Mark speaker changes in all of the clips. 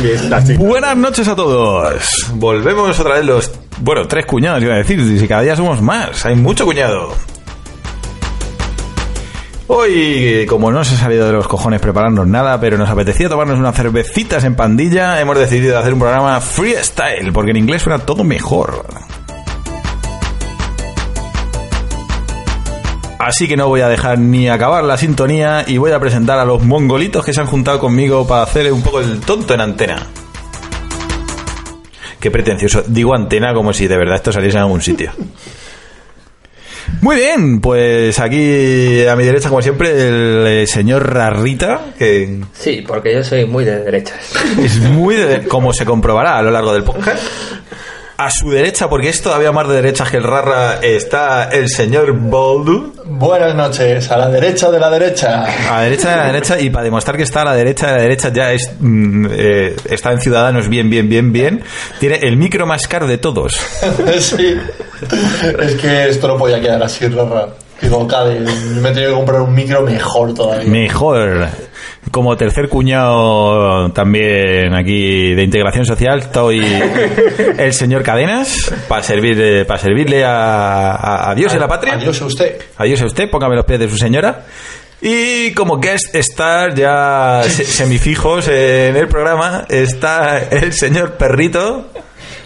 Speaker 1: Bien, así.
Speaker 2: Buenas noches a todos. Volvemos otra vez los. Bueno, tres cuñados, iba a decir. Si cada día somos más, hay mucho cuñado. Hoy, como no se ha salido de los cojones prepararnos nada, pero nos apetecía tomarnos unas cervecitas en pandilla, hemos decidido hacer un programa freestyle, porque en inglés suena todo mejor. Así que no voy a dejar ni acabar la sintonía y voy a presentar a los mongolitos que se han juntado conmigo para hacer un poco el tonto en antena. Qué pretencioso. Digo antena como si de verdad esto saliese en algún sitio. Muy bien, pues aquí a mi derecha, como siempre, el eh, señor Rarrita, que
Speaker 3: Sí, porque yo soy muy de derechas.
Speaker 2: es muy de- como se comprobará a lo largo del podcast. A su derecha, porque es todavía más de derechas que el Rarra, está el señor Boldu.
Speaker 4: Buenas noches, a la derecha de la derecha.
Speaker 2: A la derecha de la derecha, y para demostrar que está a la derecha de la derecha, ya es mm, eh, está en Ciudadanos bien, bien, bien, bien. Tiene el micro más caro de todos.
Speaker 4: sí, es que esto no podía quedar así, rara. Digo, cabe, me he tenido que comprar un micro mejor todavía.
Speaker 2: Mejor. Como tercer cuñado también aquí de integración social, estoy el señor Cadenas para servir eh, para servirle a, a- a Dios y a la patria.
Speaker 4: Adiós a usted.
Speaker 2: Adiós a usted, póngame los pies de su señora. Y como guest star ya se- semifijos en el programa está el señor Perrito.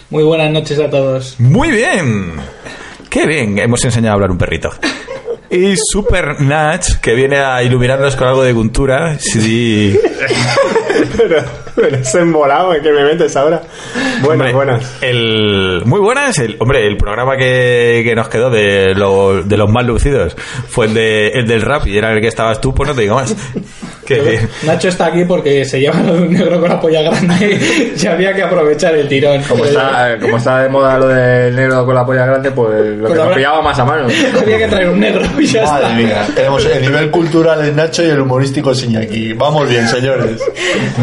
Speaker 5: Muy buenas noches a todos.
Speaker 2: Muy bien. Qué bien, hemos enseñado a hablar un perrito. Y Super Natch, que viene a iluminarnos con algo de cultura. Sí.
Speaker 1: pero, pero es embolado ¿en que me metes ahora. Buenas,
Speaker 2: Hombre,
Speaker 1: buenas.
Speaker 2: El, muy buenas. El, hombre, el programa que, que nos quedó de, lo- de los más lucidos fue el, de, el del rap y era el que estabas tú, pues no te digo más. Que,
Speaker 5: Nacho está aquí porque se lleva lo de un negro con la polla grande y había que aprovechar el tirón.
Speaker 6: Como está, eh, como está de moda lo del negro con la polla grande, pues lo que
Speaker 5: Pues
Speaker 6: nos
Speaker 5: habrá-
Speaker 6: pillaba más a mano.
Speaker 5: Había que traer un negro y ya está.
Speaker 4: Madre mía, tenemos el nivel cultural en Nacho y el humorístico sin aquí. Vamos bien, señores.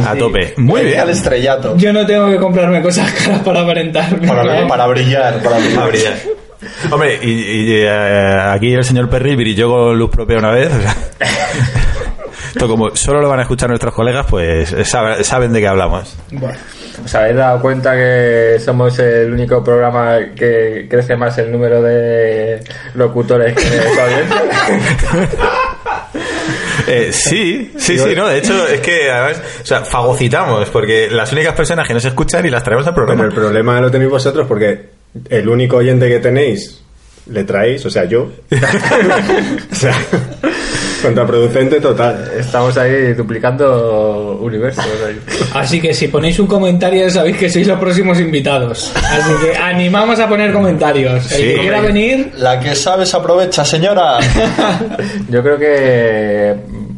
Speaker 2: a tope. Muy
Speaker 4: Ahí
Speaker 2: bien.
Speaker 4: Al estrellato.
Speaker 5: Yo no tengo que comprarme cosas caras para aparentarme.
Speaker 4: Para, para brillar, para
Speaker 2: A
Speaker 4: brillar.
Speaker 2: brillar. Hombre, y, y, eh, aquí el señor Perry brilló con luz propia una vez. o sea, Esto como solo lo van a escuchar nuestros colegas, pues sab- saben de qué hablamos.
Speaker 5: Bueno,
Speaker 6: ¿Os habéis dado cuenta que somos el único programa que crece más el número de locutores que su audiencia?
Speaker 2: Eh, sí, sí, sí, no. De hecho, es que además, o sea, fagocitamos, porque las únicas personas que nos escuchan y las traemos al
Speaker 1: Pero
Speaker 2: programa.
Speaker 1: el problema lo tenéis vosotros porque el único oyente que tenéis le traéis, o sea, yo. o sea, contraproducente total.
Speaker 6: Estamos ahí duplicando universos. ahí.
Speaker 5: así que si ponéis un comentario sabéis que sois los próximos invitados. Así que animamos a poner comentarios. El
Speaker 2: Sí.
Speaker 5: que quiera venir,
Speaker 4: La que sabes aprovecha, señora.
Speaker 6: Yo creo que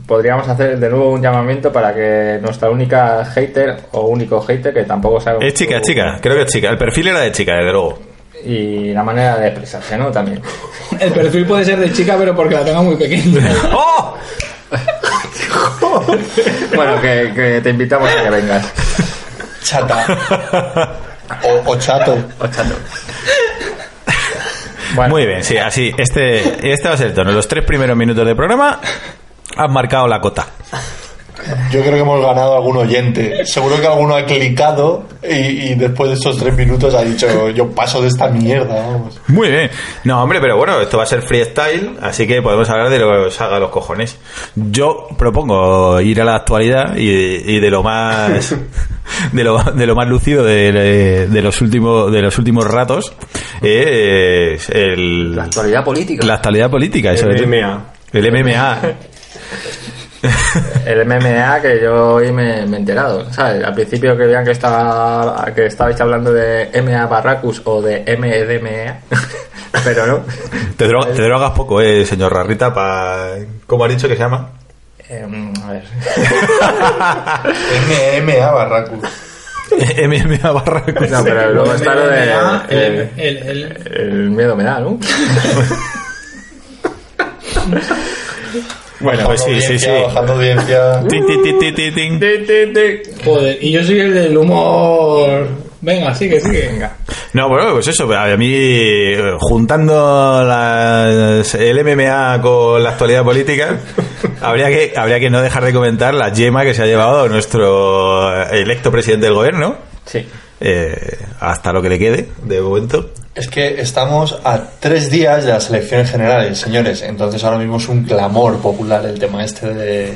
Speaker 6: podríamos hacer de nuevo un llamamiento para que nuestra única hater o único hater, que tampoco sabe...
Speaker 2: Es chica, es chica, creo que es chica. El perfil era de chica, desde luego.
Speaker 6: Y la manera de expresarse, ¿no? También.
Speaker 5: el perfil puede ser de chica, pero porque la tengo muy pequeña.
Speaker 2: ¡Oh!
Speaker 6: Bueno, que, que te invitamos a que vengas.
Speaker 4: Chata. O, o chato.
Speaker 6: Bueno,
Speaker 2: Muy bien, sí, así. Este, este va a ser el tono. Los tres primeros minutos del programa han marcado la cota.
Speaker 4: Yo creo que hemos ganado algún oyente. Seguro que alguno ha clicado y, y después de estos tres minutos ha dicho yo paso de esta mierda, vamos.
Speaker 2: Muy bien. No, hombre, pero bueno, esto va a ser freestyle, así que podemos hablar de lo que os haga los cojones. Yo propongo ir a la actualidad y, y de lo más de lo, de lo más lucido de, de los últimos de los últimos ratos es el,
Speaker 6: La actualidad política.
Speaker 2: la actualidad política, eso es.
Speaker 1: El MA.
Speaker 2: El MMA.
Speaker 6: El MMA que yo hoy me, me he enterado, ¿sabes? Al principio que vean que estaba que estabais hablando de MA Barracus o de E MDMA, pero no.
Speaker 2: Te, dro- te drogas poco, eh, señor Rarrita, para ¿cómo ha dicho que se llama?
Speaker 6: Em, a ver.
Speaker 4: MMA Barracu.
Speaker 2: MMA barra.
Speaker 6: No, pero luego está lo de
Speaker 5: Ah,
Speaker 6: eh,
Speaker 5: El-
Speaker 6: el,
Speaker 5: el- el-
Speaker 6: el miedo me da, ¿no?
Speaker 2: Bueno, pues sí, sí, sí.
Speaker 4: Bajando audiencia.
Speaker 2: Tin, tin, tin, tin, tin, tin.
Speaker 5: Joder, y yo soy el del humor. Venga, sigue, sigue.
Speaker 6: Venga.
Speaker 2: No, bueno, pues eso, a mí eh, juntando las- el MMA con la actualidad política, Habría que, habría que no dejar de comentar la yema que se ha llevado nuestro electo presidente del gobierno.
Speaker 6: Sí.
Speaker 2: eh, hasta lo que le quede, de momento.
Speaker 4: Es que estamos a tres días de las elecciones generales, señores. Entonces ahora mismo es un clamor popular el tema este de...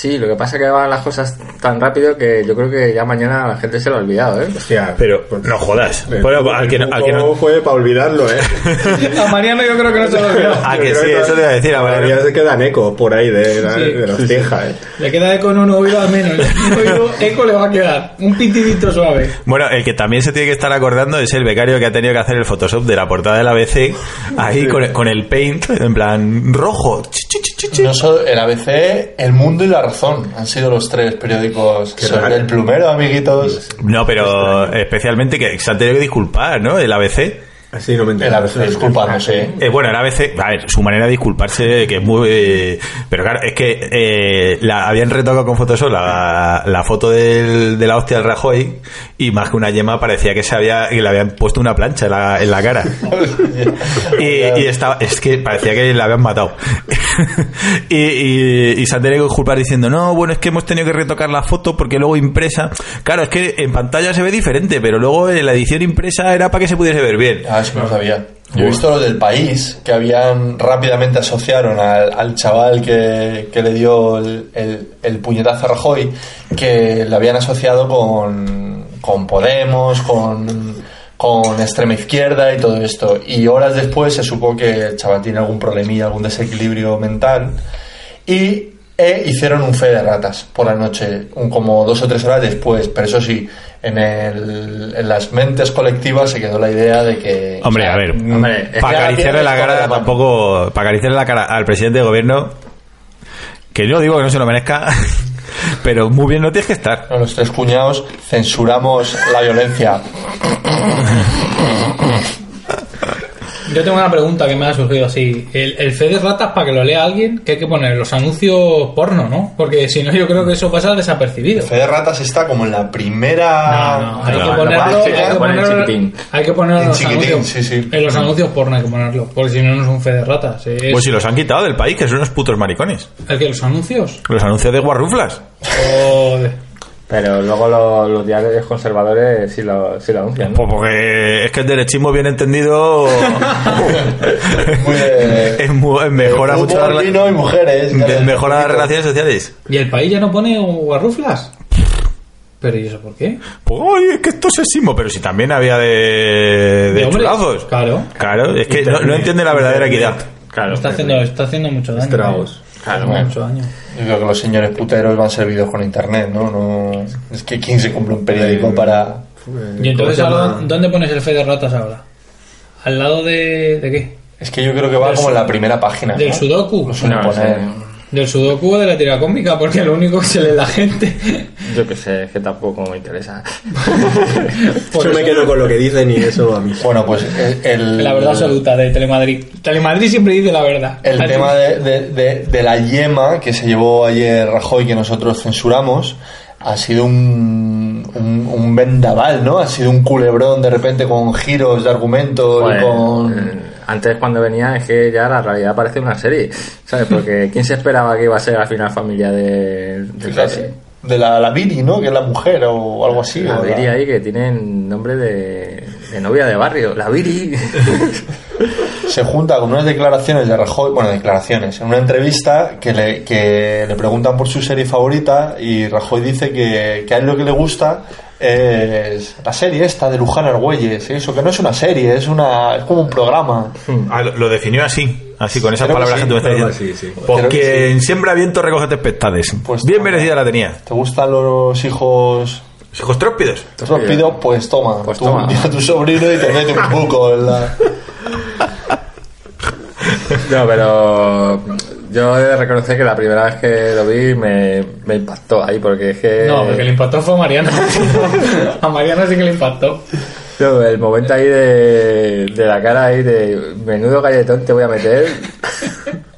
Speaker 6: Sí, lo que pasa es que van las cosas tan rápido que yo creo que ya mañana la gente se lo ha olvidado, ¿eh?
Speaker 1: Hostia,
Speaker 2: Pero no jodas.
Speaker 1: pues, Eh, el-
Speaker 2: Pero al que no- al que no-
Speaker 1: ¿Cómo fue para olvidarlo, eh?
Speaker 5: A Mariano yo creo que no se lo olvidó.
Speaker 2: Ah,
Speaker 1: Yo
Speaker 2: que
Speaker 1: creo
Speaker 2: sí, eso te iba a decir, a ver.
Speaker 1: Todavía se quedan eco por ahí de, la-
Speaker 5: Sí.
Speaker 1: de los tejas, eh.
Speaker 5: Le queda eco en un oído al menos. Un oído eco le va a quedar. Un pitidito suave.
Speaker 2: Bueno, el que también se tiene que estar acordando es el becario que ha tenido que hacer el Photoshop de la portada de la BC, ahí con, el- con el paint, en plan rojo. Chi, chi, chi, chi, chi.
Speaker 4: No solo el ABC, El Mundo y La Razón han sido los tres periódicos sobre
Speaker 1: raro.
Speaker 4: el plumero, amiguitos.
Speaker 2: No, pero especialmente que se han tenido que disculpar, ¿no? El ABC.
Speaker 1: Así no me
Speaker 4: El
Speaker 1: entero.
Speaker 4: ABC, disculpadnos, eh.
Speaker 2: Eh, bueno, el ABC, a ver, su manera de disculparse, que es muy. eh, pero claro, es que eh, la, habían retocado con Photoshop la, la foto del- de la hostia del Rajoy y más que una yema parecía que se había que le habían puesto una plancha en la, en la cara. Y, y estaba, es que parecía que la habían matado. y, y, y se han tenido que disculpar diciendo, no, bueno, es que hemos tenido que retocar la foto porque luego impresa. Claro, es que en pantalla se ve diferente, pero luego en la edición impresa era para que se pudiese ver bien.
Speaker 4: Ah, eso no lo sabía. Yo he visto los del país, que habían rápidamente asociaron al, al chaval que, que le dio el, el- el puñetazo a Rajoy, que le habían asociado con, con Podemos, con, con extrema izquierda y todo esto. Y horas después se supo que el chaval tiene algún problemilla, algún desequilibrio mental. Y e hicieron un fe de ratas por la noche, un, como dos o tres horas después. Pero eso sí, en, el- en las mentes colectivas se quedó la idea de que.
Speaker 2: Hombre,
Speaker 4: o sea,
Speaker 2: a ver,
Speaker 4: mm,
Speaker 6: hombre,
Speaker 4: que
Speaker 2: para
Speaker 4: la
Speaker 2: acariciarle
Speaker 4: piedra
Speaker 2: la
Speaker 4: es como
Speaker 2: cara
Speaker 4: mano.
Speaker 2: tampoco, para acariciarle la cara al presidente de gobierno, que yo digo que no se lo merezca, pero muy bien no tienes que estar.
Speaker 4: No, Los tres cuñados censuramos la violencia.
Speaker 5: Yo tengo una pregunta que me ha surgido así. El, el fe de ratas, para que lo lea alguien, que hay que poner los anuncios porno, ¿no? Porque si no, yo creo que eso pasa desapercibido.
Speaker 4: Fe de ratas está como en la primera.
Speaker 5: No, no, hay
Speaker 2: no,
Speaker 5: que
Speaker 2: no,
Speaker 5: ponerlo,
Speaker 4: no,
Speaker 5: hay que
Speaker 4: no,
Speaker 6: poner
Speaker 5: ponerlo-
Speaker 6: chiquitín.
Speaker 5: hay que ponerlo en
Speaker 4: En
Speaker 5: los
Speaker 4: chiquitín,
Speaker 5: anuncios.
Speaker 4: sí, sí.
Speaker 5: En los anuncios porno hay que ponerlo, porque si no, no es un fe de ratas. Es,
Speaker 2: Pues si los han quitado del país, que son unos putos maricones.
Speaker 5: ¿El que los anuncios?
Speaker 2: Los anuncios de guarruflas.
Speaker 5: Joder.
Speaker 6: Pero luego lo- los diarios conservadores sí lo, sí lo anuncian, ¿no?
Speaker 2: Pues porque es que el derechismo bien entendido
Speaker 4: Muy de-
Speaker 2: es mu- es mejora
Speaker 4: Pues, fútbol,
Speaker 2: mucho la rela-
Speaker 4: vino y mujeres. ya
Speaker 2: de-
Speaker 4: ves,
Speaker 2: mejora las
Speaker 4: poquito.
Speaker 2: relaciones sociales.
Speaker 5: ¿Y el país ya no pone guarruflas? ¿Pero y eso por qué?
Speaker 2: Pues, "Ay, es que esto es sexismo, pero si también había de, de
Speaker 5: hombres?
Speaker 2: chulazos.
Speaker 5: Claro.
Speaker 2: Claro, es que no, no entiende la verdadera equidad.
Speaker 6: Claro.
Speaker 5: Está haciendo, está haciendo mucho daño.
Speaker 1: Estragos.
Speaker 5: ¿eh?
Speaker 6: Claro,
Speaker 5: Está haciendo
Speaker 4: bueno.
Speaker 5: mucho daño.
Speaker 4: Yo creo que los señores puteros van servidos con internet, ¿no? no es que quién se compra un periódico para.
Speaker 5: ¿Y entonces
Speaker 1: ¿Cómo se
Speaker 5: ahora,
Speaker 1: llama?
Speaker 5: dónde pones el fe de ratas ahora? ¿Al lado de, de qué?
Speaker 4: Es que yo creo que va
Speaker 5: Del
Speaker 4: como en
Speaker 5: su-
Speaker 4: la primera página.
Speaker 5: ¿Del
Speaker 4: ¿no?
Speaker 5: sudoku?
Speaker 4: Lo suelen
Speaker 6: No,
Speaker 4: poner.
Speaker 5: ¿Del sudoku o de la tira cómica? Porque lo único que se lee la gente...
Speaker 6: Yo que sé, es que tampoco me interesa.
Speaker 5: Por
Speaker 1: Yo me
Speaker 5: eso,
Speaker 1: quedo con lo que dicen y eso a mí.
Speaker 4: Bueno, pues el, el-
Speaker 5: La verdad absoluta de Telemadrid. Telemadrid siempre dice la verdad.
Speaker 4: El tema de, de- de- de la yema que se llevó ayer Rajoy, que nosotros censuramos, ha sido un, un, un vendaval, ¿no? Ha sido un culebrón de repente con giros de argumento y
Speaker 6: Joder,
Speaker 4: con...
Speaker 6: eh, Antes cuando venía es que ya la realidad parece una serie, ¿sabes? Porque ¿quién se esperaba que iba a ser la final familia de, del Racing?
Speaker 4: De la, la Viri, ¿no? Que es la mujer o algo así.
Speaker 6: La
Speaker 4: o la-
Speaker 6: Viri ahí que tienen nombre de, de novia de barrio. La Viri.
Speaker 4: se junta con unas declaraciones de Rajoy, bueno, declaraciones, en una entrevista que le, que le preguntan por su serie favorita y Rajoy dice que, que a él lo que le gusta es la serie esta de Luján Argüelles, ¿eh? eso que no es una serie, es una es como un programa.
Speaker 2: Ah, lo, lo definió así, así con esas
Speaker 4: Creo que
Speaker 2: palabras
Speaker 4: sí,
Speaker 2: que tú me estás
Speaker 1: creo
Speaker 2: diciendo.
Speaker 1: que sí, sí.
Speaker 2: Porque
Speaker 4: Creo que
Speaker 2: en siembra viento recoge tempestades.
Speaker 4: Pues
Speaker 2: Bien
Speaker 4: toma.
Speaker 2: merecida la tenía.
Speaker 4: ¿Te gustan los hijos
Speaker 2: Hijos trópidos.
Speaker 4: trópidos? Pues toma,
Speaker 6: Pues
Speaker 4: tú
Speaker 6: toma.
Speaker 4: mira a tu sobrino y te mete un buco en la...
Speaker 6: No, pero yo he de reconocer que la primera vez que lo vi me, me impactó ahí porque es que...
Speaker 5: No, porque le impactó fue a Mariana. a Mariana sí que le impactó.
Speaker 6: No, el momento ahí de, de la cara ahí de menudo galletón te voy a meter.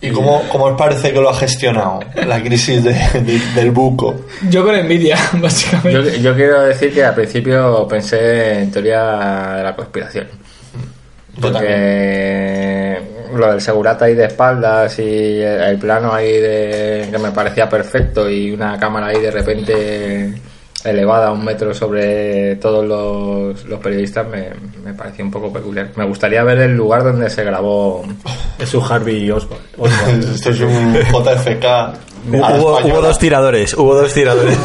Speaker 4: ¿Y cómo, cómo os parece que lo ha gestionado la crisis de- de- del buco?
Speaker 5: Yo con envidia, básicamente.
Speaker 6: Yo, yo quiero decir que al principio pensé en teoría de la conspiración.
Speaker 4: también.
Speaker 6: Porque lo del segurata ahí de espaldas y el, el plano ahí de, que me parecía perfecto y una cámara ahí de repente elevada a un metro sobre todos los, los periodistas me, me pareció un poco peculiar. Me gustaría ver el lugar donde se grabó
Speaker 7: Es su Harvey Oswald.
Speaker 4: Pues, Esto es un JFK. a la
Speaker 2: Hubo,
Speaker 4: española.
Speaker 2: hubo dos tiradores, hubo dos tiradores.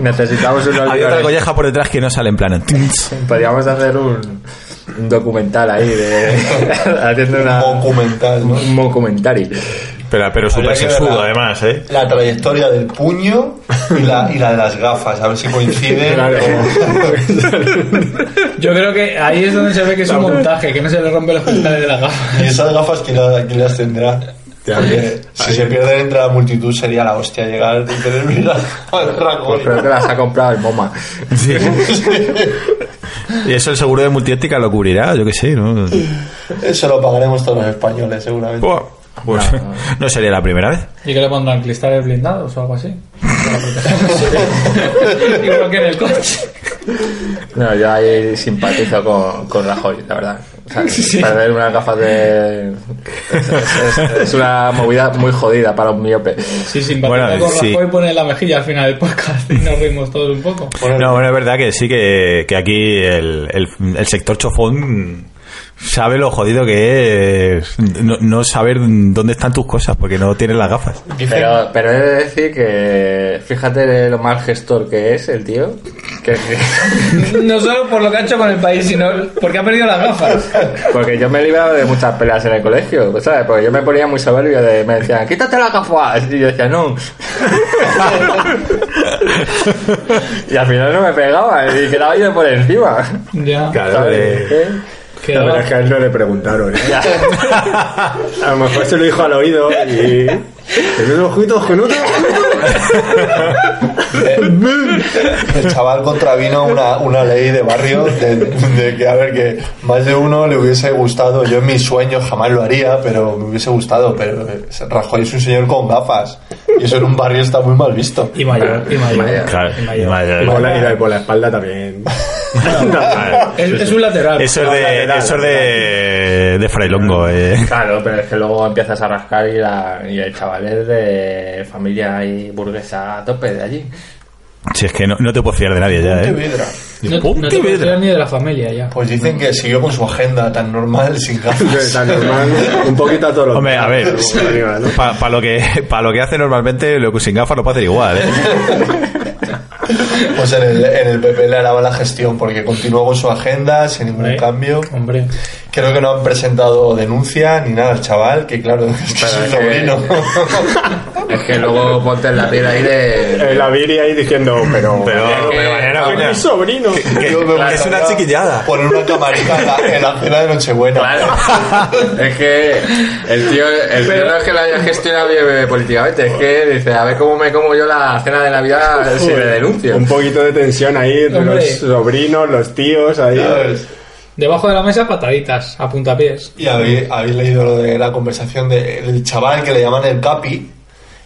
Speaker 6: Necesitamos unos
Speaker 2: Había otra
Speaker 6: guiones.
Speaker 2: colleja por detrás que no sale en plano.
Speaker 6: Podríamos hacer un, un documental ahí de haciendo una
Speaker 4: Un documental, ¿no?
Speaker 6: un documentary.
Speaker 2: Pero, pero
Speaker 4: Habría
Speaker 2: súper
Speaker 4: que
Speaker 2: sesudo,
Speaker 4: verla.
Speaker 2: además, ¿eh?
Speaker 4: La trayectoria del puño y la, y la de las gafas, a ver si coincide.
Speaker 5: Yo creo que ahí es donde se ve que es un montaje, que no se le rompe los cristales de la gafa.
Speaker 4: Y esas gafas, ¿quién las, quién las tendrá? Porque si se pierden entre la multitud sería la hostia llegar y tener mira al rango.
Speaker 6: Pues creo que las ha comprado el MoMA.
Speaker 2: Sí. Y eso el seguro de multióptica lo cubrirá, yo qué sé, ¿no?
Speaker 4: Eso lo pagaremos todos los españoles, seguramente.
Speaker 2: Buah, pues, no sería la primera vez.
Speaker 5: ¿Y que le pondrán cristales blindados o algo así? Igual que en el coche.
Speaker 6: No, yo ahí simpatizo con, con Rajoy, la verdad. O sea, Perder unas gafas de... Es, es- es una movida muy jodida para un miope.
Speaker 5: Sí, simpatía
Speaker 2: Bueno,
Speaker 5: con
Speaker 2: sí.
Speaker 5: Rajoy pone la mejilla al final del podcast y nos rimos todos un poco.
Speaker 2: No, bueno, es verdad que sí que, que aquí el, el- el sector chofón sabe lo jodido que es no, no saber dónde están tus cosas porque no tienes las gafas.
Speaker 4: Dicen-
Speaker 6: Pero, pero he de decir que fíjate lo mal gestor que es el tío. Que, que-
Speaker 5: No solo por lo que ha hecho con el país, sino porque ha perdido las gafas.
Speaker 6: porque yo me he librado de muchas peleas en el colegio, pues, ¿sabes? Porque yo me ponía muy soberbio de... Me decían, quítate las gafas. Y yo decía, no. y al final no me pegaba y quedaba yo por encima.
Speaker 5: Ya.
Speaker 2: Claro,
Speaker 6: ¿sabes?
Speaker 2: eh,
Speaker 5: Qué
Speaker 1: La verdad es que a él no le preguntaron. ¿eh? A lo mejor se lo dijo al oído y. ¿Tienes unos ojitos con otro?
Speaker 4: El chaval contravino una, una ley de barrio de, de que, a ver, que más de uno le hubiese gustado. Yo en mis sueños jamás lo haría, pero me hubiese gustado. Pero eh, Rajoy es un señor con gafas. Y eso en un barrio está muy mal visto.
Speaker 5: Y mayor, y mayor.
Speaker 2: claro,
Speaker 1: Y
Speaker 2: madre-
Speaker 1: por la, y la- por la espalda también.
Speaker 5: Es, es un lateral.
Speaker 2: Eso es de, eso es de, de Frailongo, eh.
Speaker 6: Claro, pero es que luego empiezas a rascar y, la- y el chaval es de familia y burguesa a tope de allí.
Speaker 2: Si es que no, no te puedes fiar de nadie ya, eh.
Speaker 4: Pontevedra.
Speaker 5: No, no te
Speaker 2: Pontevedra.
Speaker 5: consideras ni de la familia ya.
Speaker 4: Pues dicen que siguió con su agenda tan normal, sin gafas.
Speaker 1: Tan normal, un poquito a todos los.
Speaker 2: Hombre, a ver,
Speaker 1: Arriba, ¿no?
Speaker 2: para lo que para lo que hace normalmente, lo que sin gafas lo puede hacer igual, ¿eh?
Speaker 4: Pues en el, en el PP le alaba la gestión porque continuó con su agenda sin ningún
Speaker 5: Hombre.
Speaker 4: cambio.
Speaker 5: Hombre.
Speaker 4: Creo que no han presentado denuncia ni nada al chaval, que claro, es que es
Speaker 6: Pero
Speaker 4: su
Speaker 6: es
Speaker 4: sobrino.
Speaker 6: Es que luego ponte en la piel ahí de...
Speaker 1: Eh, La Viri ahí diciendo, pero.
Speaker 2: Pero,
Speaker 6: pero Mariano,
Speaker 1: es mi sobrino.
Speaker 4: Yo me
Speaker 2: claro, es una
Speaker 4: gustaría
Speaker 2: chiquillada.
Speaker 4: Poner una camarita en la, en la cena de Nochebuena.
Speaker 6: Claro. Es que el tío, el tío no es que lo haya gestionado bien eh, políticamente, es que dice, a ver cómo me como yo la cena de Navidad si me denuncio.
Speaker 1: Un poquito de tensión ahí entre
Speaker 5: Hombre.
Speaker 1: los sobrinos, los tíos, ahí.
Speaker 4: ¿Sabes?
Speaker 5: Debajo de la mesa, pataditas, a puntapiés.
Speaker 4: Y habéis, habéis leído lo de la conversación de- del chaval que le llaman el Capi.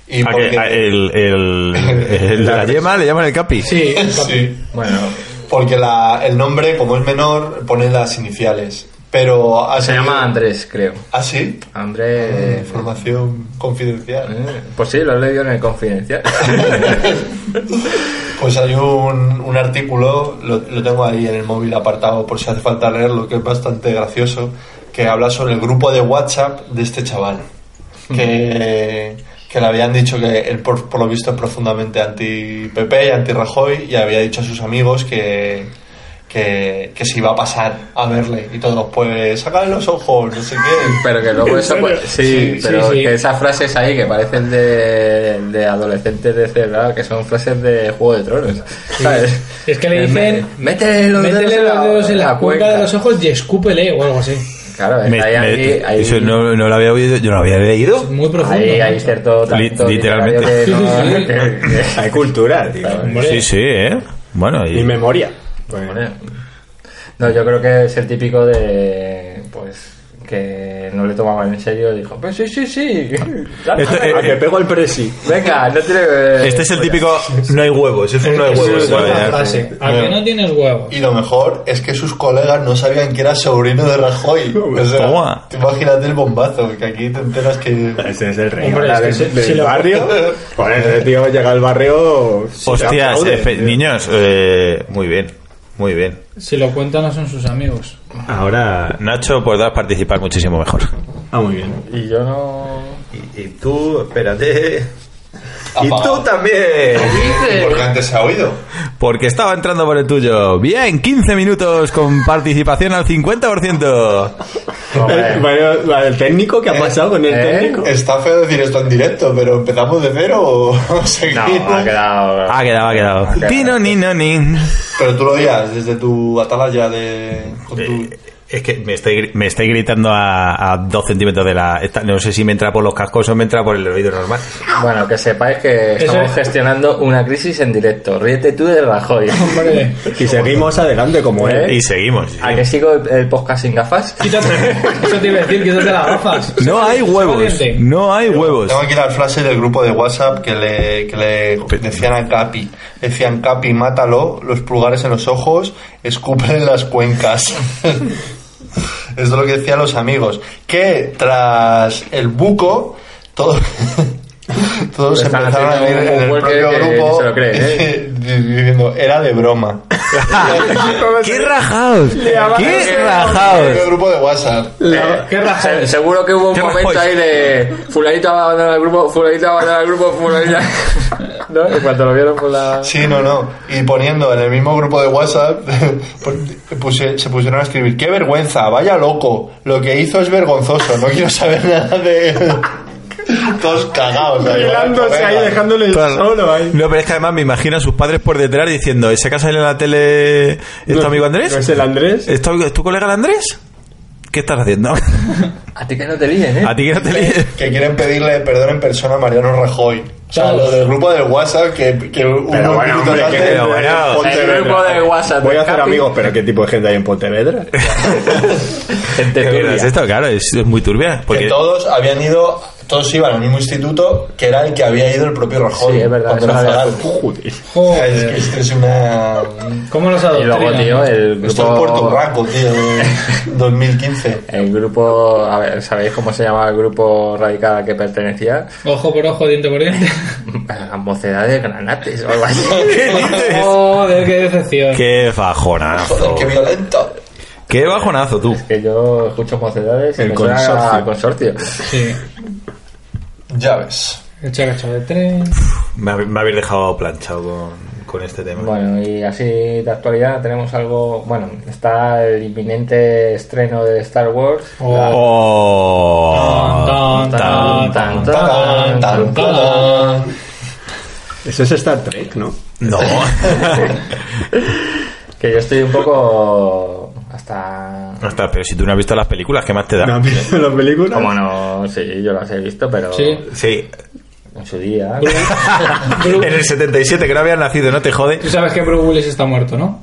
Speaker 4: Y
Speaker 2: Ah, que, ah, el, el, el de la yema le llaman el capi.
Speaker 5: Sí,
Speaker 4: Sí.
Speaker 6: Bueno,
Speaker 4: Porque la- el nombre, como es menor, pone las iniciales. Pero ha
Speaker 6: se
Speaker 4: salido-
Speaker 6: llama Andrés, creo.
Speaker 4: ¿Ah, sí?
Speaker 6: Andrés...
Speaker 4: Información confidencial.
Speaker 6: eh, Pues sí, lo he leído en el confidencial.
Speaker 4: Pues hay un, un artículo, lo, lo tengo ahí en el móvil apartado por si hace falta leerlo, que es bastante gracioso, que habla sobre el grupo de WhatsApp de este chaval. Que, que le habían dicho que él, por, por lo visto, es profundamente anti-PP y anti-Rajoy, y había dicho a sus amigos que, que, que se iba a pasar a verle. Y todos, pues, sacan los ojos, no sé qué.
Speaker 6: Pero que luego eso pues,
Speaker 4: Sí,
Speaker 6: sí, pero
Speaker 5: sí, sí.
Speaker 6: que esas frases ahí que parecen de, de adolescentes de celular, que son frases de Juego de Tronos. ¿sabes?
Speaker 5: Es que le
Speaker 6: Eh,
Speaker 5: dicen,
Speaker 6: me- Métele los
Speaker 5: métele
Speaker 6: dedos en
Speaker 5: los
Speaker 6: la,
Speaker 5: dedos en la, cuenca de los ojos y escúpele o algo así.
Speaker 6: Claro,
Speaker 2: Me-
Speaker 6: hay,
Speaker 2: me-
Speaker 6: aquí- hay-
Speaker 2: eso no, no lo había oído, yo no lo había leído.
Speaker 5: Muy profundo.
Speaker 6: hay- hay
Speaker 5: macho.
Speaker 6: cierto
Speaker 2: Li-
Speaker 6: talento
Speaker 2: literalmente.
Speaker 6: literario que no- que- que-
Speaker 1: Hay cultura, tío.
Speaker 5: Hombre.
Speaker 2: Sí, sí, ¿eh? Bueno, y,
Speaker 1: Y memoria. Pues,
Speaker 6: Bueno, No, yo creo que es el típico de. Pues. que no le tomaban en serio, dijo, pues sí, sí, sí. Dale,
Speaker 2: Esto- eh,
Speaker 1: A que pego al presi.
Speaker 6: Venga, no tiene...
Speaker 2: Este es el típico no hay huevos, es un no hay
Speaker 4: Pues,
Speaker 2: huevos.
Speaker 5: Esa es la
Speaker 2: ¿sabes?
Speaker 5: frase. A que no tienes huevos.
Speaker 4: Y lo mejor es que sus colegas no sabían que era sobrino de Rajoy. O sea,
Speaker 2: Toma.
Speaker 4: tú imagínate el bombazo, que aquí te enteras que...
Speaker 1: Ese Este es el rey.
Speaker 5: Hombre,
Speaker 1: Ahora
Speaker 5: es que
Speaker 1: del,
Speaker 5: si-
Speaker 1: del
Speaker 5: si lo-
Speaker 1: barrio. Joder, ese tío llega al barrio. se
Speaker 2: Hostias,
Speaker 1: aplaude,
Speaker 2: efe-
Speaker 1: tío.
Speaker 2: niños, eh, muy bien, muy bien.
Speaker 5: Si lo cuentan, no son sus amigos.
Speaker 7: Ahora.
Speaker 2: Nacho, podrás participar muchísimo mejor.
Speaker 7: Ah, muy bien.
Speaker 6: Y yo no...
Speaker 2: Y, tú, espérate.
Speaker 4: Apagado.
Speaker 2: también.
Speaker 4: Porque antes se ha oído.
Speaker 2: Porque estaba entrando por el tuyo. Bien, 15 minutos con participación al 50%.
Speaker 1: Eh, El,
Speaker 6: Hombre,
Speaker 1: bueno, la del técnico, ¿qué ha pasado con el
Speaker 6: ¿eh?
Speaker 1: técnico?
Speaker 4: Está feo decir esto en directo, pero empezamos de cero o seguimos.
Speaker 6: no, ha quedado...
Speaker 2: Ha quedado, ha quedado. Tino, nino, nin.
Speaker 4: Pero tú lo digas desde tu atalaya de... Con tu...
Speaker 2: Es que me estoy, gri- me estoy gritando a, a dos centímetros de la... esta- no sé si me entra por los cascos o me entra por el oído normal.
Speaker 6: Bueno, que sepáis que estamos
Speaker 5: es-
Speaker 6: gestionando una crisis en directo. Ríete tú de Rajoy.
Speaker 5: Hombre,
Speaker 1: Y seguimos adelante como él.
Speaker 6: ¿Eh?
Speaker 2: Y seguimos.
Speaker 6: ¿A que sigo el, el podcast sin gafas?
Speaker 5: quítate. Eso te iba a decir, quítate las gafas.
Speaker 2: No hay huevos.
Speaker 5: Valiente.
Speaker 2: No hay
Speaker 4: Pues
Speaker 2: huevos.
Speaker 4: Tengo aquí la frase del grupo de WhatsApp que le, que le decían a Capi. Decían, Capi, mátalo, los pulgares en los ojos, escúpele en las cuencas. Esto es lo que decían los amigos. Que tras el buco, todo- todos
Speaker 6: Están
Speaker 4: empezaron a
Speaker 6: haciendo
Speaker 4: reír
Speaker 6: un
Speaker 4: en el
Speaker 6: hueque
Speaker 4: propio
Speaker 6: que
Speaker 4: grupo
Speaker 6: se lo cree, ¿eh?
Speaker 4: diciendo, era de broma.
Speaker 2: ¡Qué rajaos! ¡Qué
Speaker 4: El
Speaker 2: rajaos!
Speaker 4: grupo de WhatsApp.
Speaker 6: Eh,
Speaker 5: ¿Qué razón?
Speaker 6: se- seguro que hubo un
Speaker 2: ¿Qué
Speaker 6: momento
Speaker 2: Rajoy?
Speaker 6: ahí de fulanito abandona el grupo, fulanito abandona el grupo, fulanito... ¿No? En cuanto lo vieron por la...
Speaker 4: Sí, no, no. Y poniendo en el mismo grupo de WhatsApp, pon- puse- se pusieron a escribir, qué vergüenza, vaya loco, lo que hizo es vergonzoso, no quiero saber nada de... Todos cagados. ahí,
Speaker 1: Mirándose ahí,
Speaker 4: venga.
Speaker 1: dejándole
Speaker 2: Claro.
Speaker 1: solo ahí.
Speaker 2: No, pero es que además me imagino a sus padres por detrás diciendo, ¿ese caso en la tele es tu amigo Andrés? Eh,
Speaker 1: ¿No es el Andrés?
Speaker 2: ¿Es tu, es tu colega el Andrés? ¿Qué estás haciendo?
Speaker 6: A ti que no te líen, ¿eh?
Speaker 2: A ti que no te líes.
Speaker 4: Que quieren pedirle perdón en persona a Mariano Rajoy. O sea, lo del grupo de WhatsApp que, que un
Speaker 1: Pero bueno,
Speaker 4: minutos
Speaker 1: hombre,
Speaker 4: antes-
Speaker 1: que-
Speaker 2: pero bueno.
Speaker 6: El grupo de WhatsApp.
Speaker 1: Voy
Speaker 6: de
Speaker 1: a hacer
Speaker 6: Capi,
Speaker 1: amigos, pero ¿qué tipo de gente hay en Pontevedra?
Speaker 6: Gente
Speaker 2: ¿Qué
Speaker 6: turbia.
Speaker 2: es esto? Claro, es, es muy turbia.
Speaker 4: que
Speaker 2: Porque
Speaker 4: todos habían ido, todos iban al mismo instituto que era el que había ido el propio Rajoy.
Speaker 6: Sí, es verdad,
Speaker 4: cuando era
Speaker 6: eso había-
Speaker 4: zagal.
Speaker 1: Joder.
Speaker 4: O sea, Es que
Speaker 5: Joder,
Speaker 4: esto es una...
Speaker 5: ¿Cómo los
Speaker 6: Y luego,
Speaker 5: adoctrinan?
Speaker 6: tío, eh. el
Speaker 4: Esto es Puerto
Speaker 6: grupo...
Speaker 4: Raco, tío, de 2015.
Speaker 6: El grupo... A ver, ¿sabéis cómo se llamaba el grupo radical al que pertenecía?
Speaker 5: Ojo por ojo, diente por diente.
Speaker 6: A Mocedad de Granates o algo así.
Speaker 5: Joder, qué decepción.
Speaker 2: qué
Speaker 4: Joder,
Speaker 2: bajonazo.
Speaker 4: qué violento.
Speaker 2: Qué bajonazo tú.
Speaker 6: Que yo escucho mocedades y
Speaker 1: El
Speaker 6: me suena
Speaker 1: consorcio.
Speaker 6: a consorcio.
Speaker 5: Sí.
Speaker 4: Ya ves.
Speaker 5: El chacacho de tren.
Speaker 2: Me, hab- me habéis dejado planchado con, con este tema.
Speaker 6: Bueno, y así de actualidad tenemos algo. Bueno, está el inminente estreno de Star Wars.
Speaker 2: Oh.
Speaker 5: Tan, tan, tan,
Speaker 4: Tan, tan, tan.
Speaker 1: Eso es Star Trek, ¿no?
Speaker 2: No.
Speaker 6: Que yo estoy un poco. Hasta.
Speaker 2: No está, pero si tú no has visto las películas, ¿qué más te da?
Speaker 1: ¿No han visto la película?
Speaker 6: Como no, sí, yo las he visto, pero.
Speaker 5: Sí.
Speaker 2: Sí.
Speaker 6: En su día.
Speaker 2: en el 77, que no habían nacido, no te jode.
Speaker 5: Tú sabes que Bruce Willis está muerto, ¿no?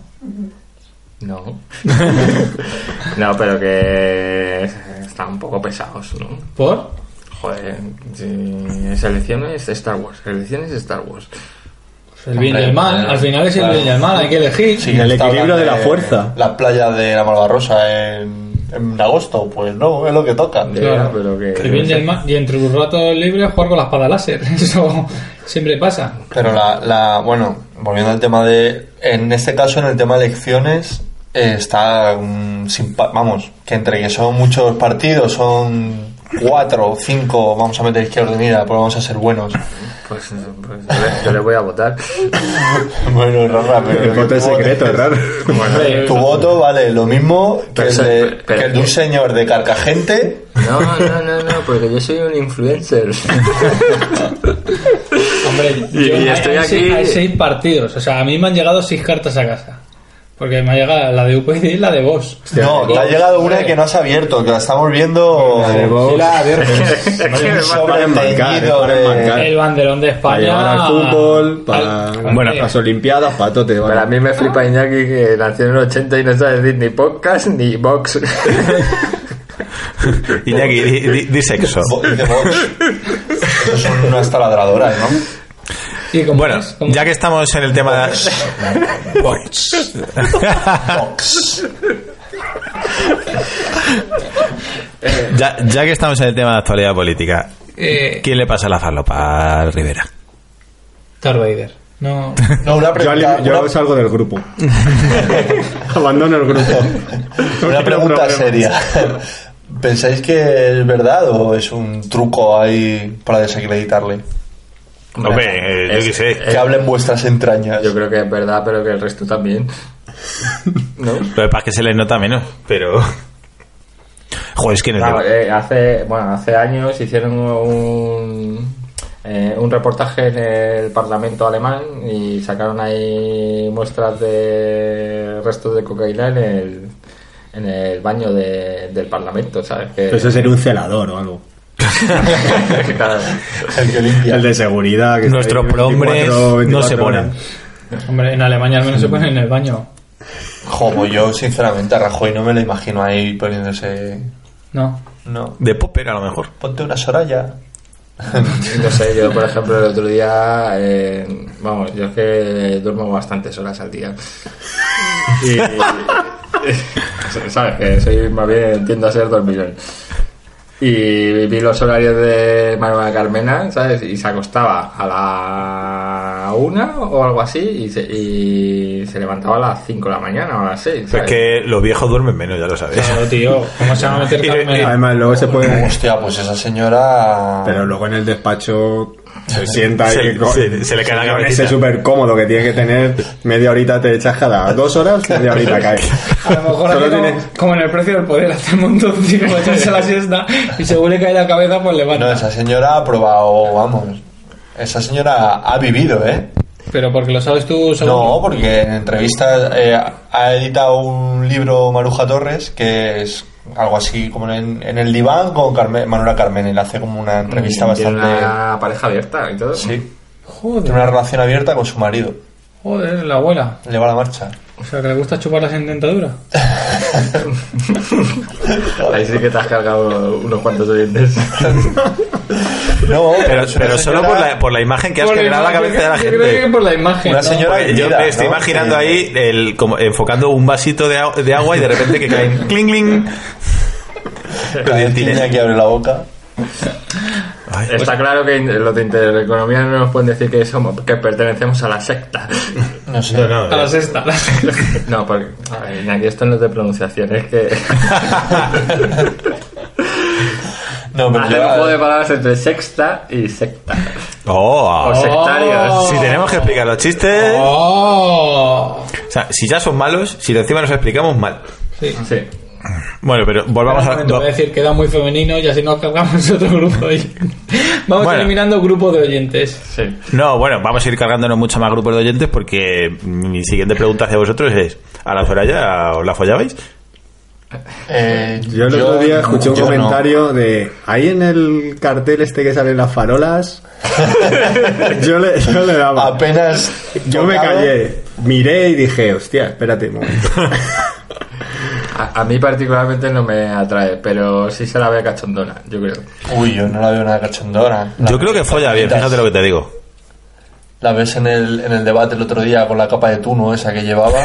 Speaker 6: No. no, pero que. Están un poco pesados, ¿no?
Speaker 5: ¿Por?
Speaker 6: Joder, sí, selecciones Star Wars, selecciones Star Wars.
Speaker 5: El bien y el mal. Al final es el
Speaker 4: Claro.
Speaker 5: bien y el mal, hay que elegir.
Speaker 4: Sí,
Speaker 1: En el
Speaker 4: está
Speaker 1: equilibrio de la
Speaker 4: eh,
Speaker 1: fuerza.
Speaker 4: La playa de la Malvarrosa en, en agosto, pues no, es lo Eh, que toca.
Speaker 6: Ya,
Speaker 5: Claro.
Speaker 6: pero que.
Speaker 5: El bien y el mal. Y entre los ratos libres jugar con la espada láser. Eso siempre pasa.
Speaker 4: Pero la, la, bueno, volviendo al tema de, en este caso, en el tema de elecciones, eh, está, mm, sin pa- vamos, que entre que son muchos partidos, son cuatro o cinco, vamos a meter izquierda unida, pero vamos a ser buenos.
Speaker 6: Pues, pues, yo le- yo le voy a votar.
Speaker 4: bueno, Rafa, pero
Speaker 1: El voto es
Speaker 4: ¿cómo te-
Speaker 1: secreto, raro.
Speaker 5: Hombre,
Speaker 4: Tu voto vale lo mismo que
Speaker 6: Pero
Speaker 4: el
Speaker 6: eso-
Speaker 4: de,
Speaker 6: pero-
Speaker 4: que el de un señor de Carcagente.
Speaker 6: No, no, no, no, porque yo soy un influencer.
Speaker 5: hombre,
Speaker 6: Y-
Speaker 5: yo-
Speaker 6: y
Speaker 5: hay-
Speaker 6: estoy
Speaker 5: hay,
Speaker 6: aquí-
Speaker 5: seis, hay seis partidos. O sea, a mí me han llegado seis cartas a casa. Porque me ha llegado la de UPyD y la de vos.
Speaker 4: No, te ha llegado una que no has abierto, que la estamos viendo.
Speaker 1: Vox.
Speaker 4: Un
Speaker 1: Para enmarcar, eh,
Speaker 4: sobreteñido
Speaker 1: para
Speaker 4: de-
Speaker 1: enmarcar.
Speaker 5: El banderón de
Speaker 1: Para
Speaker 5: España.
Speaker 1: llevar al
Speaker 2: Ah.
Speaker 1: fútbol, para
Speaker 5: Al-
Speaker 2: Bueno,
Speaker 5: Eh,
Speaker 1: las Olimpiadas, para tote.
Speaker 6: Para mí me flipa Iñaki que nació en el 80 y no sabe decir ni podcast ni box.
Speaker 2: Iñaki, di, di- di sexo.
Speaker 4: Bo- Dice Vox. Eso son unas taladradoras, ¿no?
Speaker 5: Sí, como
Speaker 2: Bueno,
Speaker 5: es, como-
Speaker 2: ya que estamos en el tema de...
Speaker 4: Vox.
Speaker 2: Ya, ya que estamos en el tema de actualidad política,
Speaker 5: Eh,
Speaker 2: ¿quién le pasa la falopa a Rivera?
Speaker 5: Darth Vader. No.
Speaker 4: No, una
Speaker 1: Yo,
Speaker 4: pregunta,
Speaker 1: ali- yo
Speaker 4: una-
Speaker 1: salgo del grupo. Abandono el grupo. No
Speaker 4: una
Speaker 1: quiero
Speaker 4: pregunta
Speaker 1: problemas.
Speaker 4: seria. ¿Pensáis que es verdad o es un truco ahí para desacreditarle?
Speaker 2: Hombre, eh, yo qué sé.
Speaker 4: Que hablen vuestras entrañas.
Speaker 6: Yo creo que es verdad, pero que el resto también. ¿No?
Speaker 2: Lo que pasa es que se les nota menos, pero... Joder, es que en el
Speaker 6: Claro,
Speaker 2: tema-
Speaker 6: eh, hace, bueno, hace años hicieron un, eh, un reportaje en el Parlamento alemán y sacaron ahí muestras de restos de cocaína en el, en el baño de- del Parlamento, ¿sabes? Que,
Speaker 1: Eso sería un celador o algo.
Speaker 6: claro.
Speaker 4: El que limpia.
Speaker 1: El de seguridad. Que
Speaker 2: Nuestros prohombres no se ponen.
Speaker 5: Hombre, en Alemania al menos
Speaker 2: Mm.
Speaker 5: se ponen en el baño.
Speaker 4: Como yo, sinceramente, a Rajoy no me lo imagino ahí poniéndose.
Speaker 5: No.
Speaker 4: No.
Speaker 2: De Popper a lo mejor.
Speaker 4: Ponte una soraya.
Speaker 6: No sé, yo por ejemplo el otro día, eh, vamos, yo es que duermo bastantes horas al día. Y, sabes que soy más bien, tiendo a ser dormilón. Y vi los horarios de Manuela Carmena, ¿sabes? Y se acostaba a la una o algo así y se, y se levantaba a las 5 de la mañana o a las 6.
Speaker 2: Es que los viejos duermen menos, ya lo sabéis.
Speaker 5: Claro, tío. ¿Cómo se va a meter
Speaker 2: Y-
Speaker 5: Carmen?
Speaker 1: Además, luego se puede.
Speaker 4: Hostia, pues esa señora.
Speaker 1: Pero luego en el despacho se sienta
Speaker 2: Se-
Speaker 1: y co-
Speaker 2: se- se le cae la cabecita.
Speaker 1: Ese súper cómodo que tiene que tener. Media horita te echas cada dos horas, media horita cae.
Speaker 5: A lo mejor
Speaker 1: Solo
Speaker 5: aquí como,
Speaker 1: tiene-
Speaker 5: como en el precio del poder hace un montón de tiempo echarse la siesta y según le cae la cabeza
Speaker 4: No,
Speaker 5: pues levanta.
Speaker 4: esa señora ha probado, vamos. Esa señora ha vivido, ¿eh?
Speaker 5: Pero porque lo sabes tú seguro.
Speaker 4: No, porque en entrevistas eh, ha editado un libro Maruja Torres que es algo así como en, en el diván con Carmen, Manuela Carmen y le hace como una
Speaker 2: Mm,
Speaker 4: entrevista bastante.
Speaker 6: una pareja abierta y todo.
Speaker 4: Sí,
Speaker 5: Joder,
Speaker 4: tiene una relación abierta con su marido.
Speaker 5: joder, la abuela.
Speaker 4: Le va la marcha.
Speaker 5: O sea, que le gusta chupar las dentaduras.
Speaker 6: Ahí sí que te has cargado unos cuantos oyentes.
Speaker 4: No,
Speaker 2: Pero,
Speaker 4: es una
Speaker 2: pero solo
Speaker 4: señora-
Speaker 2: por la, por la imagen que has
Speaker 5: Por la
Speaker 2: generado en la
Speaker 5: imagen,
Speaker 2: cabeza de la
Speaker 5: yo creo que
Speaker 2: gente.
Speaker 5: por la imagen.
Speaker 4: Una
Speaker 5: ¿no?
Speaker 4: señora
Speaker 2: Oye, Yo
Speaker 4: Pues Mira,
Speaker 2: me estoy
Speaker 4: ¿no? Eh,
Speaker 2: imaginando
Speaker 4: Que-
Speaker 2: ahí el, como enfocando un vasito de, agua- de agua y de repente que caen cling cling.
Speaker 4: La dentilla que abre la boca.
Speaker 2: Ay,
Speaker 6: Está claro que in- los de Intereconomía no nos pueden decir que somos, que pertenecemos a la secta.
Speaker 4: No sé.
Speaker 2: no, no,
Speaker 5: A la sexta. a la sexta.
Speaker 6: No, porque ay, Iñaki, esto no es de pronunciación, es que
Speaker 4: No, pero
Speaker 6: hacer un
Speaker 4: lleva-
Speaker 6: juego de palabras entre sexta y secta.
Speaker 2: Oh,
Speaker 6: O sectarios.
Speaker 2: Si tenemos que explicar los chistes,
Speaker 5: ¡Oh!
Speaker 2: o sea, si ya son malos, si de encima nos explicamos mal.
Speaker 5: Sí.
Speaker 6: Sí.
Speaker 2: Bueno, pero volvamos a.
Speaker 5: Te voy a decir, queda muy femenino y así nos cargamos otro grupo. de oyentes. Vamos
Speaker 2: Bueno.
Speaker 5: eliminando grupo de oyentes.
Speaker 6: Sí.
Speaker 2: No, bueno, vamos a ir cargándonos mucho más grupos de oyentes porque mi siguiente pregunta hacia vosotros es: ¿a la Zoraya os la follabais?
Speaker 4: Eh,
Speaker 1: Yo el otro día
Speaker 4: no,
Speaker 1: escuché un
Speaker 4: yo no.
Speaker 1: comentario de. Ahí en el cartel este que sale en las farolas. yo, le, yo le daba.
Speaker 4: Apenas.
Speaker 1: Yo me
Speaker 4: tocado,
Speaker 1: callé. Miré y dije, hostia, espérate un momento.
Speaker 6: A, a mí particularmente no me atrae, pero sí se la ve cachondona, yo creo.
Speaker 4: Uy, yo no la veo nada cachondona.
Speaker 2: Yo creo que folla bien, fíjate lo que te digo.
Speaker 4: La ves en el, en el debate el otro día con la capa de tuno esa que llevaba.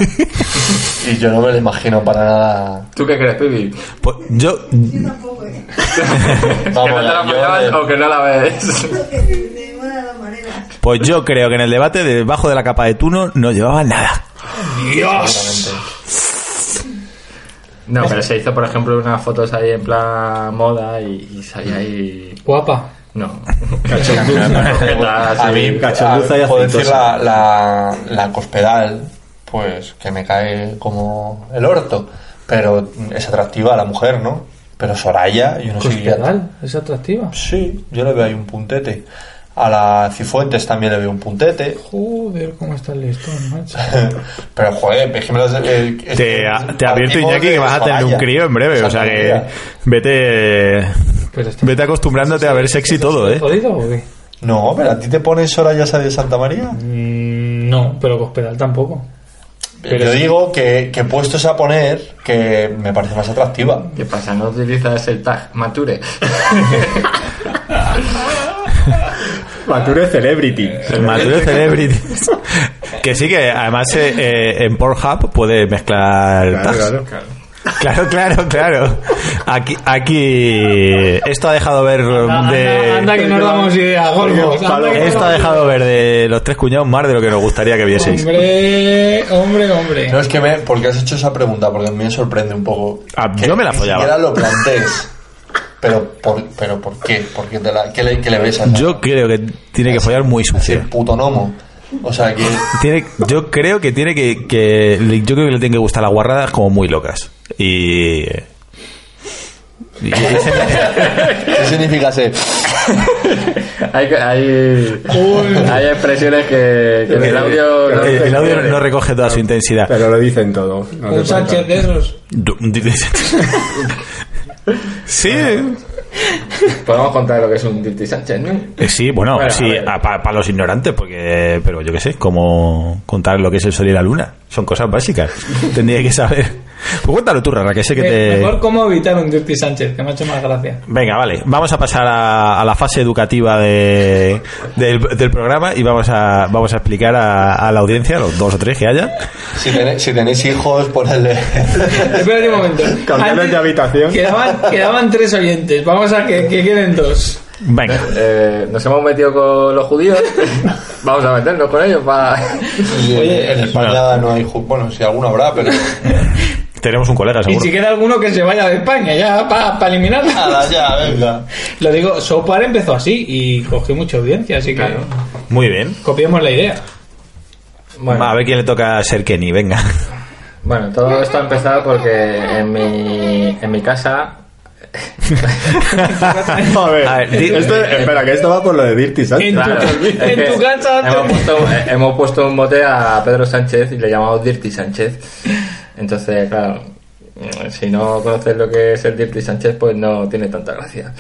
Speaker 4: y yo no me la imagino para nada.
Speaker 6: ¿Tú qué crees, Pibi?
Speaker 2: Pues yo,
Speaker 8: Tampoco, ¿eh?
Speaker 6: ¿Que no te la
Speaker 4: yo
Speaker 6: apoyabas
Speaker 4: de-
Speaker 6: o que no la ves?
Speaker 8: De ninguna de las maneras.
Speaker 2: pues yo creo que en el debate debajo de la capa de tuno no llevaba nada.
Speaker 6: No, pero se hizo, por ejemplo, unas fotos ahí en plan moda y, y salía ahí...
Speaker 5: Guapa.
Speaker 6: No.
Speaker 4: A mí,
Speaker 1: cachonduza y
Speaker 4: a- puedo
Speaker 1: aceitosa.
Speaker 4: decir la, la, la cospedal, pues que me cae como el orto. Pero es atractiva la mujer, ¿no? Pero Soraya, yo no sé qué-
Speaker 5: Cospedal, es atractiva.
Speaker 4: Sí, yo le veo ahí un puntete. A la Cifuentes también le veo un puntete.
Speaker 5: Joder, cómo está el listón, macho.
Speaker 4: Pero joder, es que me las- el- es
Speaker 2: Te,
Speaker 4: que-
Speaker 2: te advierto,
Speaker 4: partimos
Speaker 2: Iñaki,
Speaker 4: de
Speaker 2: que vas a tener un
Speaker 4: Soraya.
Speaker 2: crío en breve, o sea que vete,
Speaker 5: Pero Pues está
Speaker 2: vete acostumbrándote a ver sexy todo, ¿eh?
Speaker 5: jodido o qué?
Speaker 4: No, pero a ti te pones Soraya esa de Santa María.
Speaker 5: Mm, No, pero Cospedal tampoco. Pero
Speaker 4: Yo
Speaker 5: sí.
Speaker 4: digo que, que puestos a poner, que me parece más atractiva.
Speaker 6: ¿Qué pasa? ¿No utilizas el tag Mature?
Speaker 1: Mature Celebrity.
Speaker 2: Mature Celebrities. que sí, que además eh, eh, en Pornhub puede mezclar
Speaker 1: Claro,
Speaker 2: tags.
Speaker 1: claro.
Speaker 2: Claro, claro, claro. Aquí, aquí esto ha dejado ver
Speaker 5: Anda, anda
Speaker 2: de,
Speaker 5: que nos damos idea, Golfo. Anda que nos
Speaker 2: esto ha
Speaker 5: damos
Speaker 2: dejado ver de los tres cuñados más de lo que nos gustaría que
Speaker 5: idea.
Speaker 2: vieseis.
Speaker 5: Hombre, hombre, hombre.
Speaker 4: No es que me. Porque has hecho esa pregunta, porque a mí me sorprende un poco.
Speaker 2: Ah,
Speaker 4: Que
Speaker 2: yo me la
Speaker 4: ni
Speaker 2: follaba.
Speaker 4: siquiera lo plantees. Pero por, pero ¿por qué? Porque te la, ¿qué, le, qué le ves a esa-
Speaker 2: Yo creo que tiene que follar muy
Speaker 4: a ese
Speaker 2: sucio.
Speaker 4: puto gnomo? O sea que.
Speaker 2: Tiene, yo creo que tiene que, que le- yo creo que le tiene que gustar las guarradas como muy locas. Y, y ese-
Speaker 4: ¿Qué significa ese?
Speaker 6: hay, que- hay, hay expresiones que, que en el audio... no
Speaker 2: el,
Speaker 6: se
Speaker 2: Eh, el audio
Speaker 6: entiende.
Speaker 2: no recoge toda su intensidad.
Speaker 1: Pero lo dicen todo. No te
Speaker 5: Un
Speaker 1: pones
Speaker 5: Sánchez
Speaker 1: a-
Speaker 5: de esos.
Speaker 2: Du- Sí,
Speaker 6: Podemos contar lo que es un Dirty Sánchez, ¿no?
Speaker 2: eh, sí, bueno,
Speaker 6: Bueno, a
Speaker 2: sí,
Speaker 6: ver.
Speaker 2: para los ignorantes, porque, pero yo qué sé, como contar lo que es el sol y la luna, son cosas básicas, tendría que saber. Pues cuéntalo tú, Rara, que sé que te...
Speaker 5: Eh, Mejor cómo evitar un Dirty Sánchez, que me ha hecho más gracia.
Speaker 2: Venga, vale, vamos a pasar a, a la fase educativa de, del, del programa y vamos a, vamos a explicar a, a la audiencia, los dos o tres que haya.
Speaker 4: Si tenéis, si tenéis hijos, ponedle.
Speaker 5: Espera un momento.
Speaker 1: Cambiarles
Speaker 5: Antes-
Speaker 1: de habitación.
Speaker 5: Quedaban, quedaban tres oyentes. Vamos a que, que queden dos.
Speaker 2: Venga,
Speaker 6: Eh, nos hemos metido con los judíos. Vamos a meternos con ellos para...
Speaker 4: Y en España no hay. ju- Bueno, si alguno habrá, pero.
Speaker 2: tenemos un colega,
Speaker 5: Y
Speaker 2: seguro.
Speaker 5: si queda alguno que se vaya de España, ya para eliminarla.
Speaker 4: Nada, ya, venga.
Speaker 5: Lo digo, Sopar empezó así y cogió mucha audiencia, así que
Speaker 2: Muy bien.
Speaker 5: copiemos la idea.
Speaker 2: A ver quién le toca ser Kenny, venga.
Speaker 6: Bueno, todo esto ha empezado porque en mi, en mi casa...
Speaker 1: A ver,
Speaker 2: A ver, di-
Speaker 1: esto- espera, que esto va por lo de Dirty Sánchez.
Speaker 5: En tu-
Speaker 6: Claro,
Speaker 5: en
Speaker 6: es que
Speaker 5: tu casa te-
Speaker 6: hemos puesto, hemos puesto un bote a Pedro Sánchez y le llamamos Dirty Sánchez. Entonces, claro, mm, si no conoces lo que es el Dirty Sánchez, pues no tiene tanta gracia.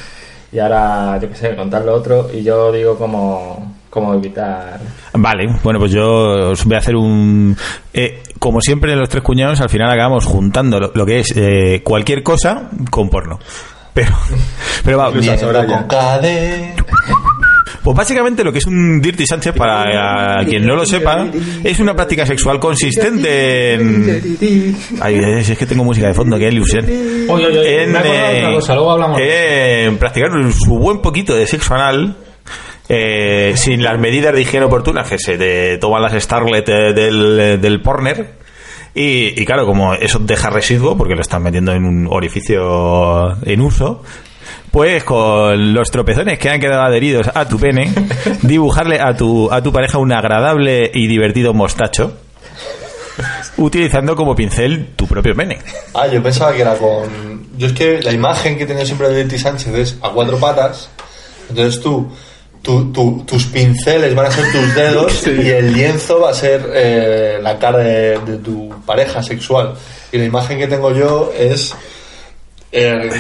Speaker 6: Y ahora, yo qué sé, contar lo otro y yo digo como, como evitar.
Speaker 2: Vale, bueno, pues yo os voy a hacer un... eh, como siempre en los tres cuñados, al final acabamos juntando lo, lo que es eh, cualquier cosa con porno. Pero, pero va,
Speaker 1: Incluso
Speaker 4: Pues
Speaker 2: bien.
Speaker 1: Soraya.
Speaker 4: Con KD.
Speaker 2: pues básicamente lo que es un Dirty Sánchez, para eh, quien no lo sepa, es una práctica sexual consistente en... Ay, eh, si es que tengo música de fondo, qué ilusión.
Speaker 5: Oye, oye, oye,
Speaker 2: En,
Speaker 5: me he acordado de otra
Speaker 2: eh,
Speaker 5: cosa, luego hablamos.
Speaker 2: en practicar su buen poquito de sexo anal. eh, sin las medidas de higiene oportunas que se te toman las starlet eh, del, del porner y, y claro como eso deja residuo porque lo están metiendo en un orificio en uso pues con los tropezones que han quedado adheridos a tu pene dibujarle a tu, a tu pareja un agradable y divertido mostacho utilizando como pincel tu propio pene
Speaker 4: Ah, yo pensaba que era con. Yo es que la imagen que he tenido siempre de Leti Sánchez es a cuatro patas. Entonces tú, tú- tú- tus pinceles van a ser tus dedos y el lienzo va a ser eh, la cara de, de tu pareja sexual. Y la imagen que tengo yo es. eh,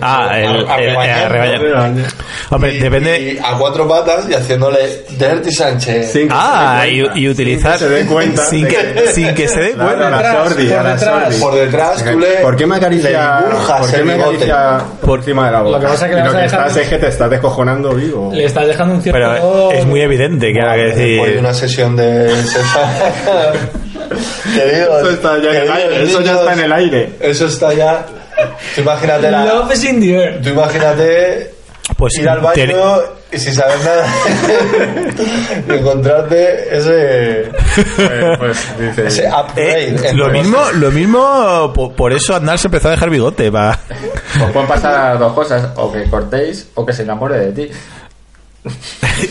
Speaker 2: Ah,
Speaker 4: a-
Speaker 2: el- el-
Speaker 1: eh,
Speaker 4: arrebañando.
Speaker 2: el arrebañando. Hombre,
Speaker 4: Y-
Speaker 2: depende.
Speaker 4: y a cuatro patas y haciéndole Dirty Sánchez.
Speaker 1: Sin que
Speaker 2: ah,
Speaker 1: se dé
Speaker 2: y,
Speaker 1: cuenta.
Speaker 2: y utilizar.
Speaker 1: Sin que se dé cuenta
Speaker 2: Sin
Speaker 1: de
Speaker 2: que, sin que se dé
Speaker 1: Claro,
Speaker 2: cuenta.
Speaker 1: a la
Speaker 5: Por
Speaker 1: sordi, a la
Speaker 5: detrás,
Speaker 1: sordi.
Speaker 4: Por detrás tú le.
Speaker 1: ¿Por qué me
Speaker 4: le
Speaker 1: acaricia,
Speaker 4: dibujas
Speaker 1: ¿por qué
Speaker 4: el
Speaker 1: me
Speaker 4: bigote?
Speaker 1: acaricia por encima de la boca?
Speaker 5: Lo que pasa es que le
Speaker 1: Y
Speaker 5: vas
Speaker 1: lo
Speaker 5: a
Speaker 1: que
Speaker 5: dejar-
Speaker 1: estás es que te estás descojonando vivo.
Speaker 5: Le estás dejando un cierto.
Speaker 2: Pero es muy evidente que ahora que
Speaker 4: Después de
Speaker 2: decir.
Speaker 4: una sesión de sexo. Queridos,
Speaker 1: Eso está ya en el
Speaker 4: queridos
Speaker 1: aire, eso ya
Speaker 4: niños,
Speaker 1: está en el aire.
Speaker 4: Eso está ya. Tú imagínate, la-
Speaker 5: Love is in the air.
Speaker 4: tú imagínate
Speaker 2: Pues
Speaker 4: ir al baño
Speaker 2: ten-
Speaker 4: y sin saber nada y encontrarte ese,
Speaker 6: pues dice.
Speaker 4: ese upgrade.
Speaker 2: Eh,
Speaker 4: Entonces,
Speaker 2: lo mismo, lo mismo po- por eso Andal se empezó a dejar bigote. va.
Speaker 6: Os pueden pasar dos cosas, o que cortéis o que se enamore de ti.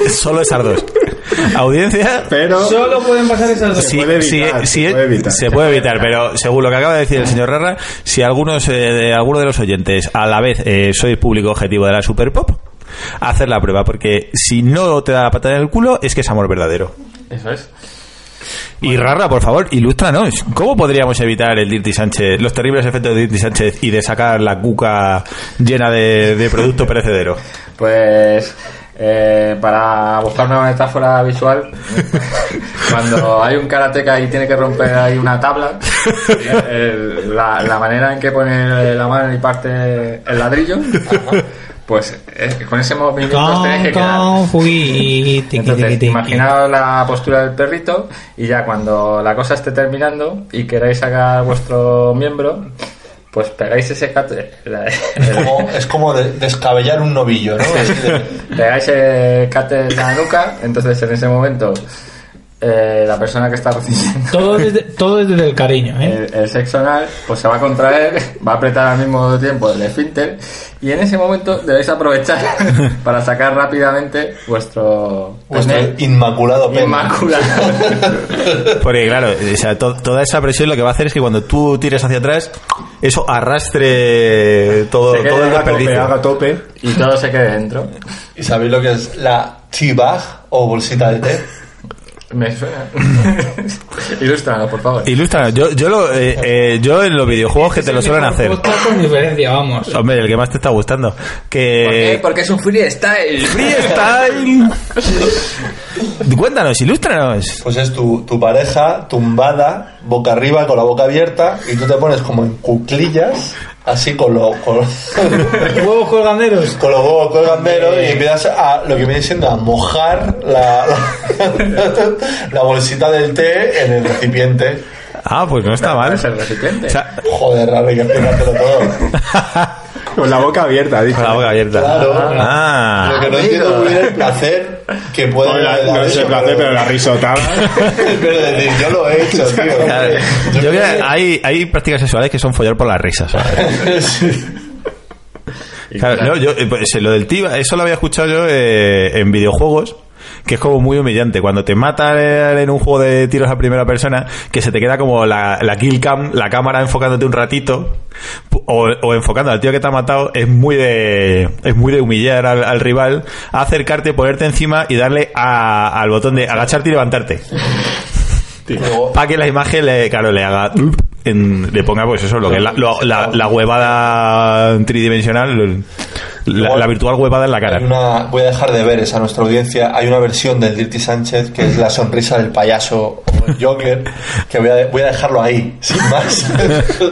Speaker 2: Solo esas dos. Audiencia.
Speaker 1: Pero
Speaker 5: Solo pueden pasar esas dos.
Speaker 1: Sí. puede evitar,
Speaker 2: sí, eh,
Speaker 1: se puede evitar.
Speaker 2: se puede evitar, pero según lo que acaba de decir el señor Rara, si algunos eh, de, alguno de los oyentes a la vez eh, sois público objetivo de la Super Pop, hacer la prueba, porque si no te da la patada en el culo, es que es amor verdadero.
Speaker 6: Eso es.
Speaker 2: Y Rara, por favor, ilústranos. ¿Cómo podríamos evitar el Dirty Sánchez, los terribles efectos de Dirty Sánchez y de sacar la cuca llena de, de producto perecedero?
Speaker 6: Pues Eh, para buscar una metáfora visual, cuando hay un karateca y tiene que romper ahí una tabla, eh, la, la manera en que pone la mano y parte el ladrillo, pues eh, con ese movimiento os tenéis que quedar.
Speaker 5: fui.
Speaker 6: Entonces, imaginaos la postura del perrito y ya cuando la cosa esté terminando y queráis sacar vuestro miembro, pues pegáis ese cate- la- el-
Speaker 4: Como- es como de- descabellar un novillo, ¿no? Así de-
Speaker 6: pegáis el cate en la nuca, entonces en ese momento eh, la persona que está recibiendo
Speaker 5: Todo desde, todo desde el cariño, ¿eh?
Speaker 6: el, el sexo anal, pues se va a contraer, va a apretar al mismo tiempo el esfínter y en ese momento debéis aprovechar para sacar rápidamente vuestro
Speaker 4: vuestro
Speaker 6: pene
Speaker 4: inmaculado pene.
Speaker 6: inmaculado.
Speaker 2: Porque claro, o sea, to- toda esa presión lo que va a hacer es que cuando tú tires hacia atrás, eso arrastre todo,
Speaker 6: Se quede
Speaker 2: todo el
Speaker 6: en la
Speaker 1: tope,
Speaker 2: desperdicio.
Speaker 1: haga tope.
Speaker 6: y todo se quede dentro.
Speaker 4: ¿Y sabéis lo que es la tea bag o bolsita de té?
Speaker 6: Me suena. Ilústralo, por favor.
Speaker 2: Ilustra, yo, yo, lo, eh, eh, yo en los videojuegos que te lo suelen hacer.
Speaker 5: Podcast con diferencia, vamos.
Speaker 2: Hombre, el que más te está gustando.
Speaker 6: ¿Por qué?
Speaker 2: Que.
Speaker 6: Porque es un freestyle.
Speaker 2: ¡Freestyle! Cuéntanos, ilústranos.
Speaker 4: Pues es tu, tu pareja tumbada, boca arriba, con la boca abierta, y tú te pones como en cuclillas, así con, lo, con,
Speaker 5: Huevos colganderos.
Speaker 4: con los huevos colganderos, y empiezas a lo que viene siendo a mojar la, la, la bolsita del té en el recipiente.
Speaker 2: Ah, pues no está mal.
Speaker 6: Es el
Speaker 2: O
Speaker 6: recipiente.
Speaker 2: sea,
Speaker 4: Joder, Rafa, hay que explicártelo todo.
Speaker 1: Con la boca abierta, dice.
Speaker 2: con la boca abierta.
Speaker 4: Claro.
Speaker 2: Ah,
Speaker 4: Lo que no entiendo muy bien es el placer que puede
Speaker 1: Con la-
Speaker 4: dar
Speaker 1: no
Speaker 4: eso,
Speaker 1: se place, pero la risotada.
Speaker 4: pero decir, yo lo he hecho, tío.
Speaker 2: claro. Yo
Speaker 4: Yo
Speaker 2: creo que hay, hay prácticas sexuales que son follar por las risas. ¿sabes?
Speaker 4: Sí.
Speaker 2: Claro, no, yo, eh, pues, eh, lo del TIBA, eso lo había escuchado yo eh, en videojuegos, que es como muy humillante. Cuando te matan eh, en un juego de tiros a primera persona, que se te queda como la, la kill cam, la cámara enfocándote un ratito, pu- o, o enfocando al tío que te ha matado, es muy de, es muy de humillar al, al rival, acercarte, ponerte encima y darle a- al botón de agacharte y levantarte.
Speaker 4: Luego,
Speaker 2: Para que la imagen, le, claro, le haga... en- le ponga pues eso lo que es la, lo- la- la huevada tridimensional la, la virtual huevada en la cara
Speaker 4: Hay una- voy a dejar de ver esa nuestra audiencia. Hay una versión del Dirty Sánchez que es la sonrisa del payaso o el Joker, que voy a, voy a dejarlo ahí, sin más.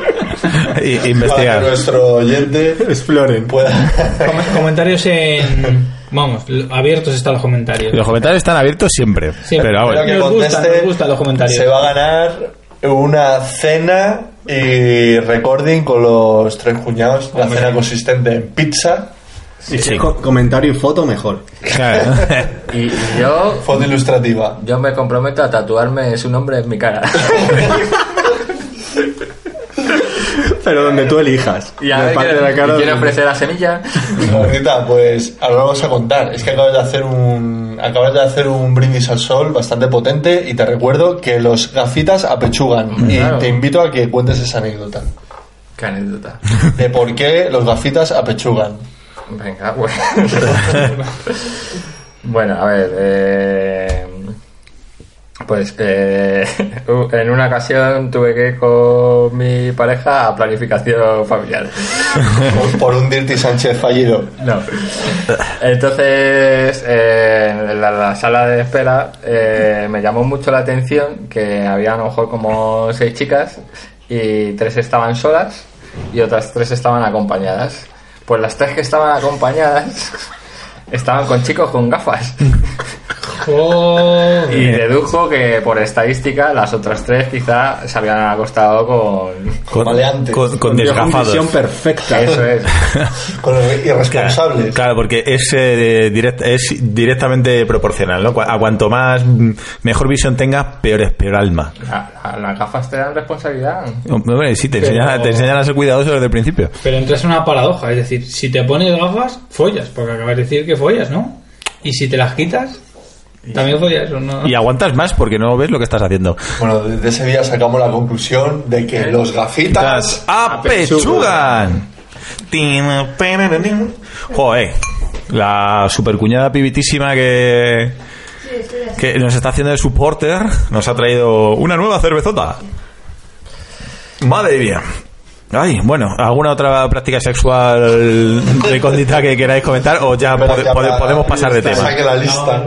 Speaker 2: I-
Speaker 4: Para que
Speaker 2: investigar.
Speaker 4: nuestro oyente
Speaker 1: Exploren.
Speaker 4: Pues pueda.
Speaker 5: Com- comentarios en. Vamos, l- abiertos están los comentarios.
Speaker 2: Los comentarios están abiertos siempre.
Speaker 5: Siempre.
Speaker 2: Pero vamos,
Speaker 5: Pero Nos gustan, nos gustan los comentarios.
Speaker 4: Se va a ganar una cena y recording con los tres cuñados. Una cena consistente en pizza,
Speaker 1: Y si es co- comentario y foto, mejor.
Speaker 2: claro.
Speaker 6: Y, y yo,
Speaker 4: foto ilustrativa.
Speaker 6: yo me comprometo a tatuarme su nombre en mi cara.
Speaker 1: Pero donde tú elijas.
Speaker 6: Y a
Speaker 1: De
Speaker 6: ver,
Speaker 1: parte
Speaker 6: quiero,
Speaker 1: de la cara
Speaker 6: y quiero
Speaker 1: donde-
Speaker 6: ofrecer la semilla.
Speaker 4: Margarita, pues ahora lo vamos a contar. Es que acabas de hacer un acabas de hacer un brindis al sol bastante potente y te recuerdo que los gafitas apechugan
Speaker 6: Claro.
Speaker 4: y te invito a que cuentes esa anécdota
Speaker 6: Qué anécdota.
Speaker 4: de por qué los gafitas apechugan.
Speaker 6: Venga, bueno. bueno, a ver. eh, pues eh, en una ocasión tuve que ir con mi pareja a planificación familiar.
Speaker 4: Por- Por un Dirty Sánchez fallido.
Speaker 6: No. Entonces, eh, en la, la sala de espera eh, me llamó mucho la atención que había a lo mejor como seis chicas y tres estaban solas y otras tres estaban acompañadas. Pues las tres que estaban acompañadas estaban con chicos con gafas.
Speaker 5: Joder.
Speaker 6: Y dedujo que por estadística las otras tres quizá se habían acostado con...
Speaker 2: Con,
Speaker 4: Maleantes.
Speaker 2: con- con
Speaker 1: Dios,
Speaker 2: desgafados.
Speaker 1: Visión perfecta.
Speaker 6: Eso es.
Speaker 4: Con los irresponsables.
Speaker 2: Claro, porque es, eh, direct- es directamente proporcional, ¿no? Cu- A cuanto más mm, mejor visión tengas, peor es peor alma.
Speaker 6: La- la- las gafas te dan responsabilidad.
Speaker 2: Hombre, sí, te enseñan, a- te enseñan a ser cuidadoso desde el principio.
Speaker 5: Pero entras en una paradoja, es decir, si te pones gafas, follas, porque acabas de decir que follas, ¿no? Y si te las quitas, también follas, ¿o no?
Speaker 2: Y aguantas más porque no ves lo que estás haciendo.
Speaker 4: Bueno, desde ese día sacamos la conclusión de que los gafitas
Speaker 2: Ah, apechugan. Tin, pererinin. Joder, la supercuñada pibitísima que,
Speaker 8: Sí, estoy así.
Speaker 2: que nos está haciendo de supporter nos ha traído una nueva cervezota. Madre mía. Ay, bueno, ¿alguna otra práctica sexual recóndita que queráis comentar o ya
Speaker 4: Pero
Speaker 2: pode-
Speaker 4: que
Speaker 2: pode-
Speaker 4: habla-
Speaker 2: podemos pasar de
Speaker 4: que
Speaker 2: tema?
Speaker 4: Saque la lista.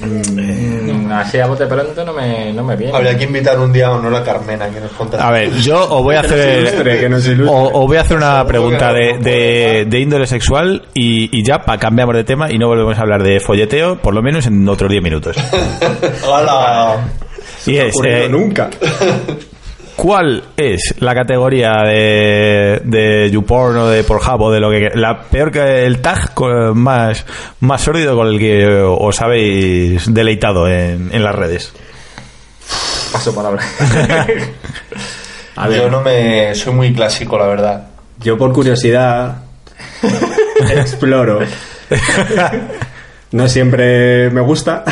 Speaker 6: Mm, Así a bote pronto no me, no me viene.
Speaker 4: Habría que invitar un día a Honor a Carmena que nos contase.
Speaker 2: A ver, yo os voy a
Speaker 1: Este ilustre, que
Speaker 2: hacer.
Speaker 1: nos ilustre.
Speaker 2: o- os voy a hacer una pregunta
Speaker 4: no,
Speaker 2: de,
Speaker 4: no
Speaker 2: de- de índole sexual y, y ya pa- cambiamos de tema y no volvemos a hablar de folleteo, por lo menos en otros 10 minutos.
Speaker 4: Hola.
Speaker 2: Y es,
Speaker 1: Ocurrido
Speaker 2: eh,
Speaker 1: nunca.
Speaker 2: ¿cuál es la categoría de, de YouPorn o de Pornhub o de lo que La peor que el tag con- más, más sórdido con el que os habéis deleitado en, en las redes.
Speaker 6: Paso palabra.
Speaker 1: A ver,
Speaker 4: Yo no me. Soy muy clásico, la verdad.
Speaker 1: yo por curiosidad exploro. No siempre me gusta,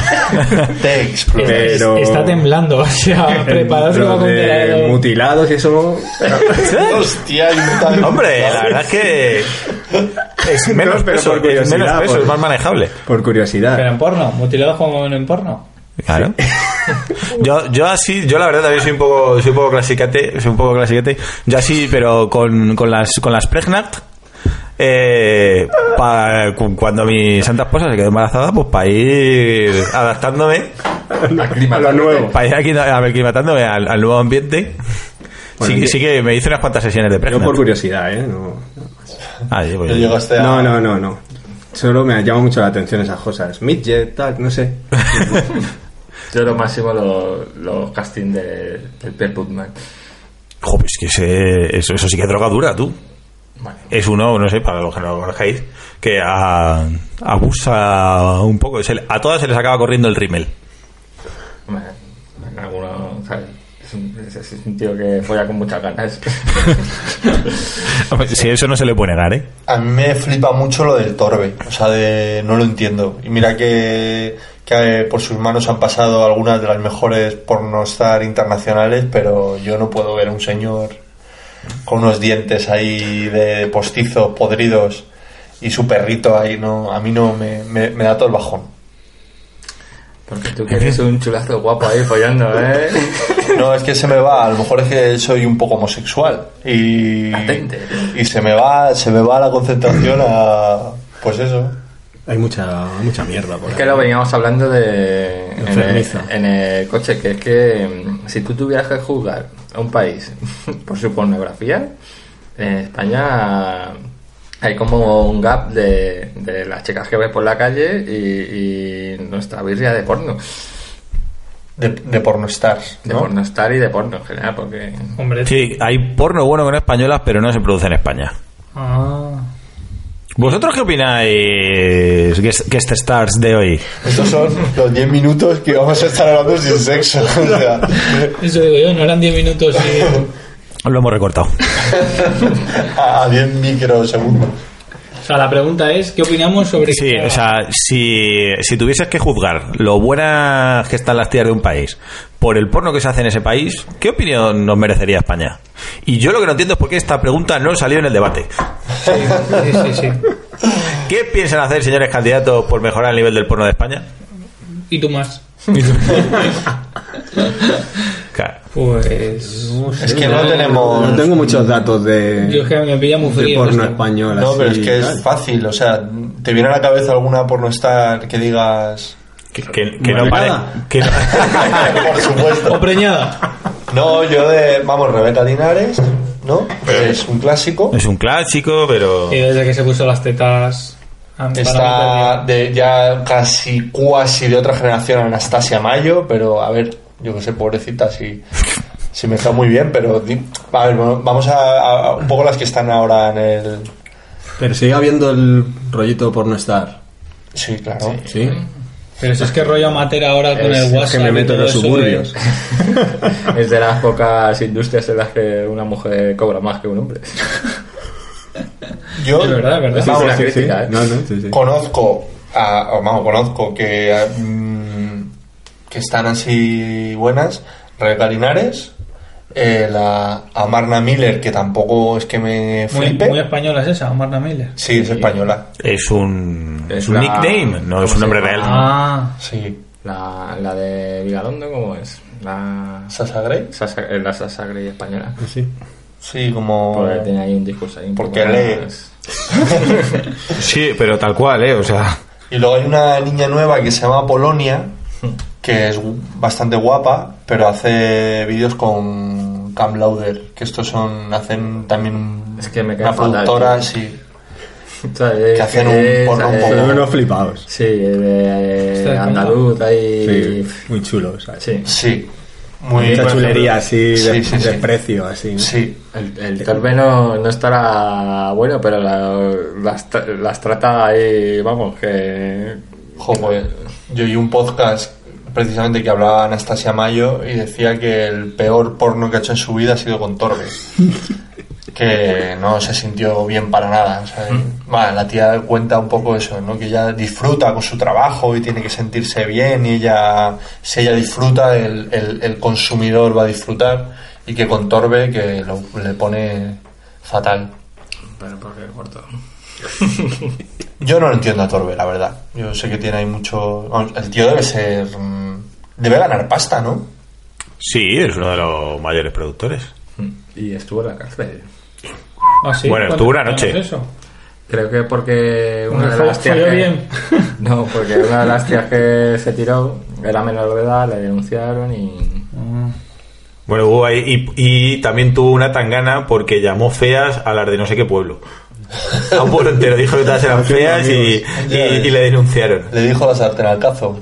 Speaker 4: Te exploro.
Speaker 1: pero...
Speaker 5: Está temblando, o sea, preparados Ah, que va a
Speaker 1: Lo de
Speaker 5: contar algo.
Speaker 1: mutilados y eso...
Speaker 4: Hostia, yo estaba-
Speaker 2: Hombre, la verdad es que es menos
Speaker 1: No, pero
Speaker 2: peso,
Speaker 1: por
Speaker 2: es menos
Speaker 1: curiosidad,
Speaker 2: peso,
Speaker 1: por-
Speaker 2: es más manejable.
Speaker 1: Por curiosidad.
Speaker 5: Pero en porno, mutilados como en porno.
Speaker 2: Claro. Yo, yo así, yo la verdad también soy un poco, soy un poco clasicate, soy un poco clasiquete. Yo así, pero con, con las con las pregnant. eh, pa- cu- cuando mi santa esposa se quedó embarazada, pues para ir adaptándome,
Speaker 1: A lo nuevo.
Speaker 2: para ir aquí aclimatándome al, al nuevo ambiente.
Speaker 1: Bueno,
Speaker 2: sí,
Speaker 1: yo-
Speaker 2: sí que me hice unas cuantas sesiones de
Speaker 1: Yo
Speaker 2: pregnant.
Speaker 1: por curiosidad, ¿eh? No,
Speaker 2: Ah, sí, pues-
Speaker 4: Yo llegaste a.
Speaker 1: no, no, no. no. Solo me llama mucho la atención esas cosas. Midget, tal, no sé.
Speaker 6: Yo lo máximo lo- los castings de, del Pierre Putman.
Speaker 2: Joder, es que ese- eso, eso sí que es droga dura, tú.
Speaker 6: Vale.
Speaker 2: Es uno, no sé, para los que no lo conozcáis, que ah, abusa un poco. Se le- a todas se les acaba corriendo el rímel.
Speaker 6: Bueno, en alguno, ¿sabes? Es un, es- es un tío que folla con muchas ganas.
Speaker 2: Si eso no se le puede negar, ¿eh?
Speaker 4: A mí me flipa mucho lo del Torbe, o sea, de no lo entiendo. Y mira que, que eh, por sus manos han pasado algunas de las mejores por no estar internacionales, pero yo no puedo ver a un señor con unos dientes ahí de postizos podridos y su perrito ahí, no, a mí no me, me- me da todo el bajón.
Speaker 6: Porque tú quieres un chulazo guapo ahí follando, ¿eh?
Speaker 4: No, es que se me va, a lo mejor es que soy un poco homosexual y,
Speaker 6: Latente.
Speaker 4: y se me va, se me va la concentración a pues eso.
Speaker 1: Hay mucha, mucha mierda
Speaker 6: Es
Speaker 1: por ahí.
Speaker 6: que lo veníamos hablando de, en, el,
Speaker 1: Enfermiza.
Speaker 6: en el coche, que es que mm, si tú tuvieras que juzgar a un país por su pornografía, en España hay como un gap de, de las chicas que ves por la calle y, y nuestra birria de porno.
Speaker 4: De, de pornostars,
Speaker 6: De
Speaker 4: ¿no?
Speaker 6: porno estar y de porno en general, porque...
Speaker 5: Hombre,
Speaker 2: Sí, hay porno bueno con españolas, pero no se produce en España.
Speaker 5: Ah.
Speaker 2: ¿Vosotros qué opináis, guest, guest este stars de hoy?
Speaker 4: Estos son los 10 minutos que vamos a estar hablando sin sexo. o sea.
Speaker 5: Eso digo yo, no eran 10 minutos y...
Speaker 2: Lo hemos recortado.
Speaker 4: a 10 microsegundos.
Speaker 5: O sea, la pregunta es, ¿qué opinamos sobre...
Speaker 2: Sí, o sea, si, si tuvieses que juzgar lo buenas que están las tías de un país por el porno que se hace en ese país, ¿qué opinión nos merecería España? Y yo lo que no entiendo es por qué esta pregunta no salió en el debate.
Speaker 5: Sí, sí, sí, sí.
Speaker 2: ¿Qué piensan hacer, señores candidatos, por mejorar el nivel del porno de España?
Speaker 5: ¿Y tú más?
Speaker 2: Claro.
Speaker 5: Pues...
Speaker 4: Es que no tenemos.
Speaker 1: No tengo muchos datos de,
Speaker 5: Yo es que me pilla muy
Speaker 1: de
Speaker 5: frío.
Speaker 1: porno
Speaker 5: esto.
Speaker 1: español.
Speaker 4: No,
Speaker 1: así,
Speaker 4: pero es que
Speaker 1: tal.
Speaker 4: es fácil. O sea, ¿te viene a la cabeza alguna pornostar que digas.?
Speaker 2: Que, que- que no pare.
Speaker 1: Maricada.
Speaker 2: que no-
Speaker 4: Por supuesto.
Speaker 5: ¿O preñada?
Speaker 4: No, yo de. Vamos, Rebeca Linares, ¿no? Es un clásico.
Speaker 2: es un clásico, pero.
Speaker 5: Y desde que se puso las tetas... a mí- para mí
Speaker 4: Está
Speaker 5: perdió.
Speaker 4: de ya casi cuasi de otra generación Anastasia Mayo, pero a ver, yo que sé, pobrecita, si, si me está muy bien, pero di- a ver, bueno, vamos a, a- a un poco las que están ahora en el...
Speaker 1: Pero sigue habiendo el rollito por no estar.
Speaker 4: Sí, claro.
Speaker 1: ¿Sí?
Speaker 5: Pero si es que rollo amateur ahora con
Speaker 6: Es
Speaker 5: el
Speaker 6: que
Speaker 5: WhatsApp...
Speaker 1: que me
Speaker 5: y
Speaker 1: meto
Speaker 5: todo
Speaker 1: en los
Speaker 5: eso,
Speaker 1: suburbios.
Speaker 5: eh.
Speaker 6: Es de las pocas industrias en las que una mujer cobra más que un hombre.
Speaker 4: Yo
Speaker 5: Es verdad, es verdad.
Speaker 1: Sí,
Speaker 4: vamos,
Speaker 1: sí, sí, sí.
Speaker 6: crítica, ¿eh?
Speaker 1: No, no, sí, sí.
Speaker 4: conozco, a, o vamos, conozco que, a, mm, que están así buenas, Rebeca Linares, eh, la, a Marna Miller, que tampoco es que me
Speaker 5: Muy,
Speaker 4: flipe.
Speaker 5: muy española es esa, Marna Miller.
Speaker 4: Sí, es española.
Speaker 2: Es un.
Speaker 6: Es
Speaker 2: Es un
Speaker 6: una-
Speaker 2: nickname, no es un nombre real.
Speaker 5: Ah,
Speaker 4: Sí.
Speaker 6: La, la de Vigadondo, ¿cómo es? La
Speaker 4: ¿Sasha Grey?
Speaker 6: Sasa, eh, la Sasa Grey española.
Speaker 7: Sí.
Speaker 4: Sí, como...
Speaker 6: Porque tiene ahí un discurso ahí un
Speaker 4: Oh. Porque
Speaker 6: poco
Speaker 4: lee.
Speaker 6: más-
Speaker 2: Sí, pero tal cual, ¿eh? O sea,
Speaker 4: Y luego hay una niña nueva que se llama Polonia, que es gu- bastante guapa, pero hace vídeos con Cam Lauder, que estos son, hacen también
Speaker 6: Es que me cae
Speaker 4: una
Speaker 6: fatal,
Speaker 4: productora,
Speaker 6: tío.
Speaker 4: sí.
Speaker 6: O sea, es-
Speaker 4: Que hacen un
Speaker 6: es-
Speaker 4: porno un
Speaker 6: es-
Speaker 4: poco-
Speaker 1: Son unos flipados.
Speaker 6: Sí, de
Speaker 5: Está
Speaker 6: andaluz ahí.
Speaker 1: Sí, muy chulos. ¿sabes?
Speaker 6: Sí.
Speaker 4: Sí. Muy
Speaker 1: Mucha chulería así, de,
Speaker 4: Sí, sí, sí.
Speaker 1: desprecio, así. ¿no?
Speaker 4: Sí.
Speaker 6: El, el torbe no, no estará bueno, pero la- las, tra- las trata ahí, vamos, que.
Speaker 4: Jo, pues, yo oí un podcast precisamente que hablaba Anastasia Mayo y decía que el peor porno que ha hecho en su vida ha sido con Torbe. que no se sintió bien para nada. o sea, va, la tía cuenta un poco eso, ¿no? que ella disfruta con su trabajo y tiene que sentirse bien y ella, si ella disfruta, el, el- el consumidor va a disfrutar y que con Torbe que lo- le pone fatal.
Speaker 6: Pero porque corto.
Speaker 4: Yo no lo entiendo a Torbe, la verdad. Yo sé que tiene ahí mucho. vamos, El tío debe ser. mm, Debe ganar pasta, ¿no?
Speaker 2: sí, es uno de los mayores productores.
Speaker 6: Y estuvo en la cárcel.
Speaker 5: Ah, sí,
Speaker 2: Bueno,
Speaker 5: ¿cuánto-
Speaker 2: estuvo una
Speaker 5: cuánto
Speaker 2: noche.
Speaker 5: es eso?
Speaker 6: Creo que porque una
Speaker 5: Bueno,
Speaker 6: de
Speaker 5: fue-
Speaker 6: las tías.
Speaker 5: fue
Speaker 6: que-
Speaker 5: bien.
Speaker 6: No, porque una de las tías que se tiró era menor de edad, le denunciaron y.
Speaker 5: Ah.
Speaker 2: Bueno, hubo ahí. Y, y también tuvo una tangana porque llamó feas a las de no sé qué pueblo. A un pueblo entero dijo que todas eran feas y, y- y le denunciaron.
Speaker 4: Le dijo la sartén al cazo.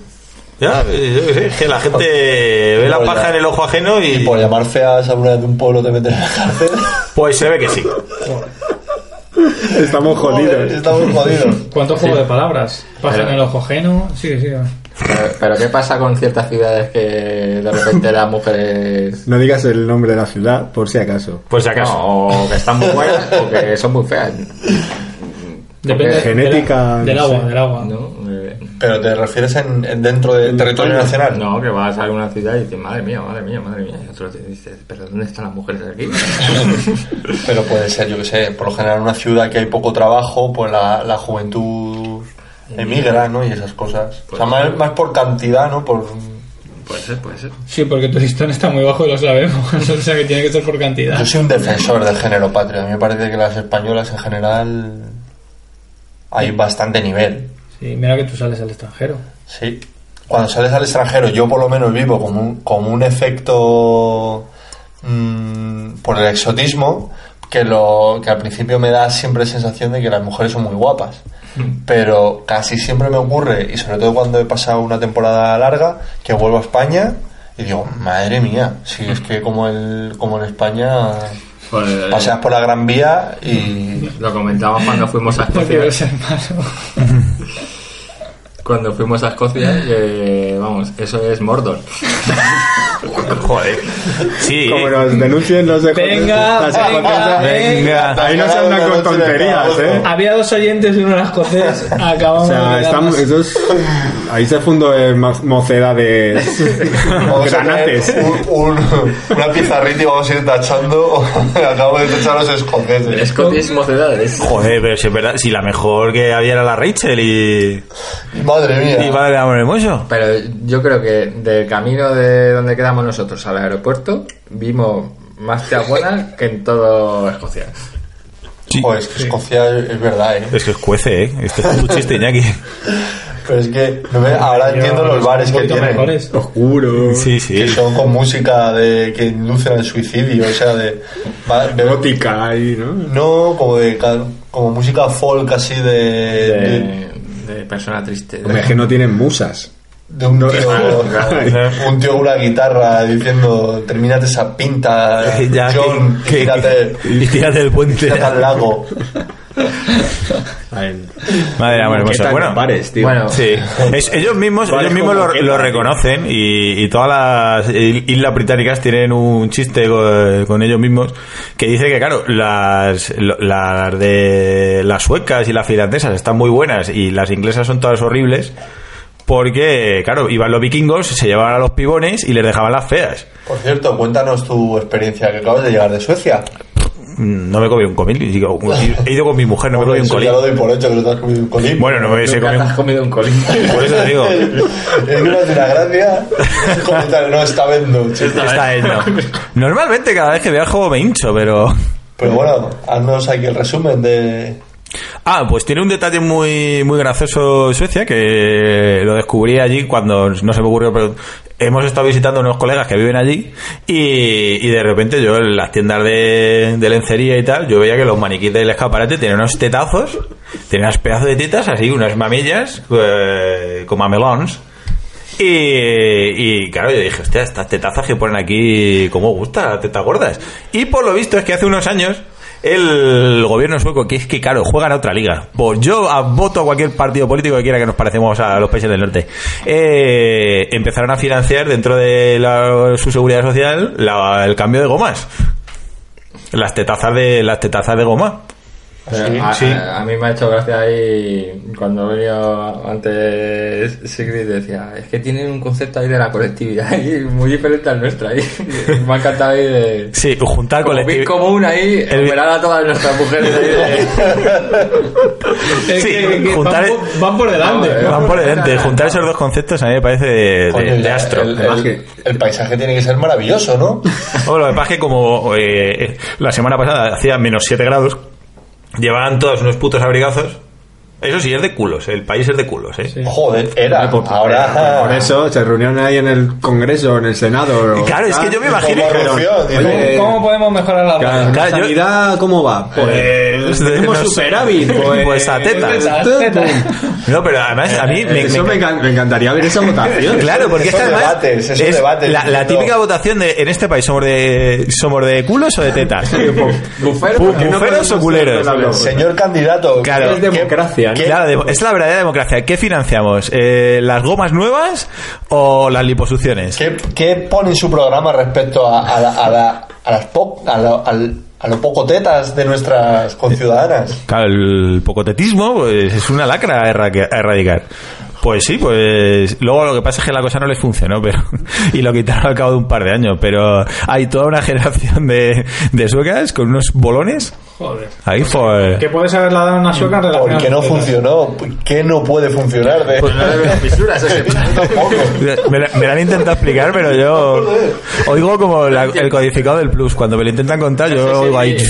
Speaker 2: Ya, yo qué sé, es que la gente ve la
Speaker 4: Por
Speaker 2: paja
Speaker 4: llam-
Speaker 2: en el ojo ajeno
Speaker 4: Y
Speaker 2: y.
Speaker 4: por llamar feas a una de un pueblo te meten en la cárcel.
Speaker 2: Pues se ve que sí.
Speaker 1: Estamos jodidos.
Speaker 4: Estamos jodidos.
Speaker 5: ¿Cuántos juegos de palabras? Pasan en el ojo ajeno. Sí, sí.
Speaker 6: Pero, pero ¿qué pasa con ciertas ciudades que de repente las mujeres.
Speaker 1: No digas el nombre de la ciudad, por si acaso.
Speaker 2: Por Pues si acaso.
Speaker 6: No, o que están muy buenas o que son muy feas.
Speaker 5: Depende de-
Speaker 1: genética,
Speaker 5: Del
Speaker 1: no
Speaker 5: agua,
Speaker 1: sé.
Speaker 5: del agua.
Speaker 6: ¿no? Eh,
Speaker 4: Pero te refieres en, en dentro del territorio nacional.
Speaker 6: No, que vas a alguna ciudad y dices, madre mía, madre mía, madre mía. Y otro te dice, pero ¿dónde están las mujeres aquí?
Speaker 4: Pero puede ser, yo que sé, por lo general en una ciudad que hay poco trabajo, pues la, la juventud emigra, ¿no? Y esas cosas. O sea, más, más por cantidad, ¿no? Por.
Speaker 6: puede ser, puede ser.
Speaker 5: Sí, porque tu listón está muy bajo y lo sabemos. o sea que tiene que ser por cantidad.
Speaker 4: Yo soy un defensor del género patrio. A mí me parece que las españolas en general hay bastante nivel.
Speaker 5: Sí, mira que tú sales al extranjero.
Speaker 4: Sí. Cuando sales al extranjero, yo por lo menos vivo como un, como un efecto mm, por el exotismo que lo que al principio me da siempre sensación de que las mujeres son muy guapas. Pero casi siempre me ocurre, y sobre todo cuando he pasado una temporada larga, que vuelvo a España y digo, madre mía, si es que como, el, como en España
Speaker 6: Pues,
Speaker 4: paseas por la Gran Vía y
Speaker 6: lo comentábamos cuando fuimos a
Speaker 5: No quiero
Speaker 6: Escocia.
Speaker 5: ser malo.
Speaker 6: Cuando fuimos a Escocia, que, vamos, eso es Mordor.
Speaker 2: Joder. Sí.
Speaker 1: Como
Speaker 2: eh.
Speaker 1: nos denuncien, no sé
Speaker 5: Venga,
Speaker 1: las
Speaker 5: venga, eh.
Speaker 1: escocesas-
Speaker 2: venga.
Speaker 1: Ahí no se andan con tonterías, ¿eh?
Speaker 5: Había dos oyentes y uno era escocés.
Speaker 1: O
Speaker 5: Acabamos
Speaker 1: sea,
Speaker 5: de
Speaker 1: estamos,
Speaker 5: quedarnos-
Speaker 1: eso es- ahí se fundó eh, mo- mocedades
Speaker 4: Vamos a tener
Speaker 1: granates.
Speaker 4: un- un- una pizarrita y vamos a ir tachando. Acabo de tachar a los escoceses.
Speaker 6: Escotis mocedades.
Speaker 2: Joder, pero si es verdad, si la mejor que había era la Rachel y.
Speaker 4: Madre mía.
Speaker 2: Y madre de amor hermoso.
Speaker 6: Pero yo creo que del camino de donde quedamos nosotros al aeropuerto, vimos más tías buenas que en todo Escocia.
Speaker 4: Joder, es que Escocia es es verdad, ¿eh?
Speaker 2: Pues, Es que os cuece, ¿eh? Este es tu chiste, Iñaki.
Speaker 4: Pero es que no me- ahora entiendo los bares
Speaker 5: Un
Speaker 4: que
Speaker 5: poquito
Speaker 4: tienen.
Speaker 5: mejores.
Speaker 1: oscuro,
Speaker 2: Sí, sí.
Speaker 4: Que son con música de que inducen al suicidio, o sea, de. va- de-
Speaker 1: gótica ahí, ¿no?
Speaker 4: no, como de ca- como música folk así de. de,
Speaker 6: De, de persona triste.
Speaker 1: Eh, Hombre, es que no tienen musas.
Speaker 4: de un
Speaker 1: No,
Speaker 4: tío.
Speaker 1: no.
Speaker 4: un tío con una guitarra diciendo: Terminate esa pinta,
Speaker 2: Ya,
Speaker 4: John,
Speaker 2: que- que-
Speaker 4: tírate,
Speaker 2: y tírate del puente.
Speaker 4: tírate al lago.
Speaker 1: A ver,
Speaker 2: Madre de amor
Speaker 1: ¿qué
Speaker 2: hermoso.
Speaker 1: tal
Speaker 2: Bueno,
Speaker 1: bares, tío?
Speaker 6: Bueno,
Speaker 2: sí. Es- ellos mismos,
Speaker 1: Vale,
Speaker 2: ellos mismos
Speaker 1: como
Speaker 2: lo,
Speaker 1: que
Speaker 2: lo
Speaker 1: tal,
Speaker 2: reconocen y, y todas las il- islas británicas tienen un chiste con, con ellos mismos que dice que, claro, las, lo- las de las suecas y las finlandesas están muy buenas y las inglesas son todas horribles. Porque, claro, iban los vikingos, se llevaban a los pibones y les dejaban las feas.
Speaker 4: Por cierto, cuéntanos tu experiencia que acabas de llegar de Suecia.
Speaker 2: mm, no me comí un comil. y digo, He ido con mi mujer, no me comí un
Speaker 4: Eso ya
Speaker 2: colín.
Speaker 4: lo doy por hecho que no te has comido un colín.
Speaker 2: Bueno, no me hubiese
Speaker 6: Nunca
Speaker 2: comido
Speaker 6: te has comido un colín.
Speaker 2: un- Por eso te digo.
Speaker 4: Es una de las gracias. Comentario, no, esta vez no. chico.
Speaker 2: Esta es, no. Normalmente cada vez que viajo me hincho, pero...
Speaker 4: Pero bueno, haznos aquí el resumen de.
Speaker 2: Ah, pues tiene un detalle muy, muy gracioso Suecia, que lo descubrí allí cuando no se me ocurrió, pero hemos estado visitando unos colegas que viven allí y, y de repente yo en las tiendas de, de lencería y tal, yo veía que los maniquíes del escaparate tenían unos tetazos, tenían unos pedazos de tetas así, unas mamillas eh, como a melons. Y, y, claro, yo dije, hostia, estas tetazas que ponen aquí, ¿cómo gusta? las Tetas gordas. Y por lo visto es que hace unos años el gobierno sueco, que es que claro, juegan a otra liga. Pues yo a- voto a cualquier partido político que quiera que nos parecemos a los países del norte. Eh, empezaron a financiar dentro de la- su seguridad social la- el cambio de gomas. Las tetazas de, las tetazas de goma.
Speaker 6: a,
Speaker 7: sí.
Speaker 6: a- a mí me ha hecho gracia ahí cuando venía antes Sigrid decía, es que tienen un concepto ahí de la colectividad ahí muy diferente al nuestro ahí. me ha encantado ahí de
Speaker 2: Sí, juntar
Speaker 6: como bien
Speaker 2: colectividad.
Speaker 6: común ahí,
Speaker 2: El-
Speaker 6: operar a todas nuestras mujeres ahí de-
Speaker 5: Es
Speaker 2: Sí,
Speaker 5: que- que
Speaker 2: juntar
Speaker 5: van,
Speaker 2: el-
Speaker 5: por- van por delante.
Speaker 6: Vamos,
Speaker 2: Van por delante. Juntar esos dos conceptos a mí me parece de,
Speaker 4: Coño,
Speaker 2: de- de
Speaker 4: ya,
Speaker 2: astro.
Speaker 4: El, el- el paisaje tiene que ser maravilloso, ¿no?
Speaker 2: Bueno, lo que pasa es que como eh, la semana pasada hacía menos 7 grados, llevaban todos unos putos abrigazos. Eso sí, es de culos, el país es de culos, ¿eh?
Speaker 4: Joder, era.
Speaker 1: Por
Speaker 4: Ahora.
Speaker 1: eso se reunieron ahí en el Congreso, en el Senado. o-
Speaker 2: Claro, es que yo me
Speaker 1: Tal,
Speaker 2: imagino-
Speaker 1: dijeron,
Speaker 4: Corrupción.
Speaker 1: oye,
Speaker 5: ¿Cómo podemos mejorar la
Speaker 1: claro, ¿la
Speaker 2: Claro, yo-
Speaker 1: eh, sanidad cómo va? Pues
Speaker 2: Eh,
Speaker 1: tenemos
Speaker 2: no sé.
Speaker 1: superávit. Pues,
Speaker 2: Pues a tetas.
Speaker 1: Teta, pum. Pues
Speaker 2: No, pero además a mí me,
Speaker 1: eh, Eso
Speaker 2: me-
Speaker 1: me, encan- me encantaría ver esa votación.
Speaker 2: Claro, porque es que
Speaker 4: Esos
Speaker 2: además
Speaker 4: debates, esos
Speaker 2: es
Speaker 4: debates,
Speaker 2: la, la
Speaker 4: no.
Speaker 2: típica votación de en este país somos de somos de culos o de tetas.
Speaker 6: buferos,
Speaker 2: Bu-
Speaker 6: porque no
Speaker 2: buferos o culeros.
Speaker 4: Señor candidato.
Speaker 2: Claro.
Speaker 4: ¿qué-
Speaker 1: Es democracia, ¿no?
Speaker 4: qué-
Speaker 2: Claro, de- es la verdadera democracia. ¿Qué financiamos? Eh, ¿Las gomas nuevas o las liposucciones?
Speaker 4: ¿Qué, qué pone en su programa respecto a, a la- a la- a las po- a, la- al- a lo poco tetas de nuestras conciudadanas?
Speaker 2: Claro, el pocotetismo pues, es una lacra a erra- a erradicar. Pues sí, pues luego lo que pasa es que la cosa no les funcionó, pero y lo quitaron al cabo de un par de años, pero hay toda una generación de, de suecas con unos bolones
Speaker 5: Joder.
Speaker 2: ahí fue
Speaker 5: ¿Qué puedes haberla dado a una sueca en relación
Speaker 4: ¿Por qué
Speaker 5: a-
Speaker 4: no funcionó? ¿Qué no puede funcionar? De...
Speaker 6: fisuras ese
Speaker 4: Tampoco.
Speaker 2: me, la- me la han intentado explicar, pero yo oigo como la- el codificado del plus cuando me lo intentan contar, yo oigo ahí
Speaker 6: No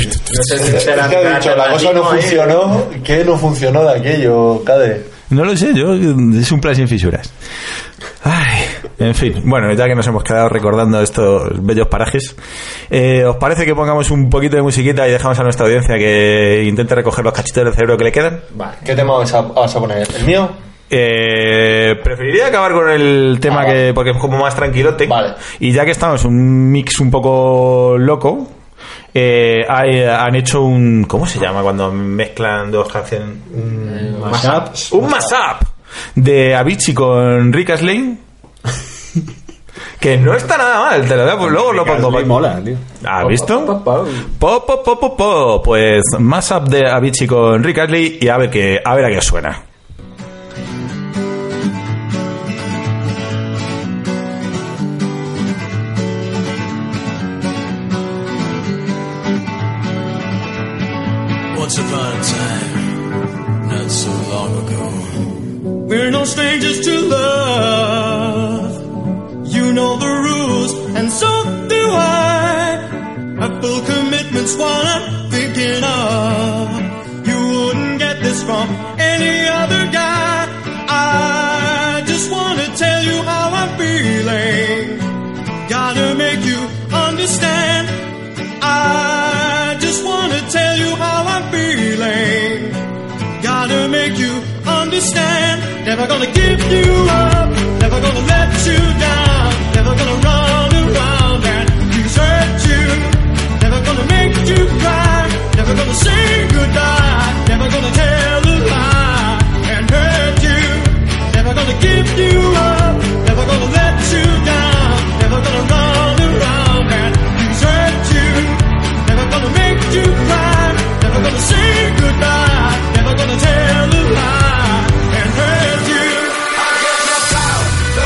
Speaker 6: sé si
Speaker 4: Es que
Speaker 6: será
Speaker 4: ha dicho, la cosa no
Speaker 6: alternativo ahí.
Speaker 4: funcionó. ¿Qué no funcionó de aquello, Cade?
Speaker 2: No lo sé, yo mm, es un plan sin fisuras. Ay, en fin, bueno, ya que nos hemos quedado recordando estos bellos parajes, eh, ¿os parece que pongamos un poquito de musiquita y dejamos a nuestra audiencia que intente recoger los cachitos del cerebro que le quedan?
Speaker 6: Vale.
Speaker 4: ¿Qué tema vas a, vas a poner? ¿El mío?
Speaker 2: Eh, preferiría acabar con el tema
Speaker 4: Ah,
Speaker 2: que
Speaker 4: vale.
Speaker 2: porque es como más tranquilote.
Speaker 4: Vale.
Speaker 2: Y ya que estamos en un mix un poco loco, eh, hay- han hecho un ¿cómo se llama cuando mezclan dos canciones?
Speaker 1: Mashup.
Speaker 2: Un mashup de Avicii con Rick Astley. Que no está nada mal, te lo voy a- pues luego lo pongo.
Speaker 1: Gasly mola, tío.
Speaker 2: ¿Has visto?
Speaker 6: Pa, pa, pa.
Speaker 2: Po, po, po, po, po. Pues mashup de Avicii con Rick Astley y a ver, que, a ver a qué suena.
Speaker 9: Once upon a time, not so long ago, we're no strangers to love. You know the rules, and so do I. A full commitment's what I'm thinking of. You wouldn't get this from any other guy. I just wanna tell you how I'm feeling. Gotta make you understand. I just wanna tell you how I'm feeling. Gotta make you understand. Never gonna give you up. Never gonna let you down. Never gonna run around and desert you. Never gonna make you cry. Never gonna say goodbye. Never gonna tell a lie and hurt you. Never gonna give you up. Never gonna let you down. Never gonna run around and desert you. Never gonna make you cry. Never gonna say goodbye. Never gonna tell a lie and hurt you. I guess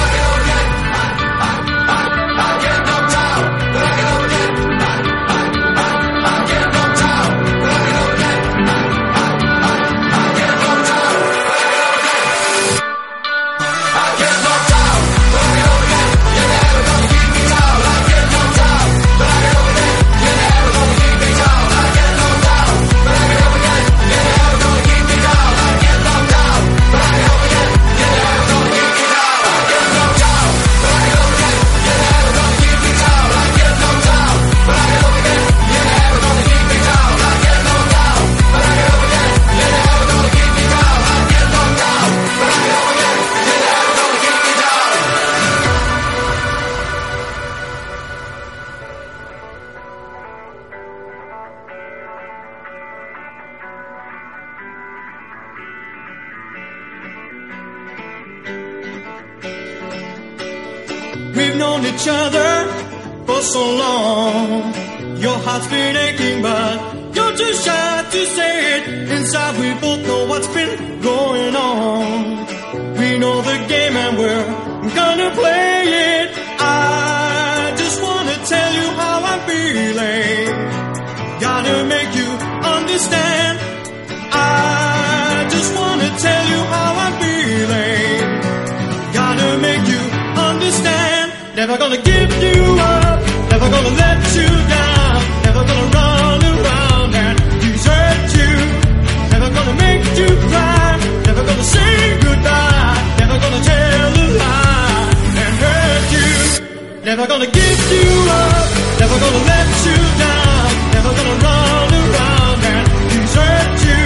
Speaker 9: each other for so long. Your heart's been aching, but you're too shy to say it. Inside, we both know what's been going on. We know the game and we're gonna play it. I just wanna tell you how I'm feeling. Gotta make you understand. I just wanna tell you how I'm feeling. Gotta make you understand. Never gonna give you up. Never gonna let you down. Never gonna run around and desert you. Never gonna make you cry. Never gonna say goodbye. Never gonna tell a lie and hurt you. Never gonna give you up. Never gonna let you down. Never gonna run around and desert you.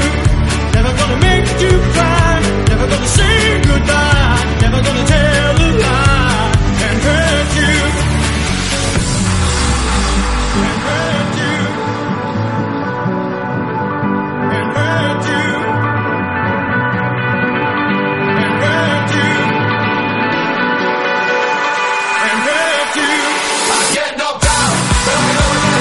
Speaker 9: Never gonna make you cry. Never gonna say goodbye. Never gonna tell a lie and hurt you. And hurt you. And hurt you. And hurt you. And hurt you. I get knocked out.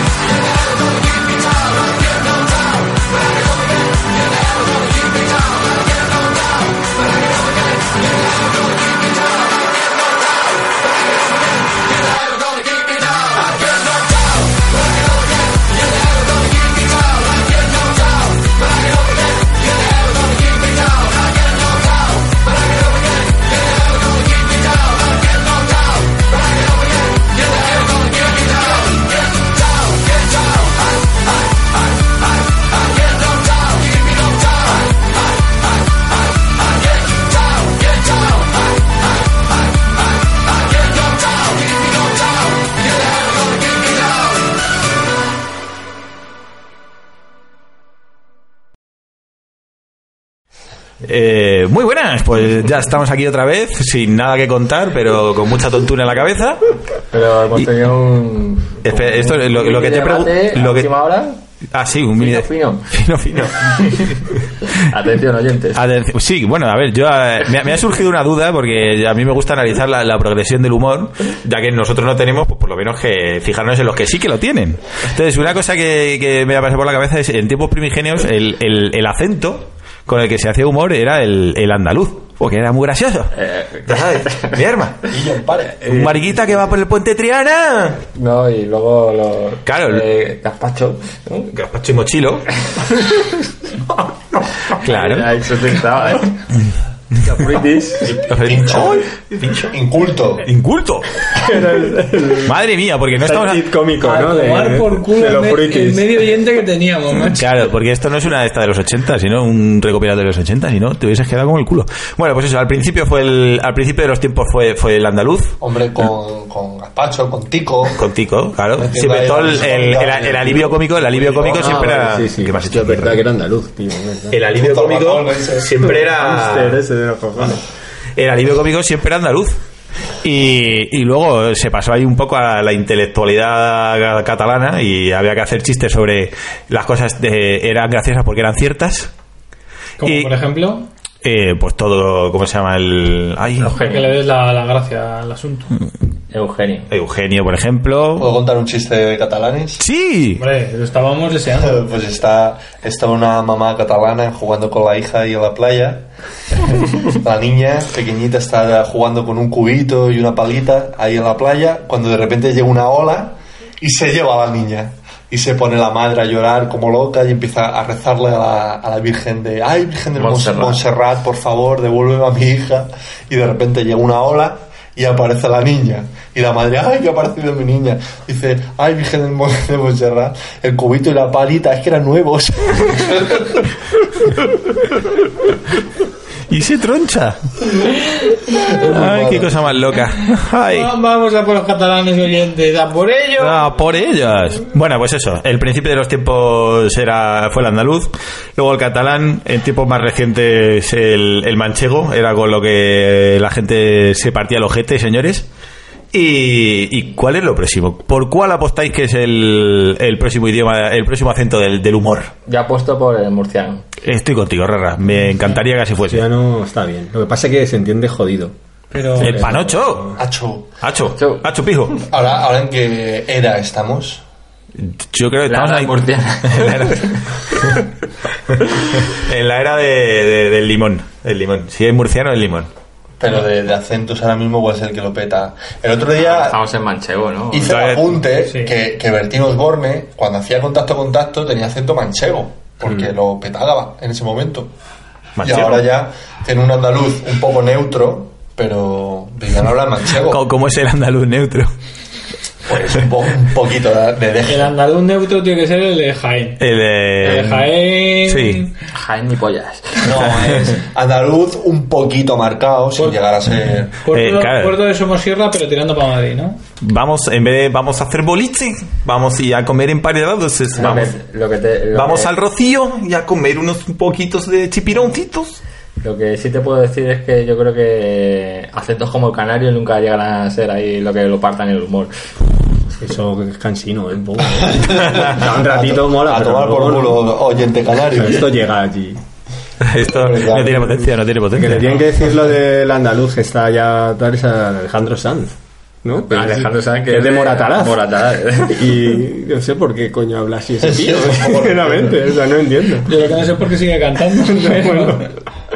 Speaker 2: Eh, muy buenas, pues ya estamos aquí otra vez, sin nada que contar, pero con mucha tontura en la cabeza.
Speaker 6: Pero hemos
Speaker 2: Y-
Speaker 6: tenido un.
Speaker 2: Espera, esto es lo- lo que te pregun- lo
Speaker 6: pregunto.
Speaker 2: que-
Speaker 6: última hora?
Speaker 2: Ah, sí, un mini de-
Speaker 6: Fino,
Speaker 2: fino, fino.
Speaker 6: Atención, oyentes.
Speaker 2: Atención- Sí, bueno, a ver, yo eh, me, ha- me ha surgido una duda porque a mí me gusta analizar la, la progresión del humor, ya que nosotros no tenemos, pues por lo menos que fijarnos en los que sí que lo tienen. Entonces, una cosa que, que me ha pasado por la cabeza es en tiempos primigenios el, el- el acento con el que se hacía humor era el, el andaluz, porque era muy gracioso. Ya Eh, sabes, mi arma.
Speaker 4: Y yo, pare.
Speaker 2: Un mariquita que va por el puente Triana.
Speaker 6: No, y luego los.
Speaker 2: Claro, el-
Speaker 6: eh, Gazpacho. ¿no?
Speaker 2: Gazpacho y mochilo.
Speaker 6: Era
Speaker 2: Claro.
Speaker 6: Eso te estaba, ¿eh? Capritis.
Speaker 4: Pincho. Pincho. Inculto.
Speaker 2: Inculto. Madre mía, porque no estamos...
Speaker 1: el kit cómico,
Speaker 5: A
Speaker 1: ¿no? De,
Speaker 5: tomar por culo
Speaker 1: de
Speaker 5: el,
Speaker 1: los
Speaker 5: me- el
Speaker 1: frikis.
Speaker 5: medio oyente que teníamos, macho.
Speaker 2: Claro, porque esto no es una de esta de los 80, sino un recopilado de los 80, sino te hubieses quedado como el culo. Bueno, pues eso, al principio fue el, al principio de los tiempos fue, fue el andaluz,
Speaker 4: Hombre con, con gazpacho, con tico.
Speaker 2: con Tico, claro.
Speaker 4: Metiendo
Speaker 2: Siempre
Speaker 4: ahí
Speaker 2: todo
Speaker 4: la
Speaker 2: el, el- el- el alivio cómico, el alivio cómico siempre era.
Speaker 1: Ah, Sí, sí.
Speaker 2: ¿Qué me has hecho?
Speaker 1: Es verdad que era andaluz, tío. ¿verdad?
Speaker 2: El alivio
Speaker 4: Puto
Speaker 2: cómico
Speaker 4: ratón, ese.
Speaker 2: siempre
Speaker 1: Hamster
Speaker 2: era.
Speaker 1: ese Este, de los cojones.
Speaker 2: El alivio cómico siempre era andaluz. Y, y luego se pasó ahí un poco a la intelectualidad ca- catalana y había que hacer chistes sobre las cosas de, eran graciosas porque eran ciertas.
Speaker 5: Como
Speaker 2: Y-
Speaker 5: por ejemplo,
Speaker 2: Eh, pues todo, ¿cómo se llama? El. Ay,
Speaker 5: que le des la, la gracia al asunto.
Speaker 2: Mm.
Speaker 6: Eugenio.
Speaker 2: Eugenio, por ejemplo.
Speaker 4: ¿Puedo contar un chiste de catalanes?
Speaker 2: ¡Sí!
Speaker 5: Hombre, lo estábamos deseando.
Speaker 4: Eh, Pues está, está una mamá catalana jugando con la hija y en la playa. Pues La niña pequeñita está jugando con un cubito y una palita ahí en la playa cuando de repente llega una ola y se lleva a la niña. Y se pone la madre a llorar como loca y empieza a rezarle a la, a la Virgen de, ay Virgen del Montserrat.
Speaker 6: Montserrat.
Speaker 4: Montserrat, por favor, devuélveme a mi hija. Y de repente llega una ola y aparece la niña. Y la madre, ay, que ha aparecido mi niña. Dice, ay Virgen del Mon- de Montserrat, el cubito y la palita, es que eran nuevos.
Speaker 2: ¡Y se troncha! ¡Ay, qué cosa más loca! ¡Ay!
Speaker 5: Va- Ah, Vamos a por los catalanes oyentes, a por ello.
Speaker 2: Ah, por ellas. Bueno, pues eso. El principio de los tiempos era fue el andaluz, luego el catalán, en tiempos más recientes el, el manchego, era con lo que la gente se partía el ojete, señores. ¿Y, y cuál es lo próximo? ¿Por cuál apostáis que es el, el próximo idioma, el próximo acento del, del humor?
Speaker 6: Ya apuesto por el murciano.
Speaker 2: Estoy contigo, Rara. Me encantaría que así fuese.
Speaker 1: Ya no está bien. Lo que pasa es que se entiende jodido.
Speaker 5: Pero.
Speaker 2: El Eh, panocho.
Speaker 4: Achu.
Speaker 2: Hacho.
Speaker 6: Hacho.
Speaker 2: Hacho pijo.
Speaker 4: Ahora, ahora en qué era estamos.
Speaker 2: Yo creo que
Speaker 6: La
Speaker 2: estamos
Speaker 6: hora
Speaker 2: ahí-
Speaker 6: murciana.
Speaker 2: en la era, en la era de, de- del limón. El limón. Si es murciano, el limón.
Speaker 4: Pero de, de acentos ahora mismo, ¿cuál es el que lo peta? El otro
Speaker 1: Ah,
Speaker 4: día
Speaker 6: Estamos en manchego, ¿no?
Speaker 4: hice el
Speaker 2: Todavía-
Speaker 4: apunte
Speaker 5: sí.
Speaker 4: que, que Bertín Osborne, cuando hacía contacto contacto, tenía acento manchego, porque
Speaker 1: Mm.
Speaker 4: lo petaba en ese momento.
Speaker 2: Manchego.
Speaker 4: Y ahora ya tiene un andaluz un poco neutro, pero Villan habla manchego.
Speaker 2: Co- ¿Cómo es el andaluz neutro?
Speaker 4: Pues un, po- un poquito de, de
Speaker 5: El
Speaker 4: deje.
Speaker 5: andaluz neutro tiene que ser el de Jaén.
Speaker 2: El eh, de.
Speaker 5: El de Jaén.
Speaker 2: Sí.
Speaker 6: Jaén ni pollas.
Speaker 4: No, es andaluz un poquito marcado, sin
Speaker 5: Por-
Speaker 4: llegar a ser.
Speaker 5: Puerto,
Speaker 2: Eh, claro.
Speaker 5: Puerto de Somosierra, pero tirando para Madrid, ¿no?
Speaker 2: Vamos, en vez de vamos a hacer boliche, vamos y a comer emparedados. es-
Speaker 6: Lo
Speaker 2: Vamos,
Speaker 6: que- lo que te- lo
Speaker 2: vamos
Speaker 6: que-
Speaker 2: al rocío y a comer unos poquitos de chipironcitos.
Speaker 6: Lo que sí te puedo decir es que yo creo que acentos como el canario nunca llegan a ser ahí lo que lo partan el humor.
Speaker 1: Eso es cansino, ¿eh? Un poco. Da un ratito mola.
Speaker 4: A
Speaker 1: pero
Speaker 4: tomar por
Speaker 1: luego no.
Speaker 4: culo, oyente canario.
Speaker 1: Esto llega allí.
Speaker 2: Esto no tiene potencia, no tiene
Speaker 1: Que le tienen
Speaker 2: potencia.
Speaker 1: que decir lo del andaluz que está ya tal es a Alejandro Sanz. ¿No?
Speaker 6: Pero Alejandro Sanz que
Speaker 1: es de
Speaker 6: es de
Speaker 1: Moratalaz. ¿eh?
Speaker 6: Moratalaz.
Speaker 1: Y no sé por qué coño habla así ese
Speaker 4: Sí,
Speaker 1: tío.
Speaker 4: por favor.
Speaker 1: Sinceramente, o sea, no entiendo.
Speaker 5: Yo lo que no sé es por qué sigue cantando. pero-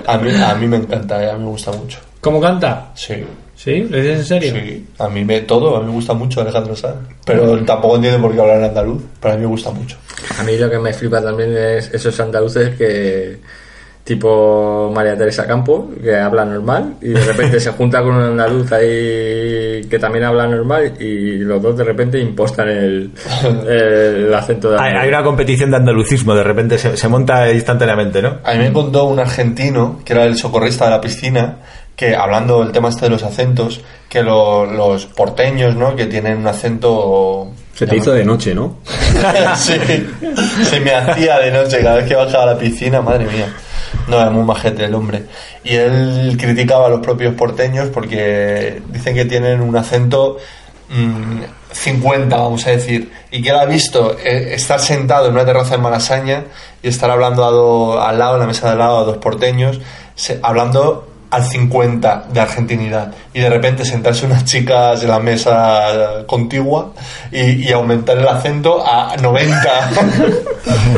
Speaker 4: A mí, a mí me encanta, eh, a mí me gusta mucho.
Speaker 5: ¿Cómo canta?
Speaker 4: Sí.
Speaker 5: ¿Sí? ¿Lo dices en serio?
Speaker 4: Sí, a mí me todo, a mí me gusta mucho Alejandro Sanz, pero tampoco entiendo por qué hablar en andaluz, pero a mí me gusta mucho.
Speaker 6: A mí lo que me flipa también es esos andaluces que tipo María Teresa Campo, que habla normal y de repente se junta con un andaluz ahí que también habla normal y los dos de repente impostan el, el acento de
Speaker 2: Hay, hay
Speaker 6: andaluz.
Speaker 2: una competición de andalucismo, de repente se, se monta instantáneamente, ¿no?
Speaker 4: A mí me contó un argentino, que era el socorrista de la piscina, que hablando del tema este de los acentos, que lo- los porteños, ¿no? Que tienen un acento...
Speaker 1: Se te hizo de noche, ¿no?
Speaker 4: sí, se me hacía de noche cada vez que bajaba a la piscina, madre mía. No, era muy majete el hombre. Y él criticaba a los propios porteños porque dicen que tienen un acento mm, 50, vamos a decir. Y que él ha visto eh, estar sentado en una terraza en Malasaña y estar hablando a do- al lado, en la mesa de al lado, a dos porteños, se- hablando al 50 de argentinidad y de repente sentarse unas chicas en la mesa contigua y, y aumentar el acento a 90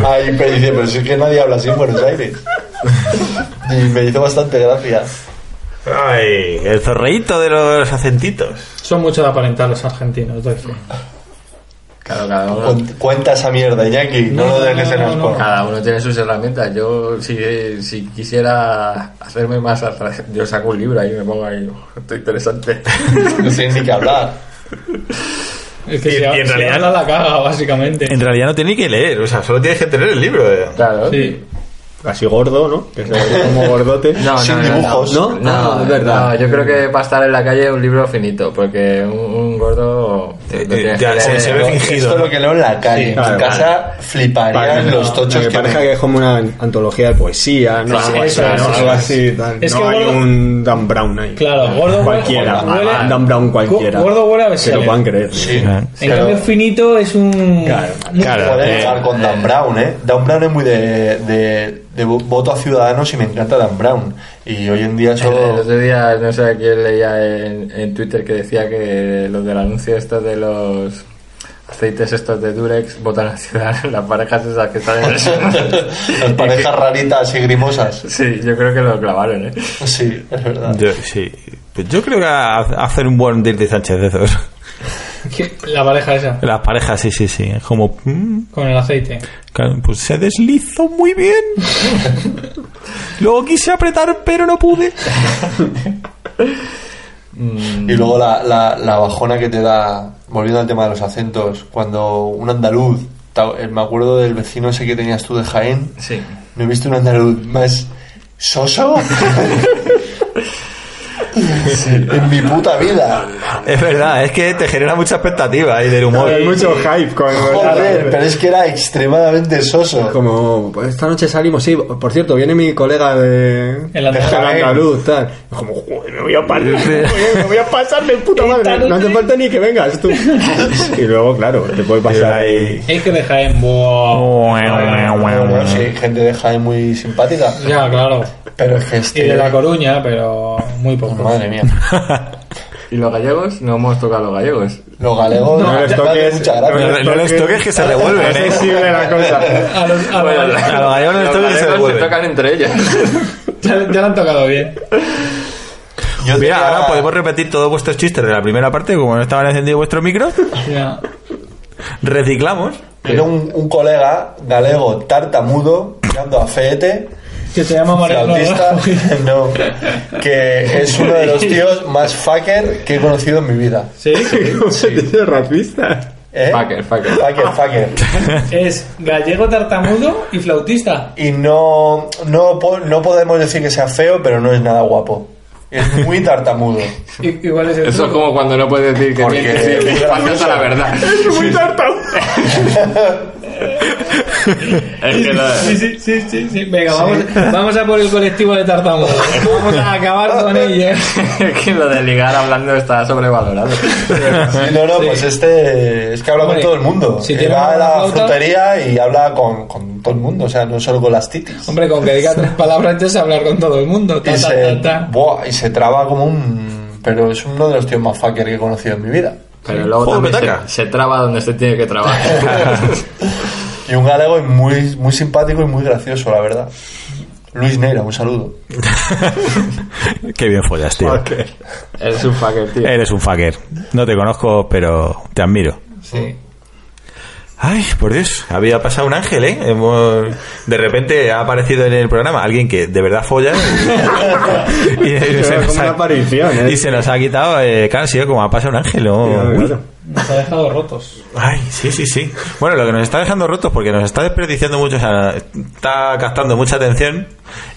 Speaker 4: ahí me dice pero si es que nadie habla así en Buenos Aires y me hizo bastante gracia
Speaker 2: Ay, el zorreíto de los acentitos.
Speaker 5: Son muchos de aparentar los argentinos, doy fe.
Speaker 6: Claro, cada uno.
Speaker 4: Cu- cuenta esa mierda Iñaki no,
Speaker 5: No,
Speaker 4: lo dejes
Speaker 5: no,
Speaker 4: en
Speaker 5: no, Ah.
Speaker 4: el
Speaker 5: no.
Speaker 6: Cada uno tiene sus herramientas. Yo, si, si quisiera hacerme más atrás, yo saco un libro ahí y me pongo ahí. "Oh, Esto es interesante.
Speaker 4: no tienes ni que hablar
Speaker 5: Es que
Speaker 2: Y-
Speaker 5: si,
Speaker 2: y en
Speaker 5: ha- si
Speaker 2: realidad-
Speaker 5: habla la caga, básicamente.
Speaker 2: En realidad no tiene que leer, o sea, solo tienes que tener el libro. eh.
Speaker 6: Claro.
Speaker 5: Sí.
Speaker 1: Así gordo, ¿no? Que se ve como gordote.
Speaker 6: No,
Speaker 4: Sin
Speaker 2: Ah,
Speaker 4: dibujos.
Speaker 1: ¿No?
Speaker 6: No,
Speaker 1: Ah, es verdad.
Speaker 6: no, yo creo que para estar en la calle un libro finito, porque un, un gordo.
Speaker 2: Eh,
Speaker 6: lo
Speaker 2: eh,
Speaker 6: tienes
Speaker 2: ya,
Speaker 6: que
Speaker 2: se-
Speaker 6: leer.
Speaker 2: se ve fingido,
Speaker 4: esto es
Speaker 2: ¿no?
Speaker 4: lo que leo en la calle en
Speaker 1: claro,
Speaker 4: tu casa fliparían
Speaker 1: Vale,
Speaker 4: los
Speaker 1: no,
Speaker 4: tochos
Speaker 1: me
Speaker 4: que
Speaker 1: parece
Speaker 4: me-
Speaker 1: que es como una antología de poesía, ¿no?
Speaker 5: Sí,
Speaker 1: algo
Speaker 5: eso
Speaker 1: así,
Speaker 5: es,
Speaker 1: ¿no?
Speaker 5: eso
Speaker 1: Algo
Speaker 5: es.
Speaker 1: así, tal.
Speaker 5: Es
Speaker 1: no
Speaker 5: que
Speaker 1: hay
Speaker 5: gordo-
Speaker 1: un Dan Brown ahí.
Speaker 5: Claro, gordo
Speaker 1: Cualquiera,
Speaker 5: huele- huele-
Speaker 1: Dan Brown cualquiera.
Speaker 5: Gu- Gordo huele a
Speaker 1: Que lo
Speaker 5: bestial.
Speaker 1: puedan creer.
Speaker 4: sí
Speaker 2: Ajá.
Speaker 5: En
Speaker 4: Pero-
Speaker 5: cambio, finito es un.
Speaker 1: Claro,
Speaker 5: No,
Speaker 2: claro.
Speaker 4: Puedes
Speaker 2: eh,
Speaker 4: llegar con Dan Brown, ¿eh? Dan Brown es muy de, de, de vo- voto a Ciudadanos y me encanta Dan Brown. Y hoy en día
Speaker 6: El, el
Speaker 4: eso...
Speaker 6: otro día, no sé a quién leía en, en Twitter que decía que los del anuncio estos de los aceites estos de Durex votan a Ciudadanos, las parejas esas que salen.
Speaker 2: eh,
Speaker 4: Las parejas raritas y grimosas.
Speaker 6: Sí, yo creo que lo clavaron, ¿eh?
Speaker 4: Sí, es verdad.
Speaker 2: Yo, sí. Pues yo creo que a- a hacer un buen Dirty Sánchez de esos.
Speaker 5: que- La pareja esa,
Speaker 2: Las parejas, sí, sí, sí. Es como, mm,
Speaker 5: con el aceite.
Speaker 2: claro, pues se deslizó muy bien. Luego quise apretar, pero no pude. Mm.
Speaker 4: Y luego la, la, la bajona que te da, volviendo al tema de los acentos, cuando un andaluz, ta- eh, me acuerdo del vecino ese que tenías tú de Jaén,
Speaker 6: Sí.
Speaker 4: no he visto un andaluz más soso en mi puta vida.
Speaker 2: Es verdad, es que te genera mucha expectativa y del humor.
Speaker 1: Hay mucho hype cuando...
Speaker 4: Joder, pero es que era extremadamente soso.
Speaker 1: Como, pues, esta noche salimos, sí, por cierto, viene mi colega de...
Speaker 5: El andaluz.
Speaker 1: de Jaén. andaluz, tal. Y Como, joder, me voy a pasar, joder, me voy a pasar de puta madre. No hace falta ni que vengas tú. Y luego, claro, te puede pasar ahí...
Speaker 5: Es que
Speaker 2: Oh.
Speaker 5: deja en. Buah.
Speaker 4: Bueno, sí, gente de Jaén muy simpática.
Speaker 5: Ya, claro.
Speaker 4: Pero es que este...
Speaker 5: Y de La Coruña, pero muy poco.
Speaker 4: Madre mía.
Speaker 6: ¿Y los gallegos? No hemos tocado a los gallegos.
Speaker 4: Los galegos...
Speaker 1: No les
Speaker 4: dadle
Speaker 1: toques,
Speaker 4: mucha
Speaker 1: no
Speaker 4: gracia.
Speaker 2: No les toques que se revuelven,
Speaker 1: Es
Speaker 2: ¿eh?
Speaker 1: sensible la cosa.
Speaker 5: A los- a los-
Speaker 2: A los gallegos no les
Speaker 6: Los
Speaker 2: toques que se
Speaker 6: gallegos se
Speaker 2: revuelven.
Speaker 6: tocan entre ellos.
Speaker 5: ya, ya lo han tocado bien.
Speaker 4: Yo
Speaker 2: Mira,
Speaker 4: diría-
Speaker 2: ahora podemos repetir todos vuestros chistes de la primera parte, como no estaban encendidos vuestros micros.
Speaker 5: Ya.
Speaker 2: Reciclamos.
Speaker 4: Tiene un, un colega galego tartamudo mirando a Feete,
Speaker 5: Que se llama Mariano.
Speaker 4: flautista, no, que es uno de los tíos más fucker que he conocido en mi vida.
Speaker 5: Sí,
Speaker 1: ¿Cómo se dice racista?
Speaker 4: ¿Eh?
Speaker 6: Fucker, fucker.
Speaker 4: Fucker, fucker.
Speaker 5: es gallego tartamudo y flautista.
Speaker 4: Y no, no, po- no podemos decir que sea feo, pero no es nada guapo. Es muy tartamudo.
Speaker 5: I- Igual es el
Speaker 6: Eso es
Speaker 5: truco.
Speaker 6: como cuando no puedes decir que
Speaker 4: Porque-
Speaker 6: mientes sí, sí, faltas a la verdad.
Speaker 1: Es muy tartao.
Speaker 6: Es que la-
Speaker 5: Sí, sí, sí, sí, sí. Venga, Vamos, vamos a por el colectivo de tartamudos. Vamos a acabar con ellos.
Speaker 6: es que lo de ligar hablando está sobrevalorado.
Speaker 4: Sí, no, no, pues este es que habla
Speaker 5: Hombre,
Speaker 4: con todo el mundo.
Speaker 5: si
Speaker 4: Que
Speaker 5: tiene
Speaker 4: va a
Speaker 5: una
Speaker 4: la
Speaker 5: flauta-
Speaker 4: frutería y habla con, con todo el mundo, o sea, no solo con las titis.
Speaker 5: Hombre, con que diga tres palabras antes de hablar con todo el mundo. Ta,
Speaker 4: y,
Speaker 5: ta,
Speaker 4: se,
Speaker 5: ta, ta.
Speaker 4: buah, y se traba como un... Pero es uno de los tíos más fucker que he conocido en mi vida.
Speaker 6: Pero luego
Speaker 2: Joder,
Speaker 6: también
Speaker 2: petaca.
Speaker 6: se, se traba donde se tiene que trabajar.
Speaker 4: Y un galego y muy, muy simpático y muy gracioso, la verdad. Luis Neira, un saludo.
Speaker 2: Qué bien follas, tío.
Speaker 6: Eres un fucker, tío.
Speaker 2: Eres un fucker. No te conozco, pero te admiro.
Speaker 5: Sí.
Speaker 2: Ay, por Dios, había pasado un ángel, ¿eh? Hemos- De repente ha aparecido en el programa alguien que de verdad folla. Y, y se,
Speaker 1: Pero
Speaker 2: nos
Speaker 1: como una
Speaker 2: ha,
Speaker 1: aparición, ¿eh?
Speaker 2: y se nos ha quitado, eh, claro, ha sido como ha pasado un ángel. ¿no? Uy.
Speaker 1: Claro.
Speaker 5: Nos ha dejado rotos.
Speaker 2: Ay, sí, sí, sí. Bueno, lo que nos está dejando rotos, porque nos está desperdiciando mucho, o sea, está captando mucha atención,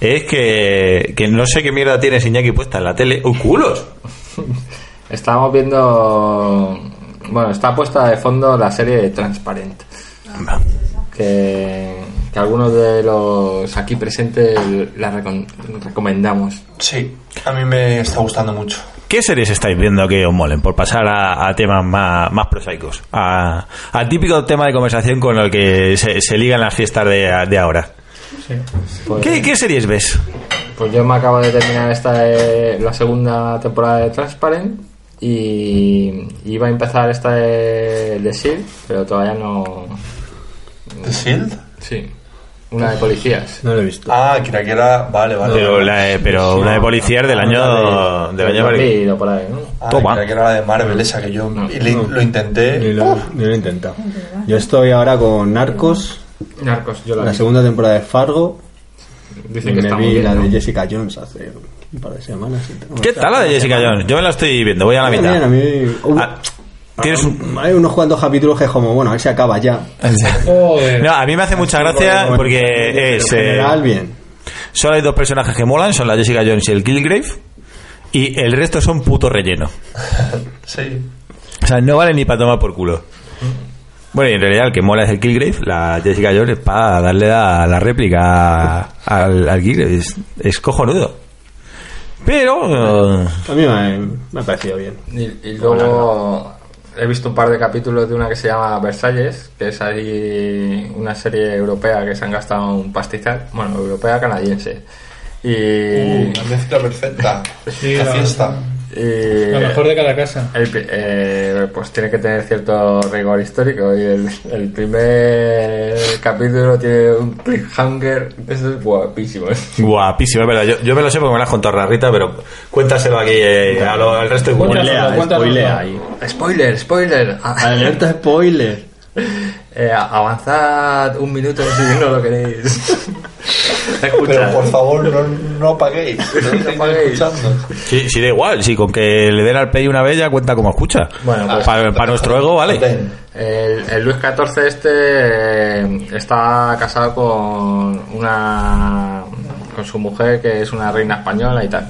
Speaker 2: es que, que no sé qué mierda tiene Iñaki puesta en la tele. ¡Uh, culos!
Speaker 6: Estábamos viendo. Bueno, está puesta de fondo la serie de Transparent. Que, que algunos de los aquí presentes la recom- recomendamos.
Speaker 4: Sí, a mí me está gustando mucho.
Speaker 2: ¿Qué series estáis viendo que os molen? Por pasar a, a temas más, más prosaicos. A- Al típico tema de conversación con el que se, se ligan las fiestas de, de ahora.
Speaker 5: Sí.
Speaker 6: Pues,
Speaker 2: ¿Qué, qué series ves?
Speaker 6: pues yo me acabo de terminar esta eh, la segunda temporada de Transparent y iba a empezar esta de, de Shield, E pero todavía no.
Speaker 4: ¿The Shield?
Speaker 6: Sí, una de policías.
Speaker 7: No lo he visto.
Speaker 4: Ah, Kira Kira, vale, vale.
Speaker 2: Pero la, eh, pero una de policías del año...
Speaker 6: De,
Speaker 2: Del año
Speaker 6: por ahí, ¿no?
Speaker 4: Ah,
Speaker 2: Toma.
Speaker 4: Kira Kira, la de Marvel, esa que yo y li- lo
Speaker 1: Ni
Speaker 4: intenté.
Speaker 1: lo, ni lo he intentado. Yo estoy ahora con Narcos,
Speaker 6: Narcos, yo la
Speaker 1: la
Speaker 6: vi.
Speaker 1: segunda temporada de Fargo. Y
Speaker 6: Dicen que
Speaker 1: me
Speaker 6: está
Speaker 1: vi
Speaker 6: muy bien.
Speaker 1: la de
Speaker 6: ¿no?
Speaker 1: Jessica Jones hace un par de semanas.
Speaker 2: ¿Qué tal la de Jessica Jones? Yo me la estoy viendo, voy a la
Speaker 1: También,
Speaker 2: mitad.
Speaker 1: a mí- uh,
Speaker 2: Ah, tienes un-
Speaker 1: Hay unos cuantos capítulos que es como, bueno, ahí se acaba ya.
Speaker 5: Joder.
Speaker 2: No, a mí me hace mucha gracia
Speaker 1: Bueno,
Speaker 2: porque
Speaker 1: en
Speaker 2: es... eh,
Speaker 1: general, bien.
Speaker 2: Solo hay dos personajes que molan, son la Jessica Jones y el Kilgrave. Y el resto son puto relleno.
Speaker 4: Sí.
Speaker 2: O sea, no vale ni para tomar por culo. Bueno, y en realidad el que mola es el Kilgrave, la Jessica Jones para darle la, la réplica al, al Kilgrave. Es, es cojonudo. Pero... eh,
Speaker 1: A mí me, me ha parecido bien.
Speaker 6: Y, y luego he visto un par de capítulos de una que se llama Versalles, que es ahí una serie europea que se han gastado un pastizal, bueno, europea canadiense. Y,
Speaker 4: Uh, La mezcla perfecta.
Speaker 5: Sí,
Speaker 4: la
Speaker 5: la-
Speaker 4: fiesta.
Speaker 6: y-
Speaker 2: eh,
Speaker 5: Lo mejor de cada casa.
Speaker 6: el pri- eh, pues tiene que tener cierto rigor histórico y el, el primer capítulo tiene un cliffhanger, eso es guapísimo.
Speaker 2: Guapísimo, es verdad. Yo, yo me lo sé porque me lo has contado Rarrita, pero cuéntaselo aquí eh, a lo- al resto de
Speaker 5: Cuéntaselo,
Speaker 2: comunidad.
Speaker 5: cuéntaselo.
Speaker 1: spoilea ahí.
Speaker 6: Spoiler, spoiler.
Speaker 1: Alerta spoiler.
Speaker 6: Eh, avanzad un minuto si no lo queréis.
Speaker 4: Pero por
Speaker 6: Escuchad.
Speaker 4: favor, no, no paguéis. No
Speaker 6: paguéis.
Speaker 4: paguéis. escuchando.
Speaker 2: Sí, sí, da igual. Sí, con que le den al play una vez ya cuenta como escucha.
Speaker 6: Bueno, pues-
Speaker 2: para, para nuestro ego, vale.
Speaker 4: Ven.
Speaker 6: El, el Luis XIV este eh, está casado con una con su mujer que es una reina española y tal.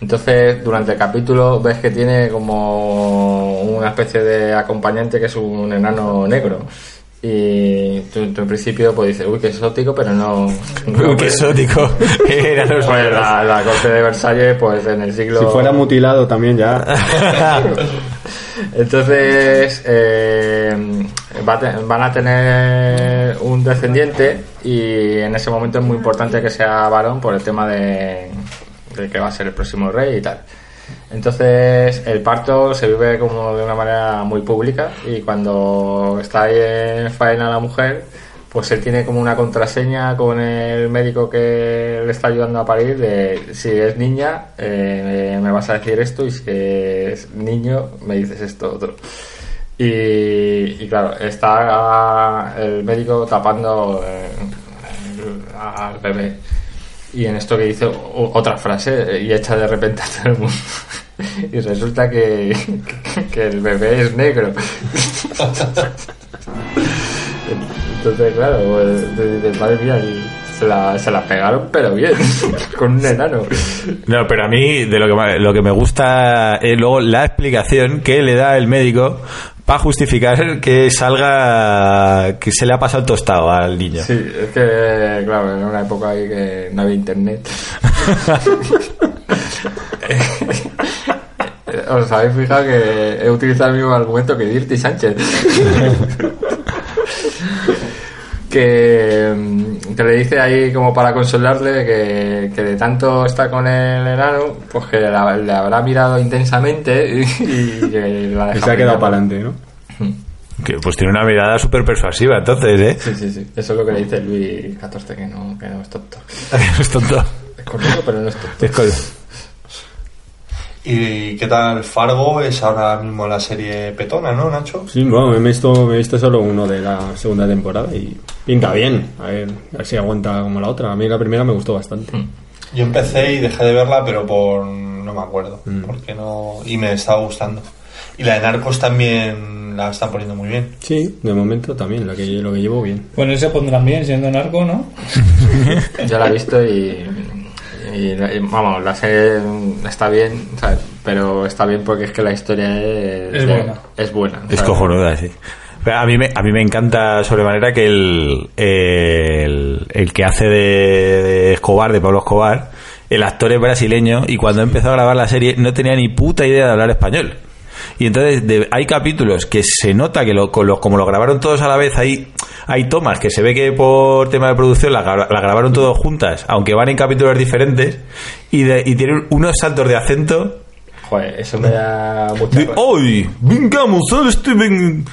Speaker 6: Entonces, durante el capítulo ves que tiene como una especie de acompañante que es un enano negro. Y tú, tú en principio pues dices, uy, qué exótico, pero no...
Speaker 2: Uy, qué exótico. Era los
Speaker 6: Pues la, la corte de Versalles, pues en el siglo...
Speaker 1: Si
Speaker 2: Oh.
Speaker 1: fuera mutilado también ya.
Speaker 6: Entonces eh, va a te- van a tener un descendiente y en ese momento es muy importante que sea varón por el tema de, de que va a ser el próximo rey y tal. Entonces el parto se vive como de una manera muy pública y cuando está ahí en faena la mujer, pues él tiene como una contraseña con el médico que le está ayudando a parir de si es niña eh, me vas a decir esto y si es niño me dices esto otro. Y, y claro, está el médico tapando eh, al bebé. Y en esto que dice o- otra frase eh, y echa de repente a todo el mundo. Y resulta que, que el bebé es negro. Entonces, claro, pues, te dices, madre mía, y se la, se la pegaron, pero bien, con un enano.
Speaker 2: No, pero a mí de lo que, ma- lo que me gusta es luego la explicación que le da el médico para justificar que salga que se le ha pasado el tostado al niño.
Speaker 6: Sí, es que, claro, en una época ahí que no había internet. Eh, Os habéis fijado que he utilizado el mismo argumento que Dirty Sánchez. que, mm, que le dice ahí como para consolarle que, que de tanto está con el enano, pues que la- le habrá mirado intensamente y, y que la
Speaker 1: Y
Speaker 6: deja
Speaker 1: se ha quedado
Speaker 6: pillada.
Speaker 1: para adelante, ¿no?
Speaker 2: Que pues tiene una mirada súper persuasiva, entonces, ¿eh?
Speaker 6: Sí, sí, sí. Eso es lo que le dice Luis XIV, que no, que no es tonto.
Speaker 2: Es tonto.
Speaker 6: Es correcto, pero no es tonto.
Speaker 2: Es col-
Speaker 4: ¿Y qué tal Fargo? Es ahora mismo la serie petona, ¿no, Nacho?
Speaker 1: Sí, bueno, me he visto, me he visto solo uno de la segunda temporada y pinta bien. A ver, a ver si aguanta como la otra. A mí la primera me gustó bastante.
Speaker 2: Mm.
Speaker 4: Yo empecé y dejé de verla, pero por no me acuerdo,
Speaker 1: Mm.
Speaker 4: porque no y me estaba gustando. Y la de Narcos también la están poniendo muy bien.
Speaker 1: Sí, de momento también, la que, lo que llevo bien.
Speaker 5: Bueno, se pondrán bien siendo narco, ¿no?
Speaker 6: Yo la he visto y. y la- y, vamos, la serie está bien, ¿sabes? Pero está bien porque es que la historia es.
Speaker 5: Es buena.
Speaker 6: Es buena.
Speaker 2: Es
Speaker 6: ¿sabes?
Speaker 2: cojonuda, sí. Pero A mí, me, a mí me encanta sobremanera que el, el, el que hace de, de Escobar, de Pablo Escobar, el actor es brasileño y cuando empezó a grabar la serie no tenía ni puta idea de hablar español. Y entonces de- hay capítulos que se nota que lo, con los- como lo grabaron todos a la vez, hay, hay tomas que se ve que por tema de producción la, gra- la grabaron todos juntas, aunque van en capítulos diferentes, y, de- y tienen unos saltos de acento
Speaker 6: Joder, eso me da mucha.
Speaker 2: de hoy, vengamos, ¿sabes? Te ven-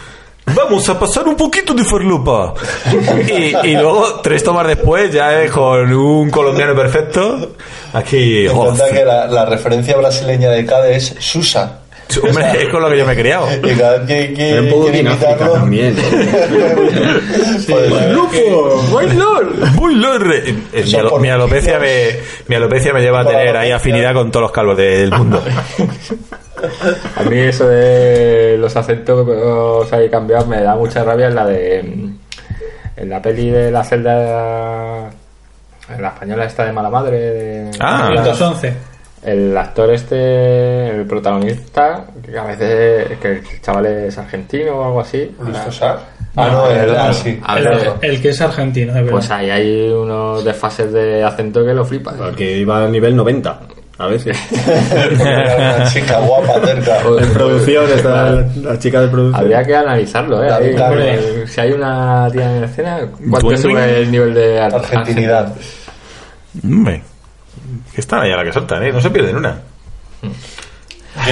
Speaker 2: Vamos a pasar un poquito de farlopa. Y, y luego, tres tomas después, ya es con un colombiano perfecto. Aquí,
Speaker 4: Me
Speaker 2: oh,
Speaker 4: encanta que la, la referencia brasileña de Cade es Susa.
Speaker 2: hombre, es con lo que yo me he criado.
Speaker 4: Y cada vez que, que-
Speaker 1: Pero un poco
Speaker 4: Eh, quiere
Speaker 1: bien África
Speaker 4: imitarlo-
Speaker 1: también.
Speaker 4: Joder, la verdad.
Speaker 2: Muy lorre. Eh, Mi, alo- mi alopecia me, mi alopecia me lleva a tener ahí afinidad con todos los calvos del mundo.
Speaker 6: A mí eso de los acentos ahí cambiados me da mucha rabia en la de. En la peli de la celda. En la española esta de mala madre. de-
Speaker 2: Ah.
Speaker 6: la-
Speaker 5: 511.
Speaker 6: El actor este, el protagonista, que a veces que el chaval es argentino o algo así.
Speaker 4: Luis
Speaker 6: Ah,
Speaker 4: Tosar. Ah, no, el,
Speaker 6: el-
Speaker 4: ah, sí.
Speaker 6: ah,
Speaker 5: El,
Speaker 4: el otro.
Speaker 5: el que es argentino, de verdad. Eh,
Speaker 6: Pues ahí hay unos desfases de acento que lo flipas.
Speaker 1: Porque iba a nivel 90. A ver si.
Speaker 4: Porque era una chica guapa, cerca.
Speaker 1: En producción está la, la chica de producción.
Speaker 6: Habría que analizarlo, ¿eh?
Speaker 4: La
Speaker 6: Ahí,
Speaker 4: mitad,
Speaker 6: hombre,
Speaker 5: hombre.
Speaker 6: si hay una tía en escena, ¿cuánto
Speaker 2: Twin Ring.
Speaker 6: sube el nivel de ar-
Speaker 4: Argentinidad.
Speaker 2: Hombre, que están ahí a la que saltan, ¿eh? No se pierden una.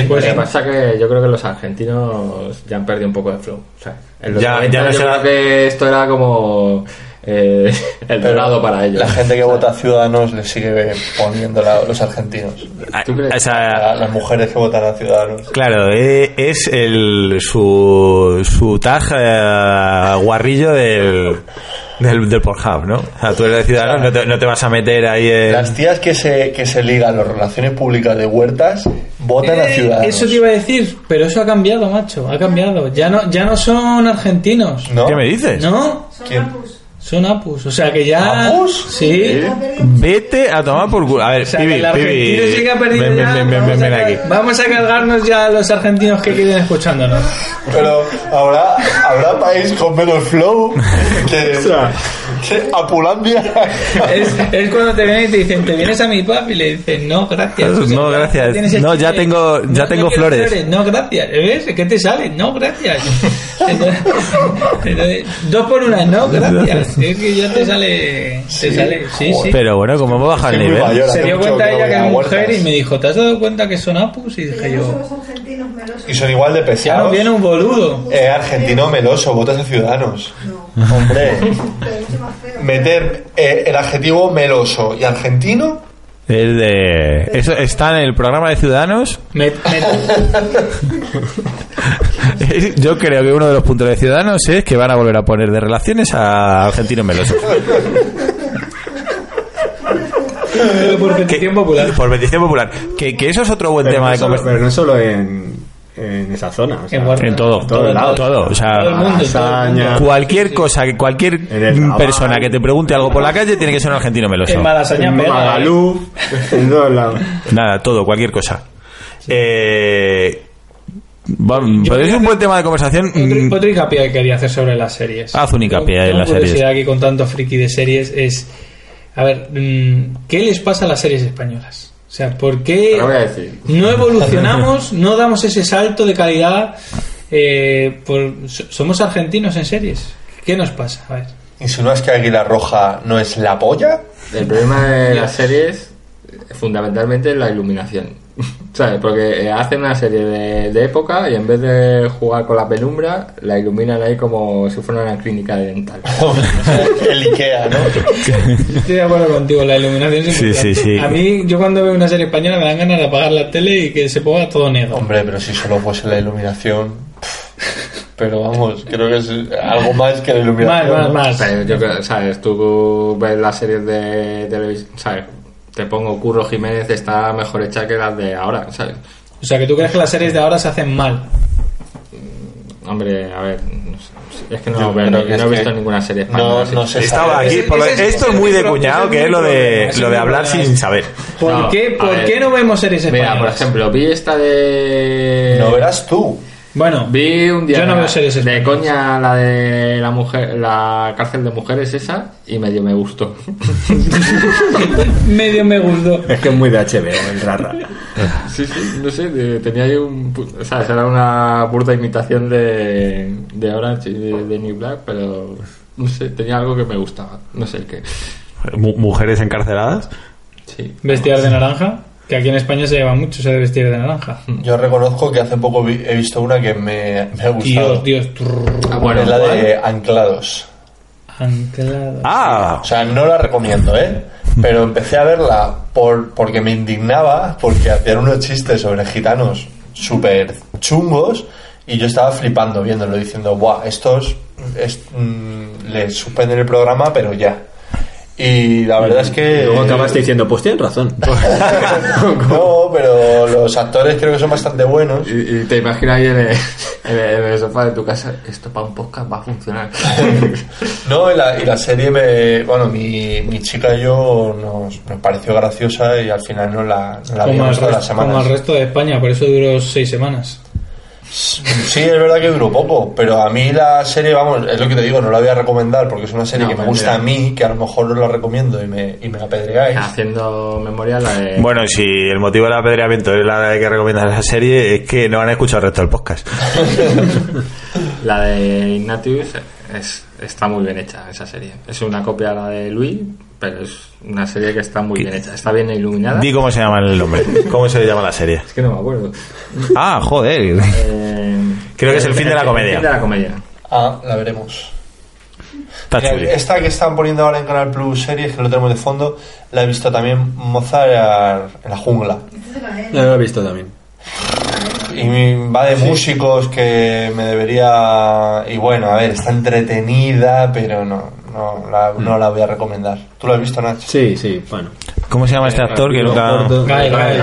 Speaker 6: Lo que pasa que yo creo que los argentinos ya han perdido un poco de flow. O sea, en los
Speaker 2: Ya-
Speaker 6: 90
Speaker 2: ya no
Speaker 6: yo
Speaker 2: será-
Speaker 6: creo que esto era como eh, el dorado para ellos.
Speaker 4: La gente que vota a Ciudadanos le sigue poniendo la- los argentinos.
Speaker 2: Ah,
Speaker 6: ¿Tú crees?
Speaker 2: o sea,
Speaker 4: La- las mujeres que votan a Ciudadanos.
Speaker 2: Claro, eh, es el, su, su tag eh, guarrillo del, del, del Pornhub, ¿no? O sea, tú eres de Ciudadanos, no te, no te vas a meter ahí en...
Speaker 4: Las tías que se, que se ligan las relaciones públicas de huertas votan a
Speaker 5: Eh,
Speaker 4: Ciudadanos.
Speaker 5: Eso te iba a decir, pero eso ha cambiado, macho, ha cambiado. Ya no, ya no son argentinos.
Speaker 4: ¿No?
Speaker 2: ¿Qué me dices?
Speaker 5: ¿No?
Speaker 8: Son
Speaker 4: ¿Quién?
Speaker 8: apus.
Speaker 5: Son apus. O sea que ya.
Speaker 4: ¿Apus?
Speaker 5: Sí.
Speaker 8: Ha perdido mucho.
Speaker 2: Vete a tomar por culo. A ver,
Speaker 5: O sea, que
Speaker 2: Pibi,
Speaker 5: el argentino
Speaker 2: Pibi,
Speaker 5: sí que ha perdido
Speaker 2: ven,
Speaker 5: ya.
Speaker 2: ven, ven,
Speaker 5: vamos,
Speaker 2: ven, ven
Speaker 5: a,
Speaker 2: aquí.
Speaker 5: vamos a cargarnos ya a los argentinos que queden escuchándonos.
Speaker 4: Pero habrá, habrá país con menos flow que,
Speaker 1: O sea,
Speaker 4: Apulandia.
Speaker 5: Es, es cuando te vienen y te dicen, ¿te vienes a mi pub? Y le dicen, no, gracias.
Speaker 2: No,
Speaker 5: O sea,
Speaker 2: gracias.
Speaker 5: tienes el
Speaker 2: No, ya
Speaker 5: chile.
Speaker 2: tengo- ya tengo
Speaker 5: quiero
Speaker 2: flores.
Speaker 5: No, gracias. ¿Ves? ¿Qué te sale? No, gracias. Entonces, entonces, dos por una, no, gracias. Es que ya te sale, te sale, sí, sí.
Speaker 2: Pero bueno, como hemos bajado el
Speaker 4: Soy muy
Speaker 2: nivel.
Speaker 4: mayor,
Speaker 5: se
Speaker 4: hace
Speaker 5: dio
Speaker 4: mucho
Speaker 5: cuenta
Speaker 4: no
Speaker 5: ella que
Speaker 4: voy a
Speaker 5: era mujer
Speaker 4: huertas.
Speaker 5: y me dijo, ¿te has dado cuenta que son apus? Y dije
Speaker 8: Ya no
Speaker 5: yo,
Speaker 8: somos argentinos melosos.
Speaker 4: Y son igual de
Speaker 5: ya
Speaker 4: pesados.
Speaker 5: no viene un boludo.
Speaker 4: Eh, argentino meloso, votas a Ciudadanos.
Speaker 8: No,
Speaker 4: Hombre,
Speaker 8: pero mucho más feo.
Speaker 4: meter eh, el adjetivo meloso y argentino
Speaker 2: El de... Eso está en el programa de Ciudadanos.
Speaker 5: Me- me-
Speaker 2: Yo creo que uno de los puntos de Ciudadanos es que van a volver a poner de relaciones a argentinos melosos.
Speaker 5: pero por petición popular.
Speaker 2: Por petición popular. Que, que eso es otro buen
Speaker 1: Pero
Speaker 2: tema
Speaker 1: no
Speaker 2: de
Speaker 1: solo-
Speaker 2: conversación.
Speaker 1: Pero no solo en, en esa zona. O sea,
Speaker 5: En Huerta.
Speaker 2: En todo,
Speaker 1: En todo lado.
Speaker 2: todo, o sea,
Speaker 5: Todo el mundo, todo el
Speaker 1: Malasaña.
Speaker 5: mundo.
Speaker 2: Cualquier cosa, que cualquier
Speaker 1: En el trabajo.
Speaker 2: persona que te pregunte algo por la calle tiene que ser un argentino meloso.
Speaker 5: En Malasaña
Speaker 1: en
Speaker 5: pega, ¿eh?
Speaker 1: Magaluf, en todos lados.
Speaker 2: Nada, todo, cualquier cosa. Eh, bueno,
Speaker 5: Yo
Speaker 2: pero es
Speaker 5: quería
Speaker 2: un buen tema de conversación.
Speaker 5: Otro,
Speaker 2: Mm,
Speaker 5: otro hincapié que quería hacer sobre las series.
Speaker 2: Haz un hincapié
Speaker 5: Tengo-
Speaker 2: en
Speaker 5: tengo
Speaker 2: las series.
Speaker 5: curiosidad aquí con tanto friki de series es... A ver, mm, ¿qué les pasa a las series españolas? O sea, ¿por qué
Speaker 6: Lo voy a decir.
Speaker 5: no evolucionamos, no damos ese salto de calidad? eh, por- so- ¿Somos argentinos en series? ¿Qué nos pasa? A ver.
Speaker 4: insinúas que Águila Roja no es la polla.
Speaker 6: El problema de las series, fundamentalmente, es la iluminación. ¿Sabes? Porque eh, hacen una serie de, de época y en vez de jugar con la penumbra, la iluminan ahí como si fuera una clínica dental.
Speaker 4: el Ikea, ¿no?
Speaker 5: Estoy de acuerdo contigo, la iluminación es
Speaker 2: Sí,
Speaker 5: importante.
Speaker 2: sí, sí.
Speaker 5: A mí, yo cuando veo una serie española me dan ganas de apagar la tele y que se ponga todo negro.
Speaker 4: Hombre, pero si solo fuese la iluminación. pff, Pero vamos, creo que es algo más que la
Speaker 5: más,
Speaker 4: iluminación.
Speaker 5: más,
Speaker 4: ¿no?
Speaker 5: más.
Speaker 6: Pero yo creo, ¿sabes? Tú ves las series de televisión, ¿sabes? Te pongo Curro Jiménez, está mejor hecha que las de ahora, ¿sabes?
Speaker 5: O sea, que tú crees que las series de ahora se hacen mal.
Speaker 6: Hombre, a ver, no sé, es que no,
Speaker 4: Yo
Speaker 6: veo-
Speaker 4: creo
Speaker 6: no-
Speaker 4: que
Speaker 6: no he
Speaker 4: es
Speaker 6: visto
Speaker 4: que
Speaker 6: ninguna serie
Speaker 4: No,
Speaker 6: española. así.
Speaker 4: no se
Speaker 2: Estaba
Speaker 4: sabe.
Speaker 2: aquí. por lo-
Speaker 5: Ese es-
Speaker 2: esto es
Speaker 5: ese
Speaker 2: muy
Speaker 5: es
Speaker 2: de
Speaker 5: mi pro-
Speaker 2: cuñado,
Speaker 5: ese
Speaker 2: que
Speaker 5: es
Speaker 2: es
Speaker 5: mi
Speaker 2: lo de,
Speaker 5: problema, ese
Speaker 2: lo
Speaker 5: es
Speaker 2: de
Speaker 5: mi
Speaker 2: hablar
Speaker 5: problema.
Speaker 2: sin saber.
Speaker 5: ¿Por
Speaker 6: No,
Speaker 5: qué,
Speaker 6: a
Speaker 5: por
Speaker 6: ver.
Speaker 5: qué no vemos series españolas?
Speaker 6: Mira, por ejemplo, vi esta de...
Speaker 4: No verás tú.
Speaker 5: Bueno,
Speaker 6: Vi un día
Speaker 5: Yo no
Speaker 6: la-
Speaker 5: veo series
Speaker 6: de
Speaker 5: españolas.
Speaker 6: coña la de la mujer, la cárcel de mujeres esa y medio me gustó.
Speaker 5: medio me gustó.
Speaker 1: Es que es muy de HBO, el rara.
Speaker 6: sí, sí, no sé, de- tenía ahí un, pu- o sea, era una burda imitación de de Orange y de, de New Black, pero no sé, tenía algo que me gustaba, no sé el qué.
Speaker 2: Mu- Mujeres encarceladas.
Speaker 6: Sí.
Speaker 5: Vestir de naranja, que aquí en España se lleva mucho eso de vestir de naranja.
Speaker 4: Yo reconozco que hace poco vi- he visto una que me, me ha gustado.
Speaker 5: Dios, Dios, trrr,
Speaker 6: Ah,
Speaker 4: Bueno,
Speaker 6: bueno,
Speaker 4: es la de Anclados.
Speaker 5: anclado.
Speaker 2: Ah,
Speaker 4: O sea, no la recomiendo, ¿eh? Pero empecé a verla por, porque me indignaba, porque hacían unos chistes sobre gitanos súper chungos y yo estaba flipando viéndolo, diciendo, ¡buah! Estos es, mm, les suspenden el programa, pero ya. Y la verdad es que...
Speaker 1: Luego acabas diciendo, pues tienen razón.
Speaker 4: no, pero los actores creo que son bastante buenos.
Speaker 6: Y, y te imaginas ahí en el, en el- en el sofá de tu casa, esto para un podcast va a funcionar.
Speaker 4: No, y la, y la serie me. Bueno, mi, mi chica y yo nos, nos pareció graciosa y al final no la, no la
Speaker 5: Como al,
Speaker 4: vimos todas
Speaker 5: resto,
Speaker 4: las
Speaker 5: como al
Speaker 4: semanas.
Speaker 5: resto de España, por eso duró seis semanas.
Speaker 4: Sí, es verdad que duró poco, pero a mí la serie, vamos, es lo que te digo, no la voy a recomendar porque es una serie
Speaker 6: No,
Speaker 4: que me
Speaker 6: mentira.
Speaker 4: gusta a mí, que a lo mejor no la recomiendo y me, y me apedreáis.
Speaker 6: Ah. Haciendo memoria la de
Speaker 2: bueno, si el motivo del apedreamiento es la que recomiendas la serie, es que no han escuchado el resto del podcast.
Speaker 6: La de Ignatius es, está muy bien hecha, esa serie. Es una copia de la de Luis, pero es una serie que está muy bien hecha. Está bien iluminada.
Speaker 2: Di cómo se llama el nombre. ¿Cómo se llama la serie?
Speaker 6: Es que no me acuerdo.
Speaker 2: Ah, joder.
Speaker 6: Eh,
Speaker 2: Creo que es el fin de la comedia.
Speaker 6: El fin de la comedia.
Speaker 4: Ah, la veremos.
Speaker 2: Está
Speaker 4: Mira,
Speaker 2: chuli.
Speaker 4: esta que están poniendo ahora en Canal Plus series, que lo tenemos de fondo, la he visto también Mozart en la jungla.
Speaker 8: Esta es la N.
Speaker 1: Ya lo he visto también.
Speaker 4: Y mi- va de músicos que me debería. Y bueno, a ver, está entretenida, pero no, no, la, no la voy a recomendar. ¿Tú lo has visto, Nacho?
Speaker 1: Sí, sí, bueno.
Speaker 2: ¿Cómo se llama este actor que nunca...
Speaker 1: Corto.
Speaker 5: Gael, Gael.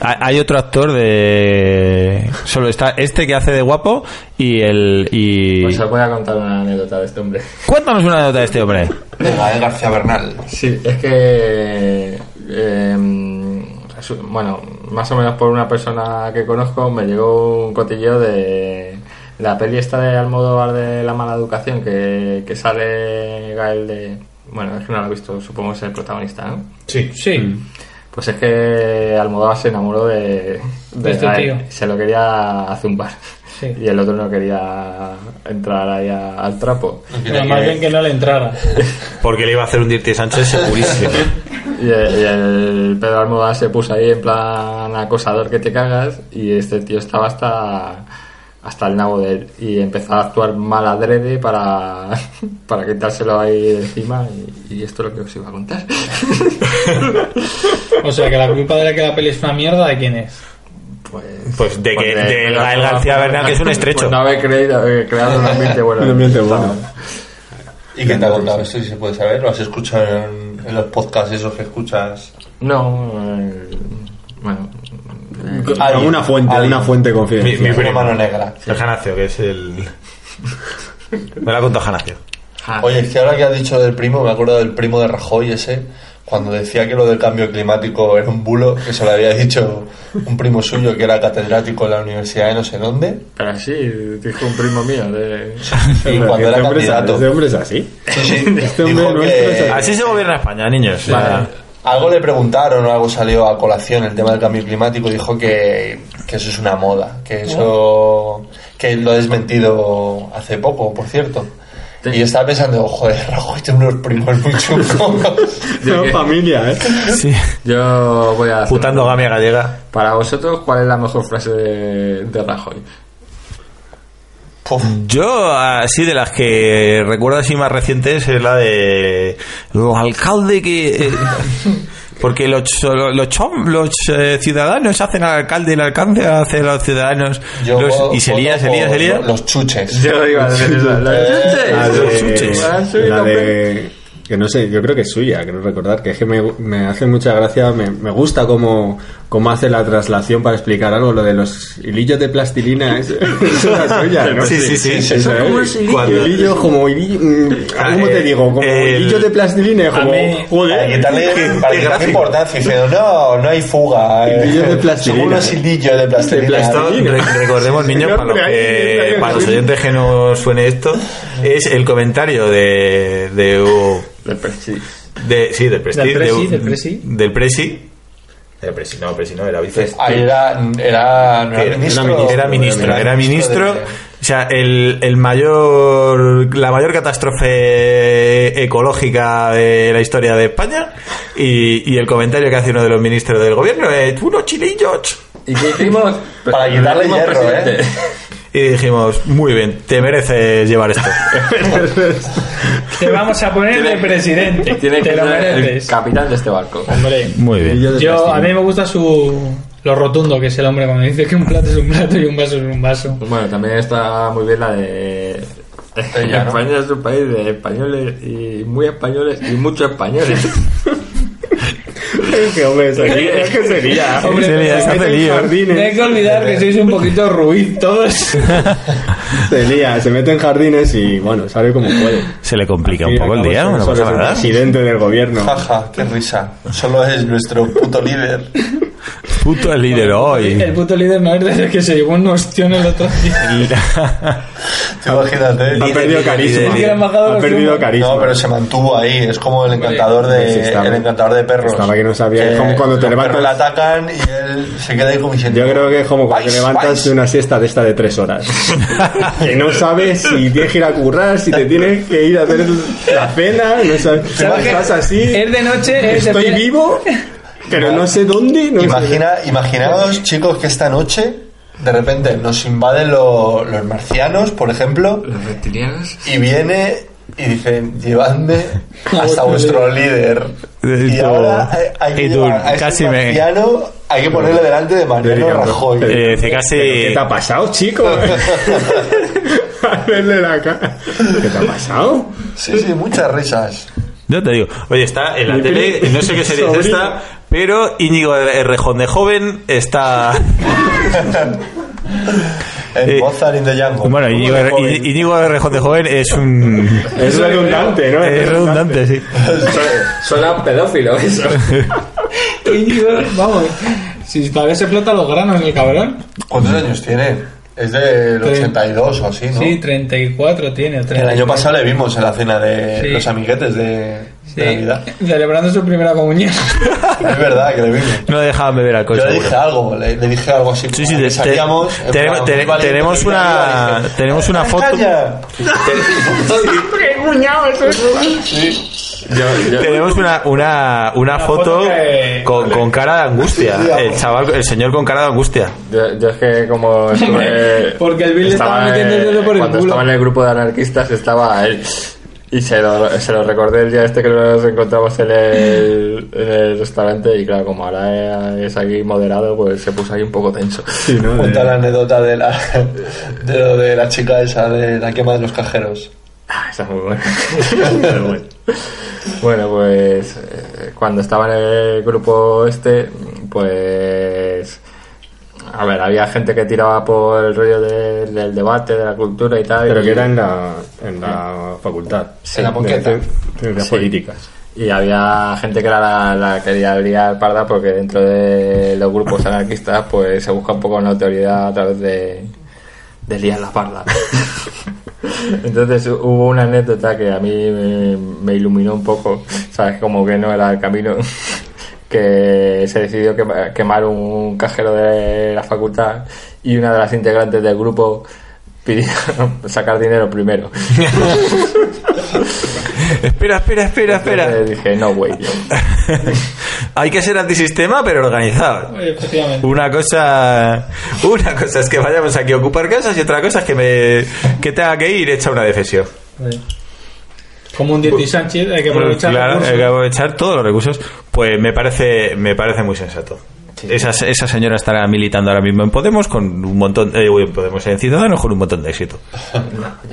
Speaker 2: Ha- Hay otro actor de. Solo está este que hace de guapo y el. Y...
Speaker 6: Pues os voy a contar una anécdota de este hombre.
Speaker 2: Cuéntanos una nota de este hombre.
Speaker 4: De Gael García Bernal.
Speaker 6: Sí, es que. eh, resu- bueno, más o menos por una persona que conozco me llegó un cotilleo de la peli esta de Almodóvar de la mala educación que, que sale Gael de. Bueno, es que no lo he visto, supongo que es el protagonista, ¿no?
Speaker 5: Sí. Sí.
Speaker 6: Pues es que Almodóvar se enamoró de,
Speaker 5: De este
Speaker 6: a-
Speaker 5: tío.
Speaker 6: Se lo quería zumbar.
Speaker 5: Sí.
Speaker 6: Y el otro no quería entrar ahí a- al trapo.
Speaker 5: Pero más bien que no le entrara.
Speaker 2: Porque le iba a hacer un Dirty Sánchez segurísimo.
Speaker 6: Y el, y el Pedro Almodóvar se puso ahí en plan acosador que te cagas y este tío estaba hasta hasta el nabo de él y empezó a actuar mal adrede para, para quitárselo ahí de encima y, y esto es lo que os iba a contar. Pues,
Speaker 5: O sea, que la culpa de la que la peli es una mierda, ¿de quién es?
Speaker 6: Pues,
Speaker 2: Pues de que-
Speaker 6: porque
Speaker 2: de
Speaker 6: Pedro
Speaker 2: Gael
Speaker 6: Almodóvar-
Speaker 2: García Bernal, que es un estrecho.
Speaker 6: Por no haber creído- haber creado un ambiente bueno.
Speaker 1: Un ambiente bueno.
Speaker 4: ¿Y qué te ha contado esto? Si se puede saber, ¿lo has escuchado en, en los podcasts esos que escuchas?
Speaker 6: No, eh, bueno. eh,
Speaker 4: Alguien,
Speaker 1: una fuente,
Speaker 4: alguien.
Speaker 1: una fuente
Speaker 2: mi, mi
Speaker 1: confidencial.
Speaker 2: primo.
Speaker 4: mano negra.
Speaker 2: El Janacio, que es el. Me lo ha contado Janacio.
Speaker 6: ah,
Speaker 4: Oye, es que ahora que has dicho del primo, me acuerdo del primo de Rajoy ese, cuando decía que lo del cambio climático era un bulo, que se lo había dicho un primo suyo que era catedrático en la universidad de no sé dónde.
Speaker 6: Pero sí, dijo un primo mío de...
Speaker 4: Y
Speaker 1: Pero
Speaker 4: cuando
Speaker 1: este
Speaker 4: era
Speaker 1: hombre es-
Speaker 4: candidato.
Speaker 1: Este hombre es así.
Speaker 4: Sí, sí,
Speaker 1: Este hombre
Speaker 4: dijo
Speaker 1: nuestro
Speaker 4: que-
Speaker 1: es así.
Speaker 2: Así se gobierna España, niños. O sea,
Speaker 6: Vale.
Speaker 4: Algo le preguntaron o algo salió a colación el tema del cambio climático y dijo que, que eso es una moda, que
Speaker 2: Oh.
Speaker 4: eso que lo ha desmentido hace poco, por cierto. Y yo estaba pensando, joder, Rajoy tiene unos primos muy chungos.
Speaker 1: Son familia, ¿eh?
Speaker 2: Sí.
Speaker 6: Yo voy a... hacer-
Speaker 2: Putando gamia gallega.
Speaker 6: Para vosotros, ¿cuál es la mejor frase de, de Rajoy?
Speaker 4: Puf.
Speaker 2: Yo, así de las que recuerdo así más recientes, es la de. Los alcaldes que. eh, Porque los, los, chom- los, eh, ciudadanos hacen al alcalde, el alcalde hace a los ciudadanos.
Speaker 4: Yo
Speaker 2: los-
Speaker 4: voto-
Speaker 2: y se lía,
Speaker 4: voto
Speaker 2: se lía,
Speaker 4: por
Speaker 2: se lía.
Speaker 4: Los chuches.
Speaker 6: Yo iba a decir la, la-
Speaker 1: La de,
Speaker 6: Chuches. Ah,
Speaker 1: la de- que no sé, yo creo que es suya, creo recordar, que es que me, me hace mucha gracia, me, me gusta cómo, cómo hace la traslación para explicar algo, lo de los hilillos de plastilina, es, es una suya, ¿no?
Speaker 2: Sí, sí, sí.
Speaker 1: Eso es.
Speaker 2: ¿Cómo es hilillo? Cuando-
Speaker 1: Hilillo como hilillo, mm,
Speaker 2: Ah,
Speaker 1: ¿cómo te
Speaker 2: el-
Speaker 1: digo? Como
Speaker 2: el-
Speaker 1: hilillo de plastilina,
Speaker 5: mí-
Speaker 1: como,
Speaker 4: Para
Speaker 1: joder,
Speaker 4: quitarle, para
Speaker 2: ¿eh? qué
Speaker 4: quitarle
Speaker 2: gráfico.
Speaker 4: importancia, diciendo, no, no hay fuga. eh.
Speaker 1: Hilillos de plastilina.
Speaker 4: Son unos hilillos de
Speaker 1: De
Speaker 4: plastilina.
Speaker 1: plastilina.
Speaker 2: Esto, re- recordemos, niños, para los, que- para los oyentes que no suene esto, es el comentario de. de, u-
Speaker 6: Del Presi.
Speaker 2: de- sí, del Presti.
Speaker 5: Del
Speaker 2: de
Speaker 5: Presi,
Speaker 2: u-
Speaker 5: del Presi.
Speaker 2: Del Presi. Ah, Del Presi, no, Presi no, era vice.
Speaker 4: Ahí era, era, no era ministro.
Speaker 2: Era ministro, era ministro.
Speaker 4: de-
Speaker 2: O sea, el, el mayor, la mayor catástrofe ecológica de la historia de España y, y el comentario que hace uno de los ministros del gobierno es unos chilillos.
Speaker 6: ¿Y qué hicimos?
Speaker 4: Para quitarle
Speaker 6: Hicimos
Speaker 4: hierro,
Speaker 6: presidente.
Speaker 4: ¿eh?
Speaker 2: Y dijimos, muy bien, te mereces llevar esto.
Speaker 5: Te vamos a poner de presidente.
Speaker 6: Tiene que
Speaker 5: Te lo
Speaker 6: ser el
Speaker 5: mereces.
Speaker 6: capitán de este barco.
Speaker 5: Hombre,
Speaker 2: Muy
Speaker 1: hilillo de
Speaker 5: yo a
Speaker 1: plastilina.
Speaker 5: mí me gusta su. Lo rotundo que es el hombre cuando dice que un plato es un plato y un vaso es un vaso.
Speaker 6: Bueno, también está muy bien la de...
Speaker 4: Ella, ¿no?
Speaker 6: España es un país de españoles y muy españoles y muchos españoles.
Speaker 1: qué hombre es aquí, es que sería.
Speaker 5: Hombre,
Speaker 2: Se lía, se hace
Speaker 1: mete en
Speaker 2: lío.
Speaker 1: jardines.
Speaker 5: Hay que olvidar que sois un poquito ruiz todos.
Speaker 1: Se lía, se mete en jardines y bueno, sale como puede.
Speaker 2: Se le complica
Speaker 1: Al fin y al cabo,
Speaker 2: ¿no?
Speaker 1: solo
Speaker 2: pasa
Speaker 1: es el
Speaker 2: nada.
Speaker 1: presidente del gobierno.
Speaker 4: Jaja, qué risa. Solo es nuestro puto líder.
Speaker 2: Puto el líder
Speaker 5: El
Speaker 2: hoy.
Speaker 5: puto líder no es desde que se llevó un ostión el otro día.
Speaker 4: Tú Imagínate.
Speaker 1: Ha perdido
Speaker 2: líder, líder.
Speaker 1: carisma.
Speaker 5: bajado
Speaker 1: Ha
Speaker 5: los
Speaker 1: perdido
Speaker 5: humos.
Speaker 1: carisma.
Speaker 4: ¿eh? No, pero se mantuvo ahí. Es como el encantador de,
Speaker 1: Sí, estaba.
Speaker 4: el encantador de perros.
Speaker 1: Estaba que no sabía, es como cuando te
Speaker 4: los
Speaker 1: levantas-
Speaker 4: perros le atacan y él se queda ahí como diciendo.
Speaker 1: Yo creo que es como cuando
Speaker 4: "Vais,
Speaker 1: te levantas
Speaker 4: vais".
Speaker 1: de una siesta de esta de tres horas. que no sabes si tienes que ir a currar, si te tienes que ir a hacer la cena, no sabes.
Speaker 5: ¿Sabes
Speaker 1: Estás
Speaker 5: qué?
Speaker 1: así,
Speaker 5: Es de noche, es de
Speaker 1: estoy
Speaker 5: pie-
Speaker 1: vivo, pero no sé dónde. No sé-
Speaker 4: Imagina, imaginaos, chicos, que esta noche de repente nos invaden lo- los marcianos, por ejemplo,
Speaker 6: Los reptilianos.
Speaker 4: y viene y dicen: Llevadme hasta vuestro líder. Y
Speaker 2: Tú-
Speaker 4: ahora hay- hay que
Speaker 2: y tú,
Speaker 4: llevar a este
Speaker 2: casi me-
Speaker 4: marciano, hay que ponerle delante de Mariano
Speaker 1: Delicado.
Speaker 4: Rajoy.
Speaker 1: Eh,
Speaker 2: Eh, casi...
Speaker 1: ¿Qué te ha pasado, chico? A verle la cara. ¿Qué te ha pasado?
Speaker 4: Sí, sí, muchas risas.
Speaker 2: Yo te digo, oye, está en la
Speaker 1: Mi
Speaker 2: tele,
Speaker 1: primo-
Speaker 2: no sé qué serie es
Speaker 1: sobrino.
Speaker 2: esta, pero Íñigo Rejón de joven está...
Speaker 4: El
Speaker 2: Eh,
Speaker 4: Mozart in the Jungle.
Speaker 2: Bueno, Íñigo,
Speaker 1: de joven.
Speaker 2: Íñi- Íñigo Rejón de joven es un...
Speaker 1: Es redundante, ¿no?
Speaker 2: Es redundante, sí.
Speaker 6: Son pedófilos eso.
Speaker 5: Vamos, si todavía se flota los granos el cabrón.
Speaker 4: ¿Cuántos años tiene? Es del
Speaker 5: Tre-
Speaker 4: 82 o así, ¿no?
Speaker 5: Sí, 34 tiene.
Speaker 4: El
Speaker 5: 30.
Speaker 4: año pasado le vimos en la cena de
Speaker 5: Sí.
Speaker 4: los amiguetes de,
Speaker 5: Sí,
Speaker 4: Navidad.
Speaker 5: celebrando su primera comunión.
Speaker 4: Es verdad que le vimos.
Speaker 2: No le dejaban beber alcohol.
Speaker 4: Yo le
Speaker 2: seguro.
Speaker 4: dije algo, le, le dije algo así.
Speaker 2: Sí, sí,
Speaker 4: como
Speaker 2: te-
Speaker 4: que salíamos,
Speaker 2: te-
Speaker 4: en
Speaker 2: te-
Speaker 4: plan,
Speaker 2: te-
Speaker 4: muy valiente,
Speaker 2: tenemos
Speaker 4: muy
Speaker 2: una-
Speaker 4: arriba, le dije,
Speaker 2: tenemos una
Speaker 4: "Calla".
Speaker 2: foto- Tenemos una, una, una foto
Speaker 5: foto que-
Speaker 2: con, con cara de angustia. El chaval, el señor con cara de angustia.
Speaker 6: Yo, yo es que como estuve-
Speaker 5: Porque el Bill le estaba metiendo el dedo por el
Speaker 6: cuando
Speaker 5: culo.
Speaker 6: estaba en el grupo de anarquistas estaba él y se lo, se lo recordé el día este que nos encontramos en el, en el restaurante y claro como ahora es aquí moderado pues se puso ahí un poco tenso
Speaker 1: Sí, ¿no?
Speaker 4: Cuenta
Speaker 1: De-
Speaker 4: la anécdota de la, de lo de la chica esa de la quema de los cajeros.
Speaker 6: Ah, esa es muy buena Esa es buena. bueno pues eh, cuando estaba en el grupo este pues a ver había gente que tiraba por el rollo de- del debate de la cultura y tal
Speaker 1: Pero
Speaker 6: y-
Speaker 1: que era en la, en la facultad.
Speaker 4: En la
Speaker 1: De
Speaker 4: Ponqueta.
Speaker 1: cien- Ciencias
Speaker 6: Sí.
Speaker 1: políticas.
Speaker 6: Y había gente que era la, la que quería liar parda porque dentro de los grupos anarquistas pues se busca un poco la autoridad a través de, de liar la parda. Entonces hubo una anécdota que a mí me, me iluminó un poco, sabes, como que no era el camino, que se decidió quema- quemar un cajero de la facultad y una de las integrantes del grupo pidió sacar dinero primero.
Speaker 2: Espera, espera, espera, espera.
Speaker 6: Entonces dije, no, güey.
Speaker 2: Hay que ser antisistema, pero organizado.
Speaker 5: Efectivamente.
Speaker 2: Una cosa, una cosa es que vayamos aquí a ocupar casas y otra cosa es que me que tenga que ir hecha una defesión.
Speaker 5: Como un Dietrich Sánchez, hay que aprovechar.
Speaker 2: Eh, Claro,
Speaker 5: recursos.
Speaker 2: hay que aprovechar todos los recursos. Pues me parece, me parece muy sensato. Esa, esa señora estará militando ahora mismo en Podemos con un montón, eh, en Podemos en Ciudadanos con un montón de éxito.
Speaker 6: Yo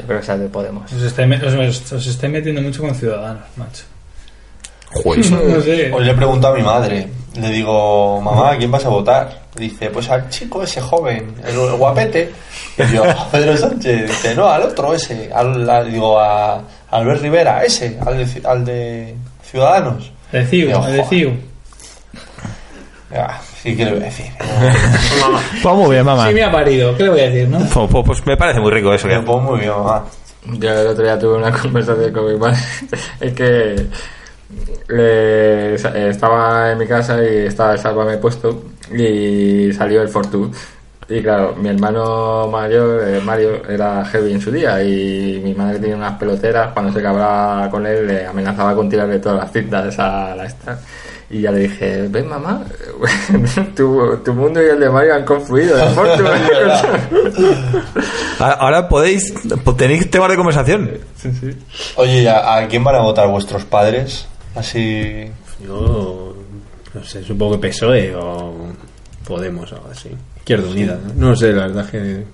Speaker 6: creo que esa es de Podemos.
Speaker 5: Os estáis, me- os- os- os estáis metiendo mucho con ciudadanos, macho.
Speaker 2: Joder.
Speaker 5: No sé.
Speaker 4: Eh, Hoy le pregunto a mi madre, le digo, mamá, ¿a quién vas a votar? Dice, pues al chico ese joven, el guapete. Y yo, a Pedro Sánchez. Dice, no, al otro ese, al, al- digo, a a Albert Rivera, ese, al de, Ci- al de Ciudadanos.
Speaker 5: De CIU,
Speaker 4: Digo,
Speaker 5: de CIU.
Speaker 4: Ah, sí, ¿qué le voy a decir?
Speaker 2: Pues muy bien, mamá.
Speaker 5: Sí me ha parido, ¿qué le voy a decir, no?
Speaker 2: Pues, pues- pues me parece muy rico eso.
Speaker 4: Me
Speaker 2: que-
Speaker 4: lo pongo Pues muy bien, mamá.
Speaker 6: Yo el otro día tuve una conversación con mi madre. Es que eh, sa- eh, estaba en mi casa y estaba el sálvame puesto y salió el Fortu. Y claro, mi hermano mayor, eh, Mario, era heavy en su día y mi madre tenía unas peloteras. Cuando se cabraba con él, le amenazaba con tirarle todas las cintas a la esta. Y ya le dije, ven mamá, tu, tu mundo y el de Mario han confluido. El Fortu.
Speaker 2: A- Ahora podéis, po- tenéis temas de conversación.
Speaker 4: Oye, ¿y ¿a, a quién van a votar vuestros padres? Así,
Speaker 1: Yo, no sé, supongo que PSOE o Podemos o algo así. Izquierda Unida, ¿no? No sé, la verdad es que...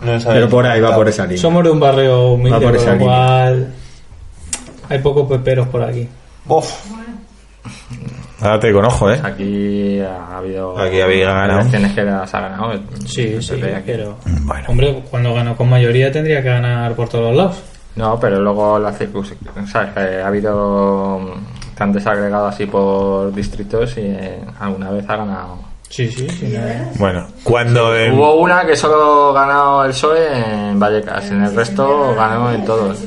Speaker 4: no les
Speaker 1: Pero
Speaker 4: habéis
Speaker 1: por ahí va
Speaker 4: preguntado.
Speaker 1: por esa línea.
Speaker 5: Somos de un barrio humilde,
Speaker 1: Va por
Speaker 5: por
Speaker 1: esa
Speaker 5: lo
Speaker 1: línea.
Speaker 5: cual hay pocos peperos por aquí.
Speaker 4: Bof,
Speaker 2: Ahora te conozco, ¿eh?
Speaker 6: Aquí ha habido.
Speaker 2: Aquí había ganado.
Speaker 6: Tienes que las ha ganado. eh,
Speaker 5: Sí, sí,
Speaker 6: PP aquí.
Speaker 5: pero...
Speaker 2: Bueno.
Speaker 5: Hombre, cuando ganó con mayoría tendría que ganar por todos lados.
Speaker 6: No, pero luego las circunscripciones. ¿Sabes? Que ha habido. mm, Te han desagregado así por distritos y eh, alguna vez ha ganado.
Speaker 5: Sí, sí, sí. nada.
Speaker 2: Bueno, cuando en-
Speaker 6: Hubo una que solo ha ganado el PSOE en Vallecas, en el resto ganó en todos.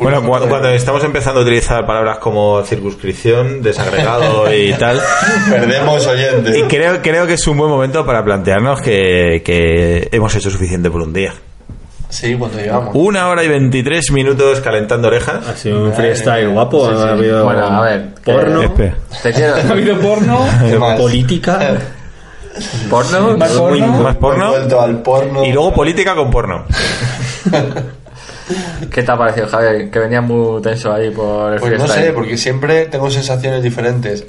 Speaker 2: bueno, cua- cuando estamos empezando a utilizar palabras como circunscripción, desagregado y tal,
Speaker 4: perdemos oyentes.
Speaker 2: y creo, creo que es un buen momento para plantearnos que, que hemos hecho suficiente por un día.
Speaker 4: Sí, cuando llegamos.
Speaker 2: Una hora y 23 minutos calentando
Speaker 1: Ha
Speaker 2: orejas.
Speaker 1: sido un freestyle guapo,
Speaker 6: eh, Sí, sí.
Speaker 1: ha habido
Speaker 6: Bueno, a ver, que-
Speaker 1: porno,
Speaker 2: Espera.
Speaker 6: Te quiero.
Speaker 5: Ha habido porno,
Speaker 4: ¿Qué más?
Speaker 1: política,
Speaker 6: ¿Porno?
Speaker 5: más porno.
Speaker 2: Más porno.
Speaker 4: Vuelto al porno.
Speaker 2: Y luego política con porno.
Speaker 6: ¿Qué te ha parecido, Javier? Que venía muy tenso ahí por el
Speaker 4: Pues no
Speaker 6: freestyle.
Speaker 4: sé, porque siempre tengo sensaciones diferentes.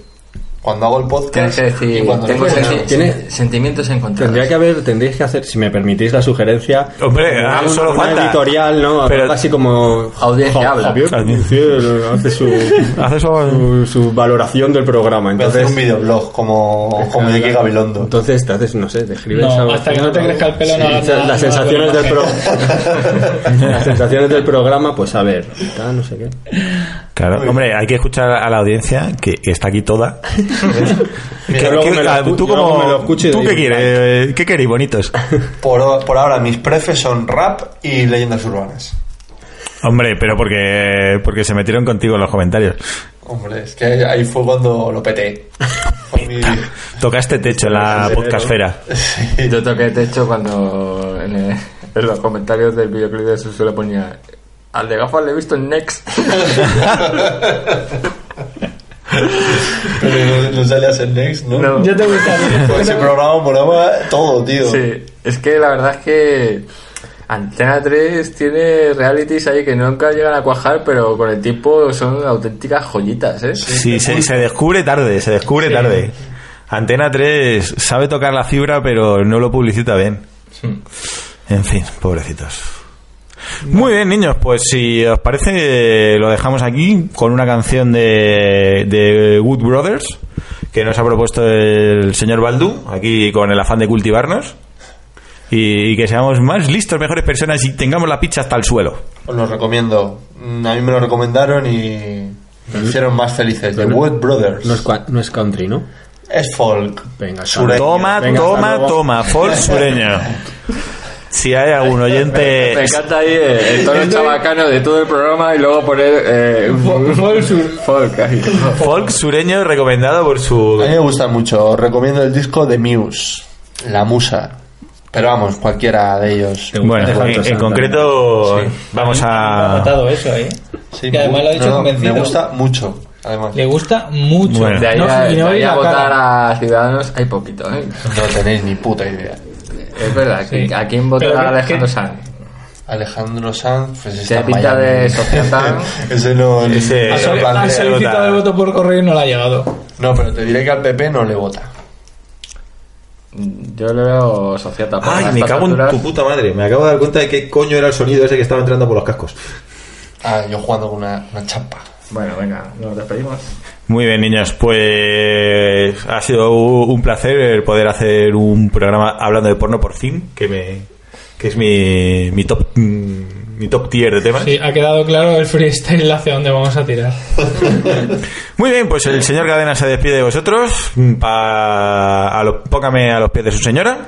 Speaker 4: Cuando hago el
Speaker 6: Tienes
Speaker 4: podcast
Speaker 6: que
Speaker 4: y
Speaker 6: decir,
Speaker 4: cuando
Speaker 6: tengo
Speaker 4: lo
Speaker 6: senti-
Speaker 4: escucho.
Speaker 1: ¿Tiene?
Speaker 6: sentimientos encontrados.
Speaker 1: Tendría que haber, tendríais que hacer, si me permitís la sugerencia,
Speaker 2: Hombre,
Speaker 1: una-
Speaker 2: ah, solo
Speaker 1: una
Speaker 2: falta.
Speaker 1: editorial, ¿no?
Speaker 2: Pero-
Speaker 1: Algo así como
Speaker 6: Audiencia habla.
Speaker 1: Javier Ciel hace su,
Speaker 2: Haces
Speaker 1: su, su valoración del programa,
Speaker 4: Voy a hacer un
Speaker 1: entonces,
Speaker 4: videoblog como, como Iñaki Gabilondo.
Speaker 1: entonces te haces, no sé, te escribes
Speaker 5: No,
Speaker 1: algo
Speaker 5: hasta
Speaker 1: así,
Speaker 5: que no te crezca el pelo no
Speaker 1: Sí,
Speaker 5: hagas nada,
Speaker 1: las
Speaker 5: no
Speaker 1: sensaciones
Speaker 5: hagas
Speaker 1: del pro, las sensaciones del programa, pues a ver, tal, no sé qué.
Speaker 2: Claro, hombre, hay que escuchar a la audiencia que está aquí toda.
Speaker 1: Yo
Speaker 2: Que-
Speaker 1: luego
Speaker 2: que-
Speaker 1: me lo
Speaker 2: ah,
Speaker 1: escu-
Speaker 2: tú
Speaker 1: yo luego
Speaker 2: como-
Speaker 1: me lo escucho y
Speaker 2: ¿tú
Speaker 1: digo,
Speaker 2: qué quieres? Eh, ¿Qué queréis, bonitos?
Speaker 4: Por, por ahora mis prefes son rap y leyendas urbanas.
Speaker 2: Hombre, pero porque, porque se metieron contigo en los comentarios.
Speaker 4: Hombre, es que ahí fue cuando lo peté. Fue mi-
Speaker 2: Tocaste este techo en la
Speaker 4: Sí,
Speaker 2: podcastfera.
Speaker 4: Sí.
Speaker 6: Yo toqué techo cuando en, el- en los comentarios del videoclip de Susu le ponía al de gafas le he visto en Next.
Speaker 4: Pero no salías en Next, ¿no?
Speaker 6: No.
Speaker 5: Yo te gustaría.
Speaker 4: Pues ese programa molaba todo, tío.
Speaker 6: Sí, es que la verdad es que Antena 3 tiene realities ahí que nunca llegan a cuajar, pero con el tiempo son auténticas joyitas, ¿eh?
Speaker 2: Sí, se, se descubre tarde, se descubre tarde. Antena 3 sabe tocar la fibra, pero no lo publicita bien. En fin, pobrecitos. Muy bien, niños, pues si os parece, lo dejamos aquí con una canción de, de Wood Brothers que nos ha propuesto el señor Baldu, aquí con el afán de cultivarnos y, y que seamos más listos, mejores personas y tengamos la pizza hasta el suelo.
Speaker 4: Os lo recomiendo. Mm, A mí me lo recomendaron y me hicieron más felices. The Wood Brothers.
Speaker 1: No es, cua- no es country, ¿no?
Speaker 4: Es folk.
Speaker 1: Venga,
Speaker 4: Sureño.
Speaker 2: Toma,
Speaker 1: Venga, hasta
Speaker 2: toma,
Speaker 1: luego.
Speaker 2: toma, Ford sureña. Si hay algún oyente.
Speaker 6: Me encanta ahí eh, el tono chabacano de todo el programa y luego poner eh, folk ahí.
Speaker 2: Folk sureño recomendado por
Speaker 4: A mí
Speaker 2: su.
Speaker 4: me gusta mucho. Os recomiendo el disco de Muse. La Musa. Pero vamos, cualquiera de ellos.
Speaker 2: Bueno, en, en concreto, vamos
Speaker 5: Ha
Speaker 2: a.
Speaker 5: matado eso, ¿eh?
Speaker 4: Sí,
Speaker 5: Que
Speaker 4: me
Speaker 5: además
Speaker 4: gu-
Speaker 5: lo ha dicho
Speaker 4: no, no,
Speaker 5: convencido.
Speaker 4: Me gusta mucho. Además,
Speaker 5: Le gusta mucho.
Speaker 2: Bueno.
Speaker 6: De ahí
Speaker 5: No,
Speaker 6: a,
Speaker 5: y no
Speaker 6: de ahí
Speaker 5: veis
Speaker 6: a
Speaker 5: la
Speaker 6: votar
Speaker 5: cara.
Speaker 6: a Ciudadanos hay poquito, ¿eh?
Speaker 4: no tenéis ni puta idea.
Speaker 6: Es verdad,
Speaker 5: Sí.
Speaker 6: ¿a quién votará
Speaker 5: Pero que-
Speaker 6: Alejandro
Speaker 5: que-
Speaker 6: Sanz?
Speaker 4: Alejandro Sanz, pues está
Speaker 6: Tiene
Speaker 4: en
Speaker 6: pinta
Speaker 4: Miami.
Speaker 6: de sociópata.
Speaker 4: Ese no,
Speaker 2: Ese-
Speaker 4: no
Speaker 5: Ha
Speaker 4: se
Speaker 5: sol-
Speaker 2: Pero
Speaker 5: Ha
Speaker 4: plantea.
Speaker 2: sol-
Speaker 5: solicitado el voto por correo y no lo ha llegado.
Speaker 4: No, pero te diré que al PP no le vota.
Speaker 6: Yo le veo sociata. por
Speaker 2: Ay,
Speaker 6: las
Speaker 2: me cago en
Speaker 6: taturas.
Speaker 2: tu puta madre. Me acabo de dar cuenta de qué coño era el sonido ese que estaba entrando por los cascos.
Speaker 4: Ah, yo jugando con una, una chapa.
Speaker 6: Bueno, venga, nos despedimos.
Speaker 2: Muy bien, niños. Pues ha sido un placer poder hacer un programa hablando de porno por fin, que me que es mi, mi top mm, mi top tier de temas.
Speaker 5: Sí, ha quedado claro el freestyle hacia dónde vamos a tirar.
Speaker 2: Muy bien, pues el señor Cadena se despide de vosotros. mm, Pa- a lo- póngame a los pies de su señora.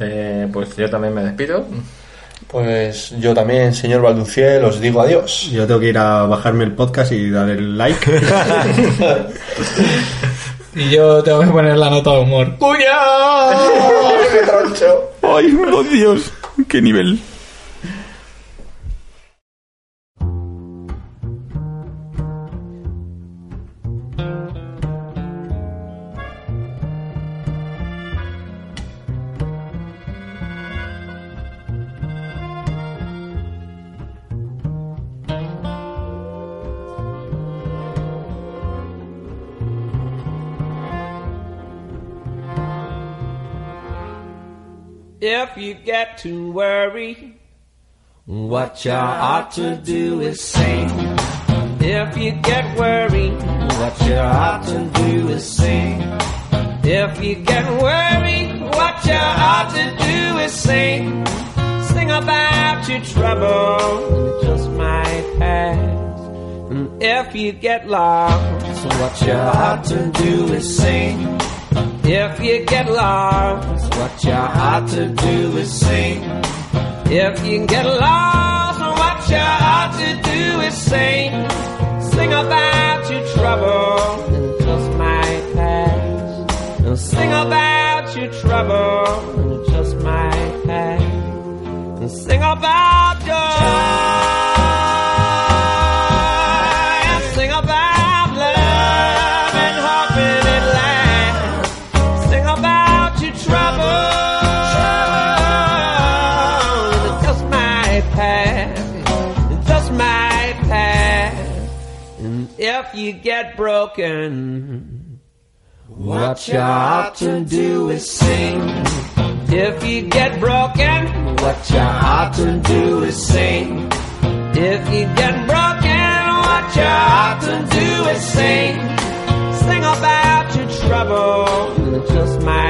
Speaker 6: Eh, pues yo también me despido.
Speaker 4: Pues yo también, señor Balduciel, os digo adiós.
Speaker 1: Yo tengo que ir a bajarme el podcast y darle el like.
Speaker 5: Y yo tengo que poner la nota de humor.
Speaker 2: ¡Ay, oh Dios! ¡Qué nivel!
Speaker 10: If you get to worry, what you ought to do is sing. If you get worried, what you ought to do is sing. If you get worried, what you ought to do is sing. Sing about your trouble, it just might pass. And if you get lost, what you ought to do is sing. If you get lost, what you ought to do is sing. If you get lost, what you ought to do is sing. Sing about your trouble, and it just might pass. And sing about your trouble, and it just might pass. And sing about joy, and sing about love and hope and life. Sing about your trouble. It just might pass. It just might pass. And if you get broken, what you ought to do is sing. If you get broken, what you ought to do is sing. If you get broken, what you ought to do is sing. Sing about your trouble, and it just might.